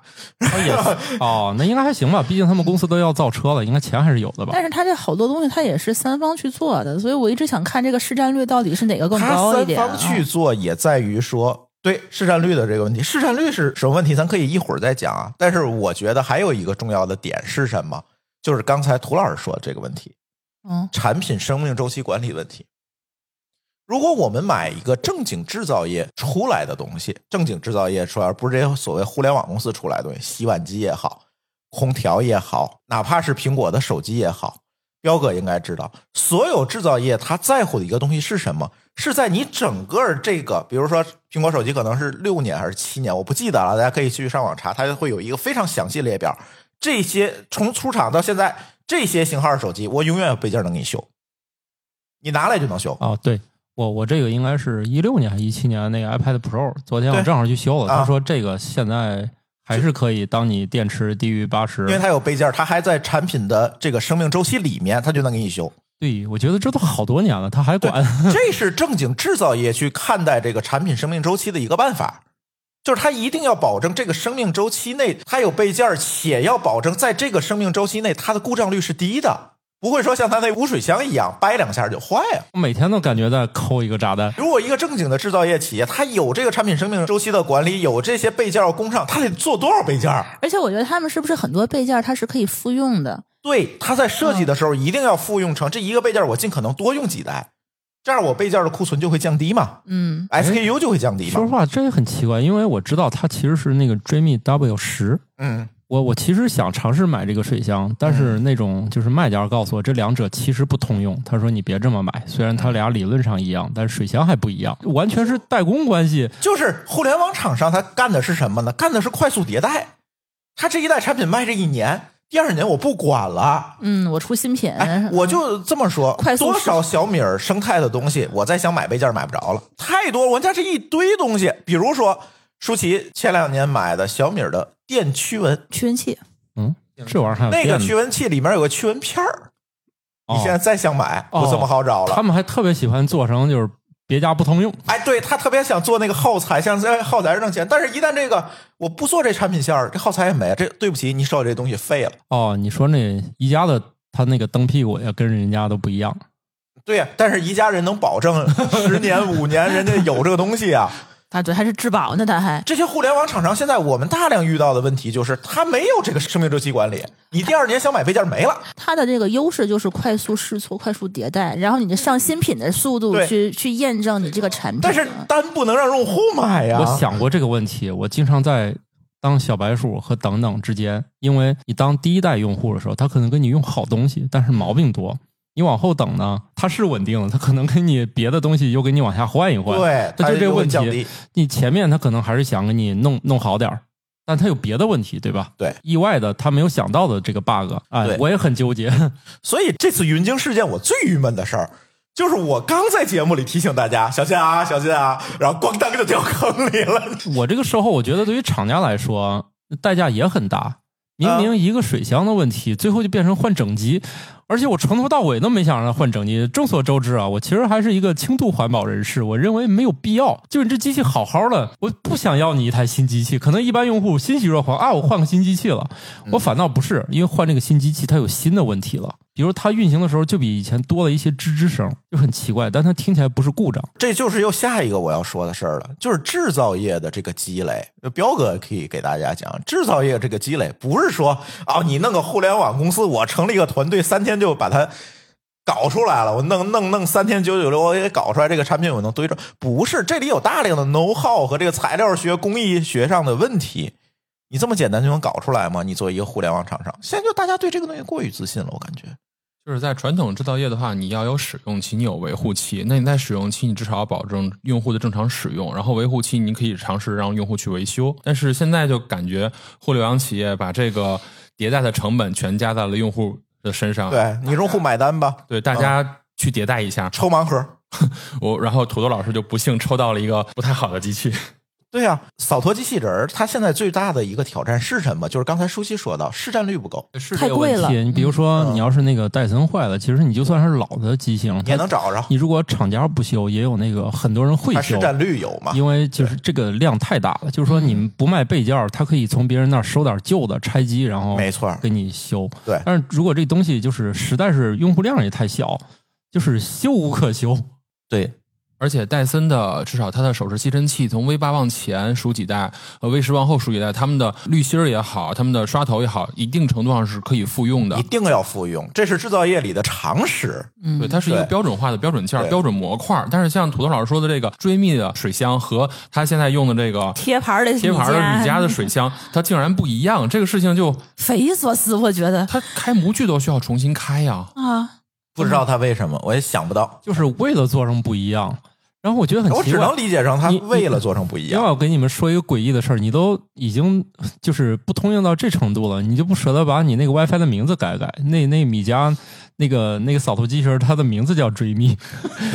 Speaker 3: 哦，那应该还行吧，毕竟他们公司都要造车了，应该钱还是有的吧
Speaker 2: 但？是它这好多东西它也是三方去做的，所以我一直想看这个市占率到底是哪个更
Speaker 1: 它
Speaker 2: 高一
Speaker 1: 三
Speaker 2: 点啊。
Speaker 1: 方去做也在于说，对市占率的这个问题，市占率是什么问题？咱可以一会儿再讲啊。但是我觉得还有一个重要的点是什么？就是刚才涂老师说的这个问题，
Speaker 2: 嗯
Speaker 1: 产品生命周期管理问题。如果我们买一个正经制造业出来的东西，正经制造业出来，不是这些所谓互联网公司出来的东西，洗碗机也好，空调也好，哪怕是苹果的手机也好，彪哥应该知道，所有制造业他在乎的一个东西是什么？是在你整个这个，比如说苹果手机可能是六年还是七年，我不记得了，大家可以去上网查，它会有一个非常详细列表。这些从出厂到现在这些型号的手机，我永远有配件能给你修，你拿来就能修。
Speaker 3: 啊，对我我这个应该是一六年还一七年那个 iPad Pro，昨天我
Speaker 1: 对
Speaker 3: 正好去修了，
Speaker 1: 啊
Speaker 3: 他说这个现在还是可以，当你电池低于八十
Speaker 1: 因，为它有配件，它还在产品的这个生命周期里面，它就能给你修。
Speaker 3: 对我觉得这都好多年了，他还管，
Speaker 1: 这是正经制造业去看待这个产品生命周期的一个办法，就是它一定要保证这个生命周期内它有备件儿，且要保证在这个生命周期内它的故障率是低的，不会说像它那污水箱一样掰两下就坏了。
Speaker 3: 我 每天都感觉在抠一个炸弹。
Speaker 1: 如果一个正经的制造业企业，它有这个产品生命周期的管理，有这些备件儿工上，它得做多少备件儿？
Speaker 2: 而且我觉得他们是不是很多备件儿它是可以复用的？
Speaker 1: 对，它在设计的时候一定要复用成这一个备件，我尽可能多用几代，这样我备件的库存就会降低嘛
Speaker 2: 嗯，
Speaker 1: ，SKU 就会降低
Speaker 3: 说实
Speaker 1: 嘛。
Speaker 3: 话，这也很奇怪，因为我知道它其实是那个 Dreamy W 十。
Speaker 1: 嗯，
Speaker 3: 我我其实想尝试买这个水箱，但是那种就是卖家告诉我，这两者其实不通用。他说你别这么买，虽然它俩理论上一样，但是水箱还不一样，完全是代工关系。
Speaker 1: 就是互联网厂商它干的是什么呢？干的是快速迭代。它这一代产品卖这一年，第二年我不管了。
Speaker 2: 嗯，我出新品，
Speaker 1: 哎，我就这么说，
Speaker 2: 快速
Speaker 1: 多
Speaker 2: 市
Speaker 1: 少小米儿生态的东西，我再想买备件买不着了，太多了。我家这一堆东西，比如说舒淇前两年买的小米儿的电驱蚊，
Speaker 2: 驱蚊器，
Speaker 3: 嗯，这玩意儿还有
Speaker 1: 那个
Speaker 3: 电
Speaker 1: 驱蚊器里面有个驱蚊片儿，
Speaker 3: 哦
Speaker 1: 你现在再想买
Speaker 3: 哦
Speaker 1: 不这么好找
Speaker 3: 他
Speaker 1: 了。
Speaker 3: 们还特别喜欢做成就是别家不通用。
Speaker 1: 哎，对他特别想做那个耗材，像这耗材是挣钱，但是一旦这个我不做这产品线儿，这耗材也没了，这对不起，你手里这东西废了。
Speaker 3: 哦，你说那宜家的它那个灯屁股也跟人家都不一样。
Speaker 1: 对呀、但是宜家人能保 证十年五年人家有这个东西啊？
Speaker 2: 啊，对，还是质保呢，它还
Speaker 1: 这些互联网厂商现在我们大量遇到的问题就是，他没有这个生命周期管理，你第二年想买配件没了。
Speaker 2: 它的这个优势就是快速试错、快速迭代，然后你的上新品的速度
Speaker 1: 对
Speaker 2: 去去验证你这个产品。
Speaker 1: 但是单不能让用户买呀。
Speaker 3: 我想过这个问题，我经常在当小白鼠和等等之间，因为你当第一代用户的时候，他可能跟你用好东西，但是毛病多。你往后等呢，它是稳定的，它可能给你别的东西又给你往下换一换，
Speaker 1: 对，
Speaker 3: 那
Speaker 1: 它
Speaker 3: 就这个
Speaker 1: 会
Speaker 3: 问
Speaker 1: 降
Speaker 3: 题
Speaker 1: 低。。
Speaker 3: 你前面他可能还是想给你弄弄好点儿，但他有别的问题，对吧？
Speaker 1: 对
Speaker 3: 意外的他没有想到的这个 bug，哎
Speaker 1: 对，
Speaker 3: 我也很纠结。
Speaker 1: 所以这次云鲸事件，我最郁闷的事儿就是我刚在节目里提醒大家小心啊，小心啊，然后咣当就掉坑里了。
Speaker 3: 我这个售后，我觉得对于厂家来说，代价也很大。明明一个水箱的问题，最后就变成换整机，而且我从头到尾都没想让它换整机。众所周知啊，我其实还是一个轻度环保人士，我认为没有必要。就你这机器好好的，我不想要你一台新机器。可能一般用户欣喜若狂啊，我换个新机器了。我反倒不是，因为换这个新机器它有新的问题了，比如它运行的时候就比以前多了一些吱吱声，就很奇怪，但它听起来不是故障。
Speaker 1: 这就是又下一个我要说的事儿了，就是制造业的这个积累。彪哥可以给大家讲，制造业这个积累不是说啊、你弄个互联网公司，我成立一个团队，三天就把它搞出来了，我弄弄弄三天九九六，我也搞出来这个产品，我能堆着。不是，这里有大量的 know how 和这个材料学、工艺学上的问题。你这么简单就能搞出来吗？你作为一个互联网厂商，现在就大家对这个东西过于自信了，我感觉。
Speaker 4: 就是在传统制造业的话，你要有使用期，你有维护期。那你在使用期，你至少要保证用户的正常使用，然后维护期你可以尝试让用户去维修。但是现在就感觉互联网企业把这个迭代的成本全加在了用户的身上。
Speaker 1: 对你用户买单吧，
Speaker 4: 对，大家去迭代一下。
Speaker 1: 抽盲盒。
Speaker 4: 我然后土豆老师就不幸抽到了一个不太好的机器。
Speaker 1: 对呀、扫拖机器人儿，它现在最大的一个挑战是什么？就是刚才舒淇说到，市占率不够，
Speaker 4: 是
Speaker 2: 太贵了
Speaker 3: 你比如说，你要是那个戴森坏了，其实你就算是老的机型，
Speaker 1: 也
Speaker 3: 它
Speaker 1: 能找着，
Speaker 3: 你如果厂家不修，也有那个很多人会
Speaker 1: 它
Speaker 3: 修
Speaker 1: 市，占率有嘛？
Speaker 3: 因为就是这个量太大了。就是说，你
Speaker 1: 嗯
Speaker 3: 们不卖备件儿，他可以从别人那儿收点旧的拆机，然后
Speaker 1: 没错儿，
Speaker 3: 给你修。
Speaker 1: 对
Speaker 3: 但是如果这东西就是实在是用户量也太小，就是修无可修。
Speaker 1: 对，
Speaker 4: 而且戴森的至少它的手持吸尘器，从 V 八往前数几代，和 V 十往后数几代，他们的滤芯儿也好，他们的刷头也好，一定程度上是可以复用的
Speaker 1: 一。定要复用，这是制造业里的常识。
Speaker 2: 嗯
Speaker 4: 对，它是一个
Speaker 1: 对
Speaker 4: 标准化的标准件儿、
Speaker 1: 对
Speaker 4: 标准模块儿。但是像土豆老师说的这个追觅的水箱和他现在用的这个
Speaker 2: 贴牌儿的
Speaker 4: 贴牌儿的米家的水箱，它竟然不一样，这个事情就
Speaker 2: 匪夷所思，我觉得
Speaker 4: 它开模具都需要重新开呀。
Speaker 2: 啊，
Speaker 1: 不知道它为什么，我也想不到。
Speaker 3: 就是为了做成不一样。然后我觉得很
Speaker 1: 我
Speaker 3: 奇
Speaker 1: 只
Speaker 3: 怪
Speaker 1: 能，理解成他
Speaker 3: 你
Speaker 1: 为了做成不一
Speaker 3: 另外
Speaker 1: 样。
Speaker 3: 我给你们说一个诡异的事儿，你都已经就是不通用到这程度了，你就不舍得把你那个 WiFi 的名字改改？那那米家那个那个扫头机器人，它的名字叫追觅，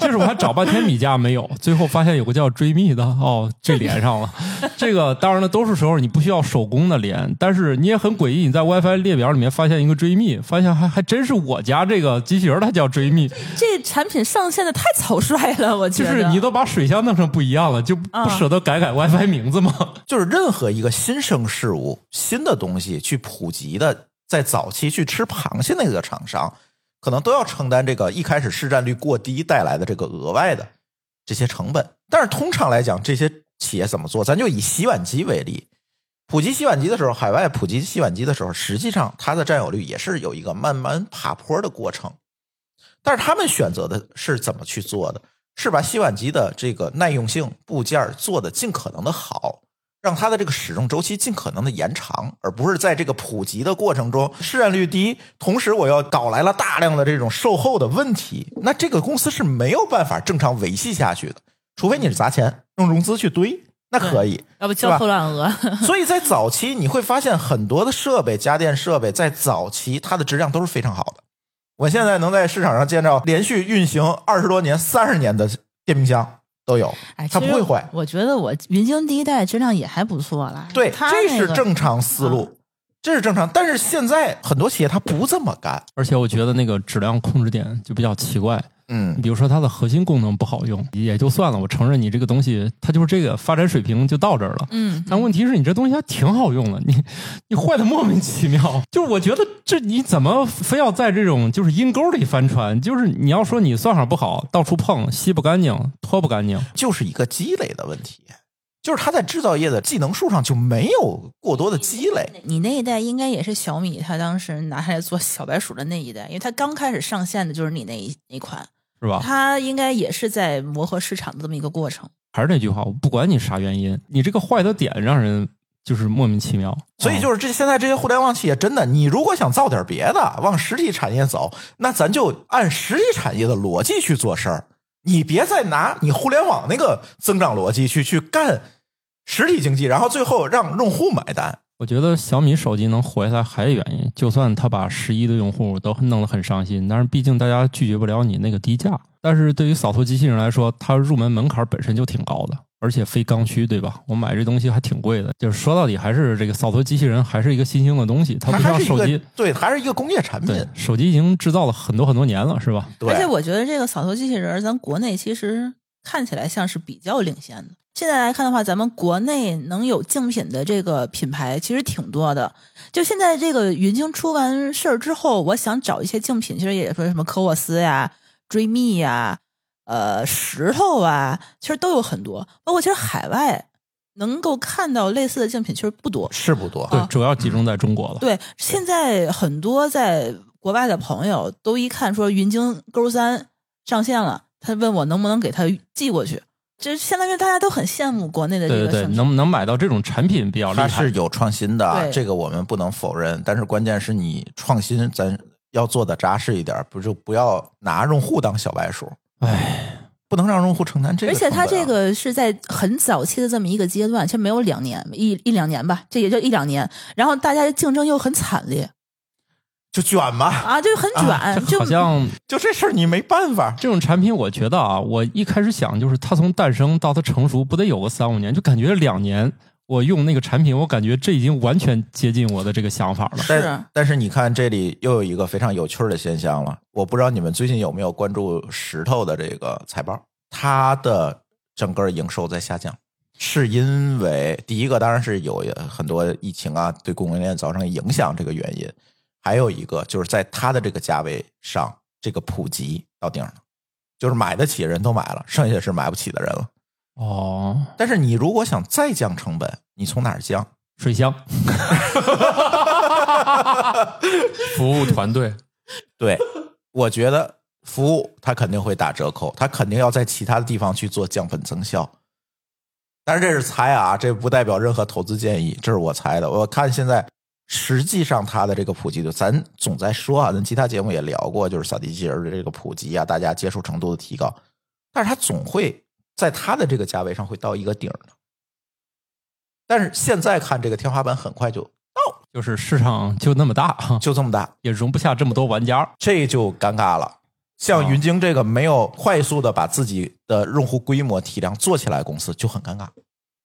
Speaker 3: 就是我还找半天米家没有，最后发现有个叫追觅的，哦，这连上了。这个当然了，多数时候你不需要手工的连，但是你也很诡异，你在 WiFi 列表里面发现一个追觅，发现还还真是我家这个机器人，它叫追觅。
Speaker 2: 这产品上线的太草率了，我觉
Speaker 3: 就
Speaker 2: 得。
Speaker 3: 是你都把水箱弄成不一样了，就不
Speaker 2: 嗯
Speaker 3: 不舍得改改 WiFi 名字吗？
Speaker 1: 就是任何一个新生事物、新的东西去普及的，在早期去吃螃蟹那个厂商，可能都要承担这个一开始市占率过低带来的这个额外的这些成本。但是通常来讲，这些企业怎么做？咱就以洗碗机为例，普及洗碗机的时候，海外普及洗碗机的时候，实际上它的占有率也是有一个慢慢爬坡的过程。但是他们选择的是怎么去做的？是把洗碗机的这个耐用性部件儿做的尽可能的好，让它的这个使用周期尽可能的延长，而不是在这个普及的过程中市占率低，同时我要搞来了大量的这种售后的问题，那这个公司是没有办法正常维系下去的，除非你是砸钱用融资去堆，那可以。
Speaker 2: 要不
Speaker 1: 是吧
Speaker 2: 焦头烂额，
Speaker 1: 所以在早期，你会发现很多的设备、家电设备在早期它的质量都是非常好的。我现在能在市场上见到连续运行二十多年、三十年的电冰箱都有，
Speaker 2: 哎，其
Speaker 1: 它不
Speaker 2: 实
Speaker 1: 会坏。
Speaker 2: 我觉得我云晶第一代质量也还不错啦。
Speaker 1: 对，
Speaker 2: 它
Speaker 1: 这
Speaker 2: 那
Speaker 1: 是
Speaker 2: 个啊
Speaker 1: 正常思路，这是正常。但是现在很多企业它不这么干，
Speaker 3: 而且我觉得那个质量控制点就比较奇怪，
Speaker 1: 嗯，
Speaker 3: 比如说它的核心功能不好用，也就算了。我承认你这个东西，它就是这个发展水平就到这儿了。
Speaker 2: 嗯，
Speaker 3: 但问题是你这东西还挺好用的，你你坏的莫名其妙。就是我觉得这你怎么非要在这种就是阴沟里翻船？就是你要说你算法不好，到处碰，吸不干净，拖不干净，
Speaker 1: 就是一个积累的问题，就是它在制造业的技能树上就没有过多的积累。
Speaker 2: 你那一代应该也是小米，它当时拿下来做小白鼠的那一代，因为它刚开始上线的就是你那一那款，
Speaker 3: 是吧？
Speaker 2: 它应该也是在磨合市场的这么一个过程。
Speaker 3: 还是那句话，我不管你啥原因，你这个坏的点让人就是莫名其妙。哦
Speaker 1: 所以就是这现在这些互联网企业真的，你如果想造点别的，往实体产业走，那咱就按实体产业的逻辑去做事儿，你别再拿你互联网那个增长逻辑去去干实体经济，然后最后让用户买单。
Speaker 3: 我觉得小米手机能活下来还有原因，就算它把十一的用户都弄得很伤心，但是毕竟大家拒绝不了你那个低价。但是对于扫头机器人来说，它入门门槛本身就挺高的，而且非刚需，对吧？我买这东西还挺贵的。就是说到底，还是这个扫头机器人还是一个新兴的东西，它
Speaker 1: 它
Speaker 3: 不
Speaker 1: 还
Speaker 3: 像
Speaker 1: 是一
Speaker 3: 手
Speaker 1: 个
Speaker 3: 机，
Speaker 1: 对，还是一个工业产
Speaker 3: 对
Speaker 1: 品。
Speaker 3: 手机已经制造了很多很多年了，是吧？
Speaker 1: 对，
Speaker 2: 而且我觉得这个扫头机器人儿，咱国内其实看起来像是比较领先的。现在来看的话，咱们国内能有竞品的这个品牌其实挺多的。就现在这个云鲸出完事儿之后，我想找一些竞品，其实也说什么科沃斯呀、追觅呀、呃石头啊，其实都有很多。包括其实海外能够看到类似的竞品其实不多。
Speaker 1: 是不多。
Speaker 3: 对，主要集中在中国了。
Speaker 2: 对，现在很多在国外的朋友都一看说云鲸勾三上线了，他问我能不能给他寄过去，这相当于大家都很羡慕国内的这
Speaker 3: 对
Speaker 2: 个
Speaker 3: 对对，
Speaker 2: 盛
Speaker 3: 能能买到这种产品比较厉
Speaker 1: 它
Speaker 3: 害。
Speaker 1: 是有创新的啊，
Speaker 2: 对
Speaker 1: 这个我们不能否认。但是关键是你创新，咱要做的扎实一点，不就不要拿用户当小白鼠，
Speaker 3: 哎，
Speaker 1: 不能让用户承担这个
Speaker 2: 而
Speaker 1: 成本啊。
Speaker 2: 且它这个是在很早期的这么一个阶段，其实没有两年，一一两年吧，这也就一两年。然后大家的竞争又很惨烈
Speaker 1: 就卷吧，
Speaker 2: 啊，就很卷，就
Speaker 3: 好像
Speaker 1: 就这事儿你没办法。
Speaker 3: 这种产品，我觉得啊，我一开始想就是它从诞生到它成熟，不得有个三五年，就感觉两年。我用那个产品，我感觉这已经完全接近我的这个想法了。
Speaker 2: 是
Speaker 1: 但但是你看，这里又有一个非常有趣儿的现象了。我不知道你们最近有没有关注石头的这个财报，它的整个营收在下降，是因为第一个当然是有很多疫情啊对供应链造成影响这个原因，还有一个就是在它的这个价位上，这个普及到顶了，就是买得起人都买了，剩下是买不起的人了。
Speaker 3: 哦，
Speaker 1: 但是你如果想再降成本，你从哪儿降？
Speaker 3: 水箱，
Speaker 4: 服务团队，
Speaker 1: 对，我觉得服务它肯定会打折扣，它肯定要在其他的地方去做降本增效。但是这是猜啊，这不代表任何投资建议，这是我猜的。我看现在实际上它的这个普及度，咱总在说啊，咱其他节目也聊过，就是扫地机器人的这个普及啊，大家接受程度的提高。但是它总会在它的这个价位上会到一个顶儿的。但是现在看这个天花板很快就
Speaker 3: 就是市场就那么大，
Speaker 1: 就这么大，
Speaker 3: 也容不下这么多玩家。
Speaker 1: 这就尴尬了。
Speaker 2: 哦
Speaker 1: 像云鲸这个没有快速的把自己的用户规模体量做起来，公司就很尴尬。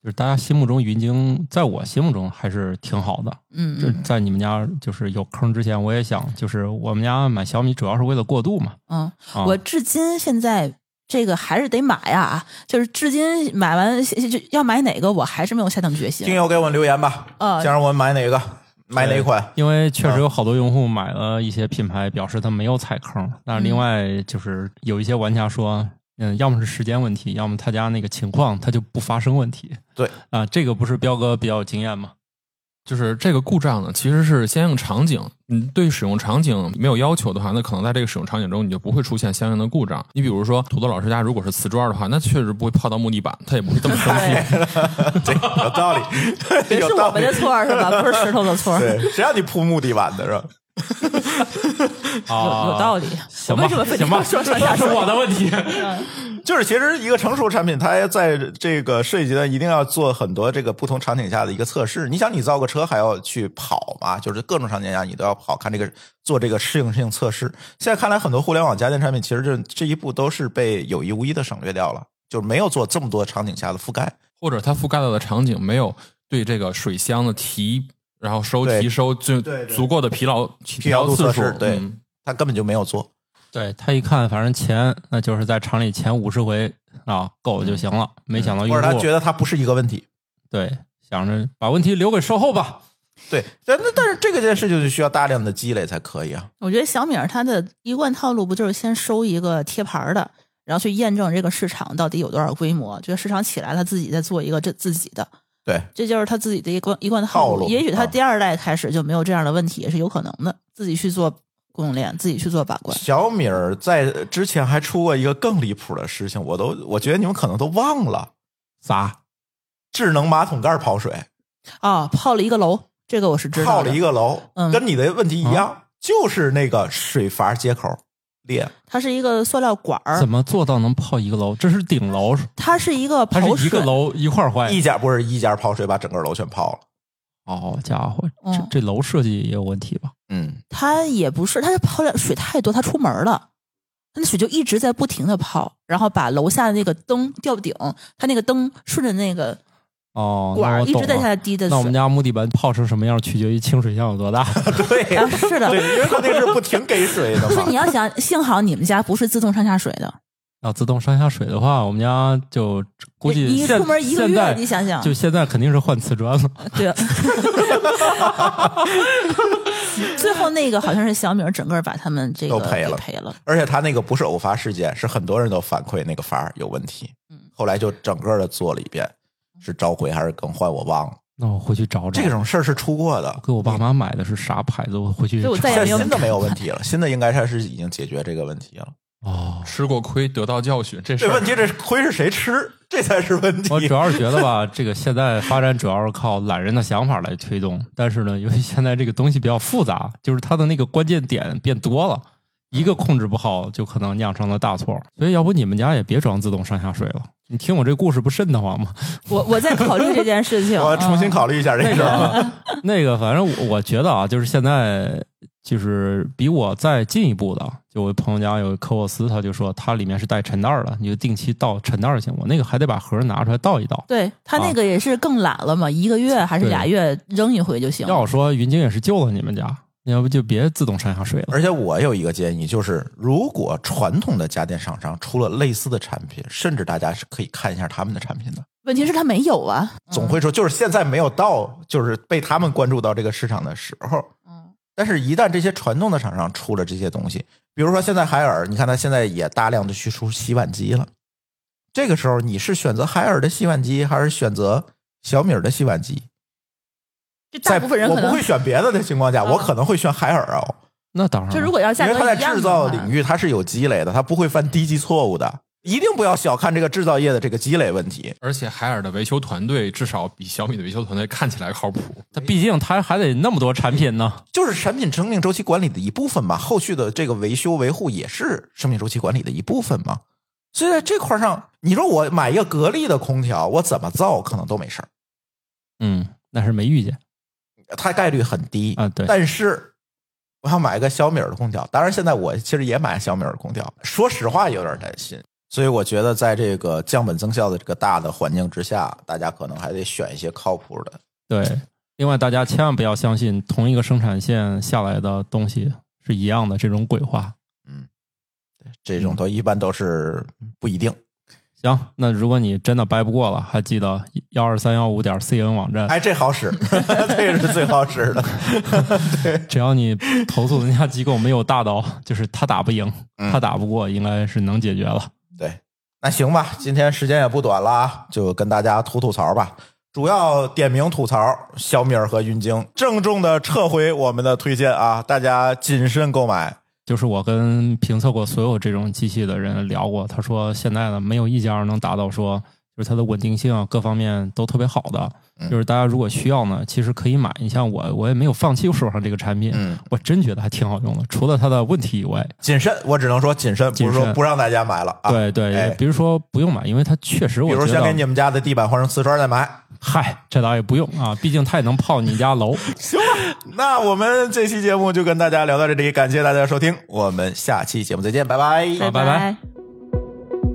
Speaker 3: 就是大家心目中云鲸，在我心目中还是挺好的。
Speaker 2: 嗯
Speaker 3: 这
Speaker 2: 嗯
Speaker 3: 在你们家就是有坑之前，我也想，就是我们家买小米主要是为了过渡嘛。
Speaker 2: 嗯，
Speaker 3: 啊、
Speaker 2: 我至今现在这个还是得买呀，就是至今买完就就要买哪个，我还是没有下定决
Speaker 1: 听
Speaker 2: 心。
Speaker 1: 友给我们留言吧，
Speaker 2: 啊
Speaker 1: 想让我们买哪个，买哪 款？
Speaker 3: 因为确实有好多用户买了一些品牌，表示他没有踩坑。但是另外就是有一些玩家说，嗯，要么是时间问题，要么他家那个情况他就不发生问题。
Speaker 1: 对
Speaker 3: 啊、这个不是彪哥比较有经验吗？
Speaker 4: 就是这个故障呢，其实是相应场景，你对使用场景没有要求的话，那可能在这个使用场景中你就不会出现相应的故障。你比如说土豆老师家如果是瓷砖的话，那确实不会泡到木地板，它也不会这么 生气。
Speaker 1: 这有道 理，
Speaker 2: 也
Speaker 1: 有
Speaker 2: 是
Speaker 1: 道
Speaker 2: 我们
Speaker 1: 理
Speaker 2: 的。错儿是吧？不是石头 的错儿，有
Speaker 1: 对，谁让你铺木地板的是吧？
Speaker 3: 啊，
Speaker 2: 有道理。我
Speaker 3: 行吧
Speaker 2: 为什么非得
Speaker 3: 行吧
Speaker 2: 说 上下
Speaker 3: 是
Speaker 2: 水？
Speaker 3: 我的问题。
Speaker 1: 就是其实一个成熟产品，它在这个设计阶段一定要做很多这个不同场景下的一个测试。你想，你造个车还要去跑嘛？就是各种场景下你都要跑，看这个做这个适应性测试。现在看来，很多互联网家电产品其实这这一步都是被有意无意的省略掉了，就是没有做这么多场景下的覆盖。
Speaker 4: 或者它覆盖到的场景没有对这个水箱的提，然后收
Speaker 1: 对
Speaker 4: 提收就
Speaker 1: 对对
Speaker 4: 足够的疲劳
Speaker 1: 疲
Speaker 4: 疲
Speaker 1: 劳度测
Speaker 4: 次
Speaker 1: 试
Speaker 4: 数，
Speaker 1: 对
Speaker 4: 嗯
Speaker 1: 它根本就没有做。
Speaker 3: 对他一看，反正钱那就是在厂里前五十回啊够就行了，没想到
Speaker 1: 嗯或者
Speaker 3: 用
Speaker 1: 他
Speaker 3: 户
Speaker 1: 觉得它不是一个问题。
Speaker 3: 对想着把问题留给售后吧。
Speaker 1: 对，但那但是这个件事情就需要大量的积累才可以啊。
Speaker 2: 我觉得小米儿它的一贯套路不就是先收一个贴牌儿的，然后去验证这个市场到底有多少规模，觉得市场起来，它自己再做一个这自己的，
Speaker 1: 对，
Speaker 2: 这就是它自己的一贯一贯套
Speaker 1: 套路
Speaker 2: 也许它
Speaker 1: 啊
Speaker 2: 第二代开始就没有这样的问题，也是有可能的。自己去做供应链，自己去做把关。
Speaker 1: 小米儿在之前还出过一个更离谱的事情，我都我觉得你们可能都忘了，
Speaker 3: 啥？
Speaker 1: 智能马桶盖泡水，
Speaker 2: 啊，泡了一个楼，这个我是知道
Speaker 1: 泡
Speaker 2: 的。
Speaker 1: 了一个楼，
Speaker 2: 嗯
Speaker 1: 跟你的问题一样，就是那个水阀接口裂，
Speaker 2: 它是一个塑料管儿
Speaker 3: 怎，么做到能泡一个楼？这是顶楼，
Speaker 2: 它是一个
Speaker 3: 它
Speaker 2: 跑
Speaker 3: 是一
Speaker 2: 水
Speaker 3: 个，楼一块儿
Speaker 2: 哎
Speaker 3: 坏。
Speaker 1: 一家不是一家泡水把整个楼全泡了，
Speaker 3: 好家伙，
Speaker 2: 嗯
Speaker 3: 这这楼设计也有问题吧？
Speaker 1: 嗯，
Speaker 2: 它也不是，它是泡了水太多，它出门了，它那水就一直在不停的泡，然后把楼下的那个灯吊顶，它那个灯顺着那个
Speaker 3: 哦，
Speaker 2: 管
Speaker 3: 那
Speaker 2: 儿
Speaker 3: 我
Speaker 2: 一
Speaker 3: 懂
Speaker 2: 直在
Speaker 3: 了
Speaker 2: 下滴的
Speaker 3: 那我们
Speaker 2: 水。
Speaker 3: 家木地板泡成什么样，取决于清水箱有多大。
Speaker 1: 对。
Speaker 2: 啊，是的，
Speaker 1: 对，因为它那是不停给水的
Speaker 2: 所以你
Speaker 1: 嘛，
Speaker 2: 要想，幸好你们家不是自动上下水的，
Speaker 3: 要自动上下水的话，我们家就估计
Speaker 2: 你一
Speaker 3: 现
Speaker 2: 出门一个
Speaker 3: 现
Speaker 2: 月
Speaker 3: 在，
Speaker 2: 你想想
Speaker 3: 就现在肯定是换瓷砖了。
Speaker 2: 对。 最后那个好像是小米儿整个把他们这个
Speaker 1: 都赔
Speaker 2: 给
Speaker 1: 了
Speaker 2: 赔了，
Speaker 1: 而且它那个不是偶发事件，是很多人都反馈那个阀儿有问题，
Speaker 2: 嗯
Speaker 1: 后来就整个的做了一遍，是召回还是更换我忘
Speaker 2: 嗯
Speaker 1: 了，
Speaker 3: 那我回去找找。
Speaker 1: 这种事儿是出过的，
Speaker 3: 给我爸妈买的是啥牌子？我回去
Speaker 2: 所以我再
Speaker 3: 查
Speaker 1: 现
Speaker 2: 也没有
Speaker 1: 在新的没有问题了，新的应该它是已经解决这个问题了。
Speaker 3: 哦。
Speaker 4: 吃过亏得到教训，这事
Speaker 1: 这
Speaker 4: 儿
Speaker 1: 问题这亏是谁吃，这才是问题。
Speaker 3: 我主要是觉得吧，这个现在发展主要是靠懒人的想法来推动，但是呢，由于现在这个东西比较复杂，就是它的那个关键点变多了，一个控制不好就可能酿成了大错。所以，要不你们家也别装自动上下水了。你听我这故事不瘆得慌吗？
Speaker 2: 我我在考虑这件事情，
Speaker 1: 我重新
Speaker 2: 嗯
Speaker 1: 考虑一下这
Speaker 3: 那
Speaker 1: 事儿。
Speaker 3: 个， 那个，反正我我觉得啊，就是现在就是比我再进一步的，就我朋友家有科沃斯，他就说它里面是带沉袋儿的，你就定期倒沉袋儿就行。我那个还得把盒儿拿出来倒一倒。
Speaker 2: 对他那
Speaker 3: 啊
Speaker 2: 个也是更懒了嘛，一个月还是
Speaker 3: 对
Speaker 2: 俩月扔一回就行。
Speaker 3: 要我说，云鲸也是救了你们家，要不就别自动上下水了。
Speaker 1: 而且我有一个建议，就是如果传统的家电厂商出了类似的产品，甚至大家是可以看一下他们的产品的。
Speaker 2: 问题是他没有啊，
Speaker 1: 总会说，就是现在没有到，就是被他们关注到这个市场的时候。
Speaker 2: 嗯，
Speaker 1: 但是，一旦这些传统的厂商出了这些东西，比如说现在海尔，你看它现在也大量的去出洗碗机了。这个时候，你是选择海尔的洗碗机，还是选择小米儿的洗碗机？
Speaker 2: 就大
Speaker 1: 在
Speaker 2: 部分人可
Speaker 1: 我不
Speaker 2: 能
Speaker 1: 会选别的的情况下，
Speaker 2: 啊
Speaker 1: 我可能会选海尔哦，
Speaker 3: 那当然了，
Speaker 2: 就如果要
Speaker 1: 因
Speaker 2: 价
Speaker 1: 为
Speaker 2: 格
Speaker 1: 它在
Speaker 2: 一样
Speaker 1: 制
Speaker 2: 的
Speaker 1: 造
Speaker 2: 话
Speaker 1: 领域它是有积累的，它不会犯低级错误的。一定不要小看这个制造业的这个积累问题。
Speaker 4: 而且海尔的维修团队至少比小米的维修团队看起来靠谱。
Speaker 3: 它毕竟它还得那么多产品呢。
Speaker 1: 就是产品生命周期管理的一部分嘛，后续的这个维修维护也是生命周期管理的一部分嘛。所以在这块儿上，你说我买一个格力的空调，我怎么造可能都没事儿，
Speaker 3: 嗯，那是没遇见
Speaker 1: 它概率很低
Speaker 3: 啊对
Speaker 1: 但是我要买一个小米儿的空调，当然现在我其实也买小米儿的空调，说实话有点担心。所以我觉得，在这个降本增效的这个大的环境之下，大家可能还得选一些靠谱的。
Speaker 3: 对，另外大家千万不要相信同一个生产线下来的东西是一样的这种鬼话。
Speaker 1: 这
Speaker 3: 嗯
Speaker 1: 种都一般都是不一定。
Speaker 3: 行，那如果你真的掰不过了，还记得幺二三幺五点 cn 网站，
Speaker 1: 哎，这好使， 这是最好使的。
Speaker 3: 只要你投诉人家机构没有大到，就是他打不赢，
Speaker 1: 嗯
Speaker 3: 他打不过，应该是能解决了。
Speaker 1: 对，那行吧，今天时间也不短了啊，就跟大家吐吐槽吧。主要点名吐槽小米儿和云鲸，郑重的撤回我们的推荐啊！大家谨慎购买。
Speaker 3: 就是我跟评测过所有这种机器的人聊过，他说现在的没有一家能达到说就是它的稳定性啊各方面都特别好的。
Speaker 1: 嗯
Speaker 3: 就是大家如果需要呢，其实可以买。你像我，我也没有放弃我手上这个产品，
Speaker 1: 嗯
Speaker 3: 我真觉得还挺好用的，除了它的问题以外。
Speaker 1: 谨慎，我只能说谨慎，不是
Speaker 3: 谨
Speaker 1: 说
Speaker 3: 慎
Speaker 1: 不让大家买了啊。，
Speaker 3: 对对，
Speaker 1: 哎
Speaker 3: 比如说不用买，因为它确实
Speaker 1: 比
Speaker 3: 我
Speaker 1: 如
Speaker 3: 觉
Speaker 1: 先给你
Speaker 3: 得，
Speaker 1: 们家的地板换成瓷砖再买。
Speaker 3: 嗨，这倒也不用啊，毕竟它也能泡你家楼。
Speaker 1: 行吧，那我们这期节目就跟大家聊到这里，感谢大家的收听，我们下期节目再见，拜拜。
Speaker 3: 好拜拜
Speaker 2: 拜。